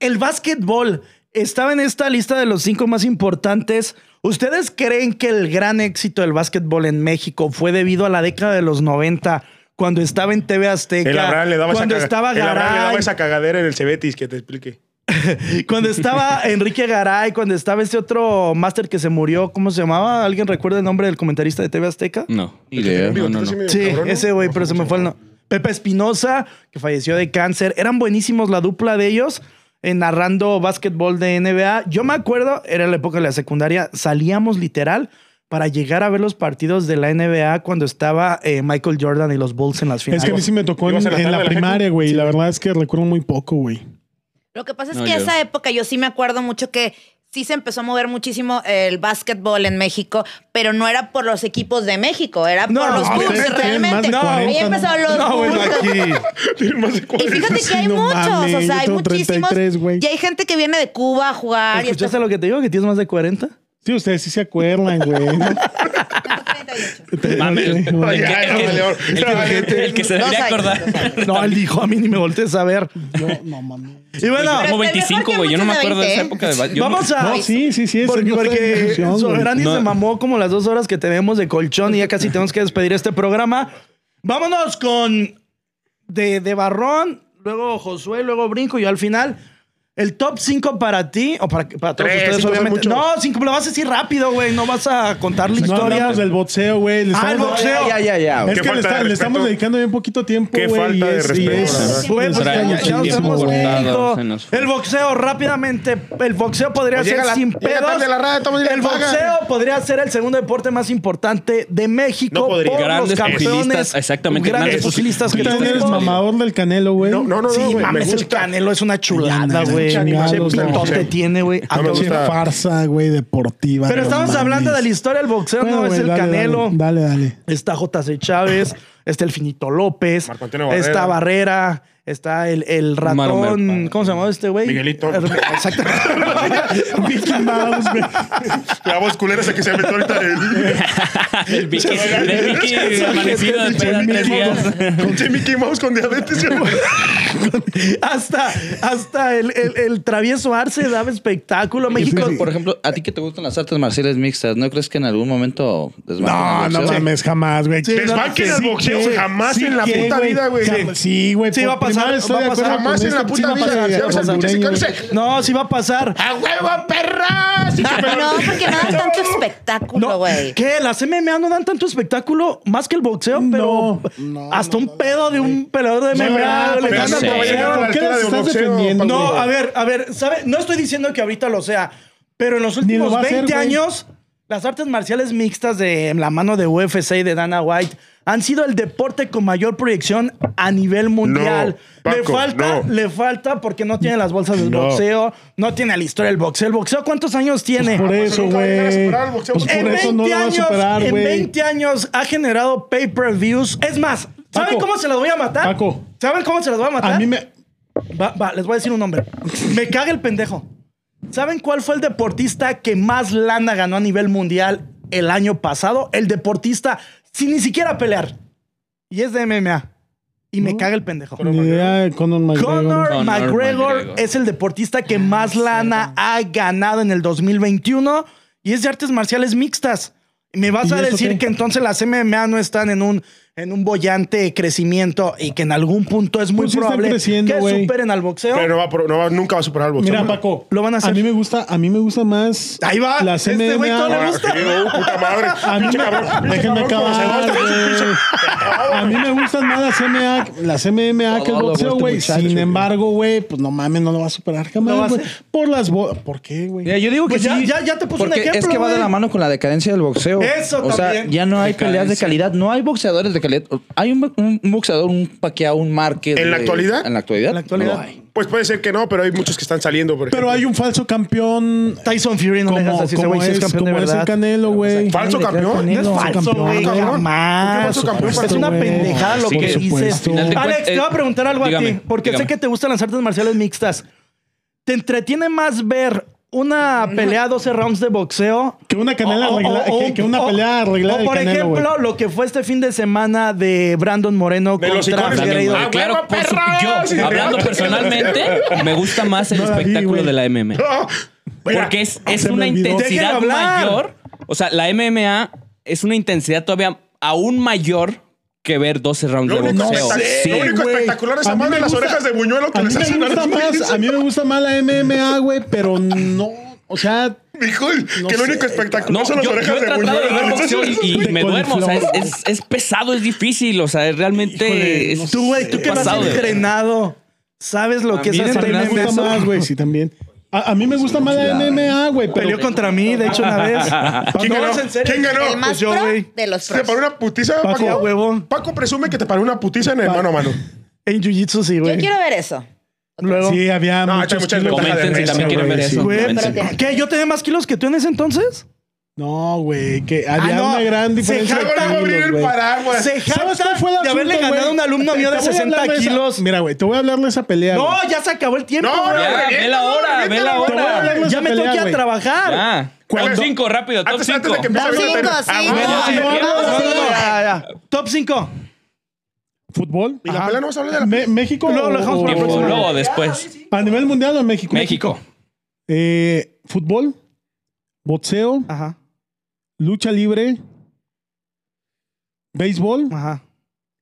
[SPEAKER 1] El básquetbol estaba en esta lista de los cinco más importantes. ¿Ustedes creen que el gran éxito del básquetbol en México fue debido a la década de los 90, cuando estaba en TV Azteca,
[SPEAKER 5] El Abraham le daba, esa,
[SPEAKER 1] cuando
[SPEAKER 5] caga-
[SPEAKER 1] estaba
[SPEAKER 5] el Abraham le
[SPEAKER 1] Garay,
[SPEAKER 5] daba esa cagadera en el Cebetis, que te explique.
[SPEAKER 1] cuando estaba Enrique Garay, cuando estaba este otro máster que se murió, ¿cómo se llamaba? ¿Alguien recuerda el nombre del comentarista de TV Azteca?
[SPEAKER 6] No.
[SPEAKER 4] Ni idea.
[SPEAKER 6] No, no,
[SPEAKER 5] Entonces,
[SPEAKER 6] no.
[SPEAKER 5] medio
[SPEAKER 1] Sí,
[SPEAKER 5] cabrón, ¿no?
[SPEAKER 1] ese güey, pero se me fue el no. Pepe Espinosa, que falleció de cáncer. Eran buenísimos la dupla de ellos eh, narrando básquetbol de NBA. Yo me acuerdo, era la época de la secundaria, salíamos literal para llegar a ver los partidos de la NBA cuando estaba eh, Michael Jordan y los Bulls en las finales.
[SPEAKER 2] Es que a mí sí me tocó en,
[SPEAKER 5] ¿Ibas a la
[SPEAKER 2] en
[SPEAKER 5] tarde de
[SPEAKER 2] la
[SPEAKER 5] la
[SPEAKER 2] primaria, güey. y La verdad es que recuerdo muy poco, güey.
[SPEAKER 3] Lo que pasa es
[SPEAKER 6] No,
[SPEAKER 3] que
[SPEAKER 6] yo-
[SPEAKER 3] esa época yo sí me acuerdo mucho que sí se empezó a mover muchísimo el básquetbol en México, pero no era por los equipos de México, era
[SPEAKER 1] No,
[SPEAKER 3] por los
[SPEAKER 1] ustedes
[SPEAKER 3] Bulls
[SPEAKER 2] tienen más
[SPEAKER 3] realmente.
[SPEAKER 2] de
[SPEAKER 3] Ahí
[SPEAKER 2] 40,
[SPEAKER 3] empezaron los
[SPEAKER 1] No, bueno,
[SPEAKER 3] Bulls.
[SPEAKER 1] aquí.
[SPEAKER 5] Tiene más de
[SPEAKER 3] Y
[SPEAKER 5] 40.
[SPEAKER 3] fíjate que hay
[SPEAKER 2] No
[SPEAKER 3] muchos,
[SPEAKER 2] mames,
[SPEAKER 3] o
[SPEAKER 2] yo
[SPEAKER 3] sea, hay
[SPEAKER 2] tengo
[SPEAKER 3] muchísimos.
[SPEAKER 2] 33, güey.
[SPEAKER 3] y hay gente que viene de Cuba a jugar. Y
[SPEAKER 1] ¿Escuchaste lo que te digo? ¿Que tienes más de 40?
[SPEAKER 2] Sí, ustedes sí se acuerdan, güey.
[SPEAKER 3] está- 38.
[SPEAKER 2] Ok,
[SPEAKER 6] Mames. El
[SPEAKER 2] güey.
[SPEAKER 6] que-
[SPEAKER 5] Ay,
[SPEAKER 6] el que-
[SPEAKER 5] no,
[SPEAKER 6] el que-
[SPEAKER 5] León.
[SPEAKER 6] El que se
[SPEAKER 3] Dos
[SPEAKER 6] debería
[SPEAKER 3] años, dos
[SPEAKER 6] acordar.
[SPEAKER 3] años.
[SPEAKER 1] No, él dijo, a mí ni me voltees a ver.
[SPEAKER 2] Yo, no mames.
[SPEAKER 1] Y bueno,
[SPEAKER 3] Pero
[SPEAKER 6] Como
[SPEAKER 3] estoy mejor
[SPEAKER 6] 25,
[SPEAKER 3] que
[SPEAKER 6] güey. Yo no me
[SPEAKER 3] muchos de
[SPEAKER 6] acuerdo de esa
[SPEAKER 3] 20,
[SPEAKER 6] época. de- yo no-
[SPEAKER 1] vamos a...
[SPEAKER 2] No, sí, sí, sí. esa
[SPEAKER 1] Porque,
[SPEAKER 2] no fue
[SPEAKER 1] porque
[SPEAKER 2] la discusión, güey.
[SPEAKER 1] Soberani se mamó como las dos horas que tenemos de colchón y ya casi tenemos que despedir este programa. Vámonos con de, de Barrón, luego Josué, luego Brinco y yo al final. El top 5 para ti, o para, para todos
[SPEAKER 5] Tres,
[SPEAKER 1] ustedes,
[SPEAKER 5] cinco son
[SPEAKER 1] obviamente.
[SPEAKER 5] muchos.
[SPEAKER 1] No, 5 lo vas a decir rápido, güey. No vas a contar la
[SPEAKER 2] No
[SPEAKER 1] historia.
[SPEAKER 2] hablamos del boxeo, güey. le
[SPEAKER 1] Ah, el
[SPEAKER 2] estamos-
[SPEAKER 1] boxeo.
[SPEAKER 7] Ya, ya, ya. güey.
[SPEAKER 2] Es
[SPEAKER 5] Qué
[SPEAKER 2] que le,
[SPEAKER 5] falta
[SPEAKER 2] está-
[SPEAKER 5] de
[SPEAKER 2] le
[SPEAKER 5] respeto.
[SPEAKER 2] estamos dedicando bien poquito tiempo,
[SPEAKER 5] Qué
[SPEAKER 2] güey.
[SPEAKER 5] falta
[SPEAKER 2] y
[SPEAKER 5] de
[SPEAKER 2] es-
[SPEAKER 5] respeto,
[SPEAKER 2] y
[SPEAKER 5] la verdad.
[SPEAKER 2] es-
[SPEAKER 1] Güey, pues, ya-
[SPEAKER 2] Trae
[SPEAKER 6] Traemos
[SPEAKER 1] ya
[SPEAKER 6] el
[SPEAKER 1] nos
[SPEAKER 6] tiempo
[SPEAKER 1] hemos
[SPEAKER 6] cortado,
[SPEAKER 1] ido.
[SPEAKER 6] se nos fue.
[SPEAKER 1] El boxeo rápidamente. El boxeo podría
[SPEAKER 5] Pues
[SPEAKER 1] ser
[SPEAKER 5] llega la-
[SPEAKER 1] sin
[SPEAKER 5] llega
[SPEAKER 1] pedos.
[SPEAKER 5] tarde la radio, estamos bien
[SPEAKER 1] el
[SPEAKER 5] en paga.
[SPEAKER 1] boxeo podría ser el segundo deporte más importante de México.
[SPEAKER 5] No podría.
[SPEAKER 1] por los
[SPEAKER 6] Grandes
[SPEAKER 1] campeones,
[SPEAKER 6] pugilistas, exactamente,
[SPEAKER 1] Grandes
[SPEAKER 6] grandes
[SPEAKER 1] pugilistas que
[SPEAKER 2] Tú también eres
[SPEAKER 1] tenemos.
[SPEAKER 2] mamador del canelo, güey.
[SPEAKER 5] No, no, no,
[SPEAKER 1] sí,
[SPEAKER 5] no, güey, me
[SPEAKER 1] mames, el
[SPEAKER 5] gusta.
[SPEAKER 1] Canelo es una chulada,
[SPEAKER 2] Chingada,
[SPEAKER 1] güey.
[SPEAKER 2] chingada,
[SPEAKER 1] Qué
[SPEAKER 2] güey.
[SPEAKER 1] tonte tiene, güey.
[SPEAKER 5] No me
[SPEAKER 1] Acabo-
[SPEAKER 2] Pinche
[SPEAKER 5] gusta.
[SPEAKER 2] farsa, güey, deportiva.
[SPEAKER 1] Pero
[SPEAKER 2] Ah, no
[SPEAKER 1] estamos
[SPEAKER 2] mames.
[SPEAKER 1] hablando de la historia del boxeo,
[SPEAKER 2] Bueno,
[SPEAKER 1] no es
[SPEAKER 2] güey,
[SPEAKER 1] el
[SPEAKER 2] dale,
[SPEAKER 1] Canelo.
[SPEAKER 2] Dale, dale. dale.
[SPEAKER 1] Está JC Chávez, está el Finito López,
[SPEAKER 5] Marco Antonio Barrera.
[SPEAKER 1] está Barrera, está el, el
[SPEAKER 6] Maro
[SPEAKER 1] ratón.
[SPEAKER 6] Merpa.
[SPEAKER 1] ¿Cómo se llamaba este güey?
[SPEAKER 5] Miguelito.
[SPEAKER 1] Exactamente.
[SPEAKER 2] Mickey Mouse, güey.
[SPEAKER 5] La voz culera esa que se metió ahorita en el...
[SPEAKER 6] El Vicky, el Vicky amanecido de pedo en tres días.
[SPEAKER 5] Pinche Mickey Mouse con diabetes. güey.
[SPEAKER 1] hasta hasta el, el- el travieso Arce daba espectáculo. México.
[SPEAKER 7] Por ejemplo, a ti que te gustan las artes marciales mixtas, ¿no crees que en algún momento
[SPEAKER 2] No,
[SPEAKER 7] desbancan
[SPEAKER 2] no
[SPEAKER 7] el boxeo?
[SPEAKER 2] mames, jamás, güey.
[SPEAKER 1] Sí,
[SPEAKER 5] Desbanquen al boxeo jamás en la puta vida, güey.
[SPEAKER 2] Sí, güey.
[SPEAKER 1] Sí,
[SPEAKER 2] por
[SPEAKER 1] va a pasar,
[SPEAKER 2] primera vez estoy
[SPEAKER 1] va a
[SPEAKER 2] de
[SPEAKER 1] pasar.
[SPEAKER 2] acuerdo
[SPEAKER 5] Jamás
[SPEAKER 2] con este
[SPEAKER 5] en la
[SPEAKER 2] esto, sí
[SPEAKER 5] puta
[SPEAKER 2] va a pasar,
[SPEAKER 5] vida. Ya ves al
[SPEAKER 2] hondureño,
[SPEAKER 5] pinche
[SPEAKER 2] güey.
[SPEAKER 5] cáncer.
[SPEAKER 1] No, sí va a pasar.
[SPEAKER 5] ¡A huevo, perras!
[SPEAKER 3] No, porque no dan tanto espectáculo,
[SPEAKER 1] No,
[SPEAKER 3] güey.
[SPEAKER 1] ¿Qué? Las MMA no dan tanto espectáculo más que el boxeo, pero
[SPEAKER 2] No, no,
[SPEAKER 1] hasta
[SPEAKER 2] no,
[SPEAKER 1] un
[SPEAKER 2] no,
[SPEAKER 1] pedo de un peleador de MMA.
[SPEAKER 2] No,
[SPEAKER 1] le
[SPEAKER 5] pero
[SPEAKER 1] gana
[SPEAKER 5] no
[SPEAKER 1] al
[SPEAKER 5] sé.
[SPEAKER 1] boxeo.
[SPEAKER 5] a la
[SPEAKER 2] ¿Por qué
[SPEAKER 5] altura
[SPEAKER 2] las
[SPEAKER 5] de un
[SPEAKER 2] estás
[SPEAKER 5] boxeo,
[SPEAKER 2] defendiendo?
[SPEAKER 5] Paco?
[SPEAKER 1] No,
[SPEAKER 2] güey?
[SPEAKER 1] a ver, a ver, ¿sabe? No estoy diciendo que ahorita lo sea, pero en los
[SPEAKER 2] Ni lo
[SPEAKER 1] últimos
[SPEAKER 2] va a hacer,
[SPEAKER 1] 20
[SPEAKER 2] güey.
[SPEAKER 1] años, las artes marciales mixtas de la mano de UFC y de Dana White han sido el deporte con mayor proyección a nivel mundial.
[SPEAKER 5] No,
[SPEAKER 1] le
[SPEAKER 5] Paco,
[SPEAKER 1] falta,
[SPEAKER 5] no.
[SPEAKER 1] le falta porque no tiene las bolsas del
[SPEAKER 5] No.
[SPEAKER 1] boxeo, no tiene la historia del boxeo. ¿El boxeo cuántos años tiene?
[SPEAKER 2] Pues Por eso,
[SPEAKER 5] nunca va a llegar a
[SPEAKER 2] güey.
[SPEAKER 5] superar el boxeo.
[SPEAKER 2] Pues
[SPEAKER 5] En
[SPEAKER 2] por eso no lo va a superar,
[SPEAKER 1] en
[SPEAKER 2] güey.
[SPEAKER 1] 20 años ha generado pay-per-views. Es más, ¿saben
[SPEAKER 2] Paco,
[SPEAKER 1] cómo se las voy a matar?
[SPEAKER 2] Paco.
[SPEAKER 1] ¿Saben cómo se las voy a matar?
[SPEAKER 2] A mí me.
[SPEAKER 1] Va, va, les voy a decir un nombre. Me caga el pendejo. ¿Saben cuál fue el deportista que más lana ganó a nivel mundial el año pasado? El deportista sin ni siquiera pelear. Y es de MMA. Y me caga el pendejo.
[SPEAKER 2] Ni idea de Conor McGregor. Ah,
[SPEAKER 1] Conor
[SPEAKER 6] Conor
[SPEAKER 1] McGregor,
[SPEAKER 6] McGregor.
[SPEAKER 1] es el deportista que más lana ha ganado en el 2021 y es de artes marciales mixtas. ¿Me vas
[SPEAKER 2] ¿Y
[SPEAKER 1] a
[SPEAKER 2] eso
[SPEAKER 1] decir
[SPEAKER 2] qué?
[SPEAKER 1] que entonces las MMA no están en un, en un bollante crecimiento y que en algún punto es muy
[SPEAKER 2] Pues sí están
[SPEAKER 1] probable
[SPEAKER 2] creciendo,
[SPEAKER 1] que
[SPEAKER 2] güey.
[SPEAKER 1] superen al boxeo?
[SPEAKER 5] Pero no va, por- no va- nunca va a superar el boxeo.
[SPEAKER 2] Mira, Paco.
[SPEAKER 1] Lo van a hacer.
[SPEAKER 2] mí me gusta, a mí me gusta más.
[SPEAKER 1] Ahí va.
[SPEAKER 2] La
[SPEAKER 1] Este güey todo le
[SPEAKER 5] Ah,
[SPEAKER 2] MMA.
[SPEAKER 1] gusta.
[SPEAKER 5] sí, oh, puta madre.
[SPEAKER 2] A mí
[SPEAKER 5] Pinche
[SPEAKER 2] me,
[SPEAKER 5] cabrón, pinche
[SPEAKER 2] déjenme
[SPEAKER 5] cabrón, como se
[SPEAKER 2] acabar.
[SPEAKER 5] gusta, pinche
[SPEAKER 2] güey. A mí me gustan más las MMA, las MMA que el
[SPEAKER 7] Todo lo
[SPEAKER 2] boxeo,
[SPEAKER 7] gusta,
[SPEAKER 2] güey.
[SPEAKER 7] muchacho,
[SPEAKER 2] Sin
[SPEAKER 7] güey.
[SPEAKER 2] embargo, güey, pues no mames, no lo va a superar
[SPEAKER 1] No va a
[SPEAKER 2] jamás, güey.
[SPEAKER 1] ser.
[SPEAKER 2] Por las bo- ¿Por qué, güey?
[SPEAKER 7] Mira, yo digo que
[SPEAKER 1] Pues ya-
[SPEAKER 7] sí.
[SPEAKER 1] ya- ya te puse un
[SPEAKER 7] porque
[SPEAKER 1] ejemplo,
[SPEAKER 7] Es que va de
[SPEAKER 1] güey.
[SPEAKER 7] la mano con la decadencia del boxeo.
[SPEAKER 1] Eso
[SPEAKER 7] o sea,
[SPEAKER 1] también.
[SPEAKER 7] ya no hay peleas de calidad. No hay boxeadores de calidad. Hay un, un- un boxeador, un paqueado, un Márquez.
[SPEAKER 5] ¿En la
[SPEAKER 7] güey.
[SPEAKER 5] actualidad?
[SPEAKER 7] En la actualidad.
[SPEAKER 1] En la actualidad.
[SPEAKER 7] No hay.
[SPEAKER 5] Pues puede ser que no, pero hay muchos que están saliendo. Por
[SPEAKER 2] Pero
[SPEAKER 5] ejemplo.
[SPEAKER 2] hay un falso campeón.
[SPEAKER 1] Tyson Fury no le
[SPEAKER 2] Como,
[SPEAKER 1] dejas así, ese
[SPEAKER 2] como
[SPEAKER 1] güey sí
[SPEAKER 2] es,
[SPEAKER 1] es campeón de
[SPEAKER 2] como es el
[SPEAKER 1] verdad.
[SPEAKER 2] Canelo, güey.
[SPEAKER 5] ¿Falso campeón?
[SPEAKER 1] No es
[SPEAKER 2] Falso
[SPEAKER 1] falso,
[SPEAKER 2] campeón,
[SPEAKER 1] güey,
[SPEAKER 5] cabrón. ¿Por qué
[SPEAKER 1] jamás.
[SPEAKER 5] falso campeón?
[SPEAKER 1] Es una
[SPEAKER 2] Por supuesto,
[SPEAKER 1] pendejada lo
[SPEAKER 6] güey.
[SPEAKER 1] que
[SPEAKER 6] Por
[SPEAKER 1] dices.
[SPEAKER 2] supuesto. Al final
[SPEAKER 6] de
[SPEAKER 1] Alex,
[SPEAKER 6] cuentas- eh,
[SPEAKER 1] te voy a preguntar algo a ti,
[SPEAKER 6] Dígame,
[SPEAKER 1] porque sé
[SPEAKER 6] dígame.
[SPEAKER 1] que te gustan las artes marciales mixtas. ¿Te entretiene más ver una pelea a 12 rounds de boxeo?
[SPEAKER 2] Que una canela arreglada- que- que una pelea arreglada
[SPEAKER 1] O
[SPEAKER 2] de
[SPEAKER 1] por
[SPEAKER 2] Canelo,
[SPEAKER 1] ejemplo, lo que fue este fin de semana de Brandon Moreno
[SPEAKER 5] De los
[SPEAKER 1] contra
[SPEAKER 5] icones de
[SPEAKER 1] Figueiredo.
[SPEAKER 5] ¡Ah,
[SPEAKER 6] Claro,
[SPEAKER 5] huevo,
[SPEAKER 6] por su-
[SPEAKER 5] perros!
[SPEAKER 6] yo, hablando personalmente, me gusta más el
[SPEAKER 2] No la vi,
[SPEAKER 6] espectáculo
[SPEAKER 2] güey.
[SPEAKER 6] de la MMA.
[SPEAKER 5] Mira,
[SPEAKER 6] Porque es, es
[SPEAKER 2] se me
[SPEAKER 6] una
[SPEAKER 2] olvidó.
[SPEAKER 1] Déjenlo
[SPEAKER 6] intensidad
[SPEAKER 1] hablar.
[SPEAKER 6] mayor. O sea, la MMA es una intensidad todavía aún mayor que ver 12 rounds
[SPEAKER 5] Lo
[SPEAKER 6] de
[SPEAKER 5] único,
[SPEAKER 6] boxeo.
[SPEAKER 5] espectac-
[SPEAKER 6] Sí.
[SPEAKER 5] lo único
[SPEAKER 2] güey.
[SPEAKER 5] espectacular es
[SPEAKER 2] A mí
[SPEAKER 5] amar
[SPEAKER 2] me
[SPEAKER 5] de las
[SPEAKER 2] gusta-
[SPEAKER 5] orejas de buñuelo que
[SPEAKER 2] A mí,
[SPEAKER 5] les hacen
[SPEAKER 2] me gusta más, a mí me gusta más la MMA, güey, pero no. O sea,
[SPEAKER 5] Mijo, que lo
[SPEAKER 2] sé,
[SPEAKER 5] único espectacular
[SPEAKER 6] No,
[SPEAKER 5] son las
[SPEAKER 6] yo, yo
[SPEAKER 5] orejas
[SPEAKER 6] he
[SPEAKER 5] de
[SPEAKER 6] tratado de ver boxeo
[SPEAKER 5] buñuelo.
[SPEAKER 6] y, y
[SPEAKER 2] De
[SPEAKER 6] me duermo. O sea, es,
[SPEAKER 2] coliflor.
[SPEAKER 6] es- es pesado, es difícil. O sea, es realmente.
[SPEAKER 2] Híjole, no
[SPEAKER 6] es-
[SPEAKER 1] Tú, güey, tú
[SPEAKER 6] es
[SPEAKER 1] que vas
[SPEAKER 6] pasado de-
[SPEAKER 1] entrenado, ¿sabes lo
[SPEAKER 7] A
[SPEAKER 1] que es
[SPEAKER 7] mí
[SPEAKER 2] a mí
[SPEAKER 1] hacer
[SPEAKER 2] me gusta
[SPEAKER 1] MMA?
[SPEAKER 2] más, güey, sí, también. A, a mí me gusta más la MMA, güey, pero.
[SPEAKER 1] Peleó contra mí, de hecho, una vez.
[SPEAKER 5] ¿Quién
[SPEAKER 1] No,
[SPEAKER 5] ganó?
[SPEAKER 1] es en serio.
[SPEAKER 5] ¿Quién ganó?
[SPEAKER 3] El más
[SPEAKER 1] pues yo,
[SPEAKER 3] pro
[SPEAKER 1] güey.
[SPEAKER 3] de los
[SPEAKER 5] ¿Te
[SPEAKER 3] pros.
[SPEAKER 5] paró una putiza,
[SPEAKER 2] Paco,
[SPEAKER 5] Paco?
[SPEAKER 1] ya, huevón.
[SPEAKER 5] Paco presume que te paró una putiza en el mano a mano.
[SPEAKER 1] En Jiu-Jitsu, sí,
[SPEAKER 3] Yo
[SPEAKER 1] güey.
[SPEAKER 3] quiero ver eso.
[SPEAKER 1] Luego.
[SPEAKER 2] Sí, había
[SPEAKER 5] No, hay
[SPEAKER 2] muchos
[SPEAKER 5] muchas
[SPEAKER 2] kilos.
[SPEAKER 5] ventajas
[SPEAKER 6] Comenten
[SPEAKER 5] de
[SPEAKER 6] si
[SPEAKER 5] peso,
[SPEAKER 6] también quieren
[SPEAKER 5] güey,
[SPEAKER 6] ver
[SPEAKER 5] sí.
[SPEAKER 6] eso.
[SPEAKER 1] Güey,
[SPEAKER 6] Comenten.
[SPEAKER 3] tiene-
[SPEAKER 1] ¿Qué? ¿Yo tenía más kilos que tú en ese entonces?
[SPEAKER 2] No, güey, que había
[SPEAKER 1] Ah, no.
[SPEAKER 2] una gran
[SPEAKER 1] Se
[SPEAKER 2] diferencia. de
[SPEAKER 1] jacta-
[SPEAKER 5] Ahora va a abrir
[SPEAKER 2] kilos,
[SPEAKER 5] el
[SPEAKER 2] güey.
[SPEAKER 5] paraguas.
[SPEAKER 1] Se
[SPEAKER 2] ¿Sabes cuál
[SPEAKER 1] jacta
[SPEAKER 2] fue el
[SPEAKER 1] de haberle
[SPEAKER 2] asunto,
[SPEAKER 1] ganado a
[SPEAKER 2] güey?
[SPEAKER 1] un alumno mío de
[SPEAKER 2] Te voy a
[SPEAKER 1] 60
[SPEAKER 2] hablar de esa-
[SPEAKER 1] kilos.
[SPEAKER 2] Mira, güey, te voy a hablar de esa pelea. güey.
[SPEAKER 1] No, ya se acabó el tiempo.
[SPEAKER 5] No,
[SPEAKER 1] güey.
[SPEAKER 5] no,
[SPEAKER 6] Ya, ve la hora,
[SPEAKER 2] Te
[SPEAKER 6] ve la
[SPEAKER 2] voy a
[SPEAKER 6] hora.
[SPEAKER 2] hablar de esa
[SPEAKER 1] Ya me tengo
[SPEAKER 2] pelea,
[SPEAKER 1] que ir a
[SPEAKER 2] güey.
[SPEAKER 1] trabajar. Ah,
[SPEAKER 6] Ya. Top
[SPEAKER 5] Cuando-
[SPEAKER 6] 5, rápido, top
[SPEAKER 5] Antes, antes de que
[SPEAKER 6] 5.
[SPEAKER 5] empiece a
[SPEAKER 3] Top
[SPEAKER 5] abrir la
[SPEAKER 3] cinco,
[SPEAKER 1] No,
[SPEAKER 3] cinco.
[SPEAKER 5] tele. Ah, bueno,
[SPEAKER 1] no,
[SPEAKER 5] sí.
[SPEAKER 1] no, no, no, no, ya, ya. Top 5.
[SPEAKER 2] ¿Fútbol?
[SPEAKER 5] Y la
[SPEAKER 2] Ajá.
[SPEAKER 5] pelea no vas a hablar de la
[SPEAKER 2] Me- ¿México
[SPEAKER 1] Luego lo
[SPEAKER 2] o-
[SPEAKER 1] dejamos para la
[SPEAKER 2] o-
[SPEAKER 1] próxima.
[SPEAKER 6] Luego, después.
[SPEAKER 2] ¿A nivel mundial o en México?
[SPEAKER 6] México.
[SPEAKER 2] Eh, ¿Fútbol? ¿Boxeo?
[SPEAKER 1] Ajá,
[SPEAKER 2] ¿Lucha libre? ¿Béisbol?
[SPEAKER 1] ajá.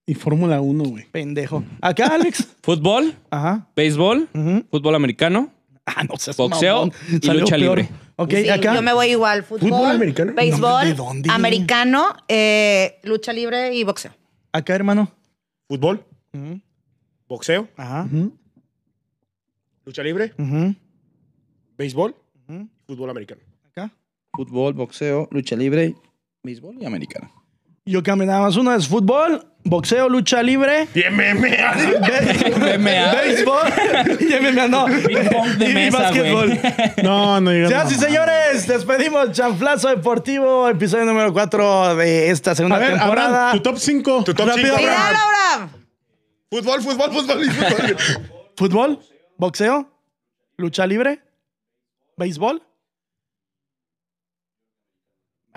[SPEAKER 2] Y Fórmula 1, güey.
[SPEAKER 1] Pendejo. Acá, Alex.
[SPEAKER 6] Fútbol,
[SPEAKER 1] Ajá.
[SPEAKER 6] béisbol,
[SPEAKER 1] ujú.
[SPEAKER 6] fútbol americano.
[SPEAKER 1] Ah, no seas
[SPEAKER 6] Boxeo
[SPEAKER 1] mamón.
[SPEAKER 6] y
[SPEAKER 1] Salió
[SPEAKER 6] lucha
[SPEAKER 1] peor.
[SPEAKER 6] libre.
[SPEAKER 1] Ok,
[SPEAKER 3] Sí,
[SPEAKER 1] acá.
[SPEAKER 3] Yo me voy igual. Fútbol,
[SPEAKER 5] ¿Fútbol americano?
[SPEAKER 1] No, ¿de
[SPEAKER 3] Béisbol,
[SPEAKER 1] dónde?
[SPEAKER 3] americano, eh, lucha libre y boxeo.
[SPEAKER 1] Acá, hermano.
[SPEAKER 5] Fútbol,
[SPEAKER 1] Ujú,
[SPEAKER 5] boxeo,
[SPEAKER 1] Ajá.
[SPEAKER 2] Ujú.
[SPEAKER 5] lucha libre,
[SPEAKER 1] ujú,
[SPEAKER 5] béisbol,
[SPEAKER 1] ujú.
[SPEAKER 5] fútbol americano.
[SPEAKER 1] Acá.
[SPEAKER 7] Fútbol, boxeo, lucha libre, béisbol y americana.
[SPEAKER 1] Yo cambié nada más. Uno es fútbol, boxeo, lucha libre.
[SPEAKER 5] Bien, me, me.
[SPEAKER 1] Be-
[SPEAKER 6] MMA.
[SPEAKER 1] Béisbol. Y MMA, no.
[SPEAKER 6] Ping pong de
[SPEAKER 1] Y- y
[SPEAKER 6] mesa,
[SPEAKER 1] básquetbol.
[SPEAKER 6] güey.
[SPEAKER 2] No, no llega.
[SPEAKER 1] Señoras y señores, despedimos Chanflazo Deportivo, episodio número 4 de esta segunda
[SPEAKER 2] A ver,
[SPEAKER 1] temporada.
[SPEAKER 2] Abraham, tu top 5.
[SPEAKER 5] Tu top
[SPEAKER 1] Rápido,
[SPEAKER 5] cinco,
[SPEAKER 1] rápido.
[SPEAKER 5] Abraham.
[SPEAKER 3] ¡Cuidado, Abraham!
[SPEAKER 5] Fútbol, fútbol, fútbol y fútbol.
[SPEAKER 1] Fútbol, boxeo, lucha libre, béisbol.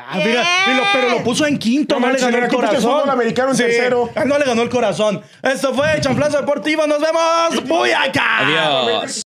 [SPEAKER 1] Ah,
[SPEAKER 3] Bien.
[SPEAKER 1] mira, y lo- pero lo puso en quinto,
[SPEAKER 5] No
[SPEAKER 1] no, le
[SPEAKER 5] manches,
[SPEAKER 1] ganó
[SPEAKER 5] mira,
[SPEAKER 1] el
[SPEAKER 5] ¿cómo es que el
[SPEAKER 1] corazón. ah,
[SPEAKER 5] fútbol americano en tercero?
[SPEAKER 1] No le ganó el corazón. Esto fue Chanflazo Deportivo, nos vemos. Muy acá.
[SPEAKER 6] Adiós.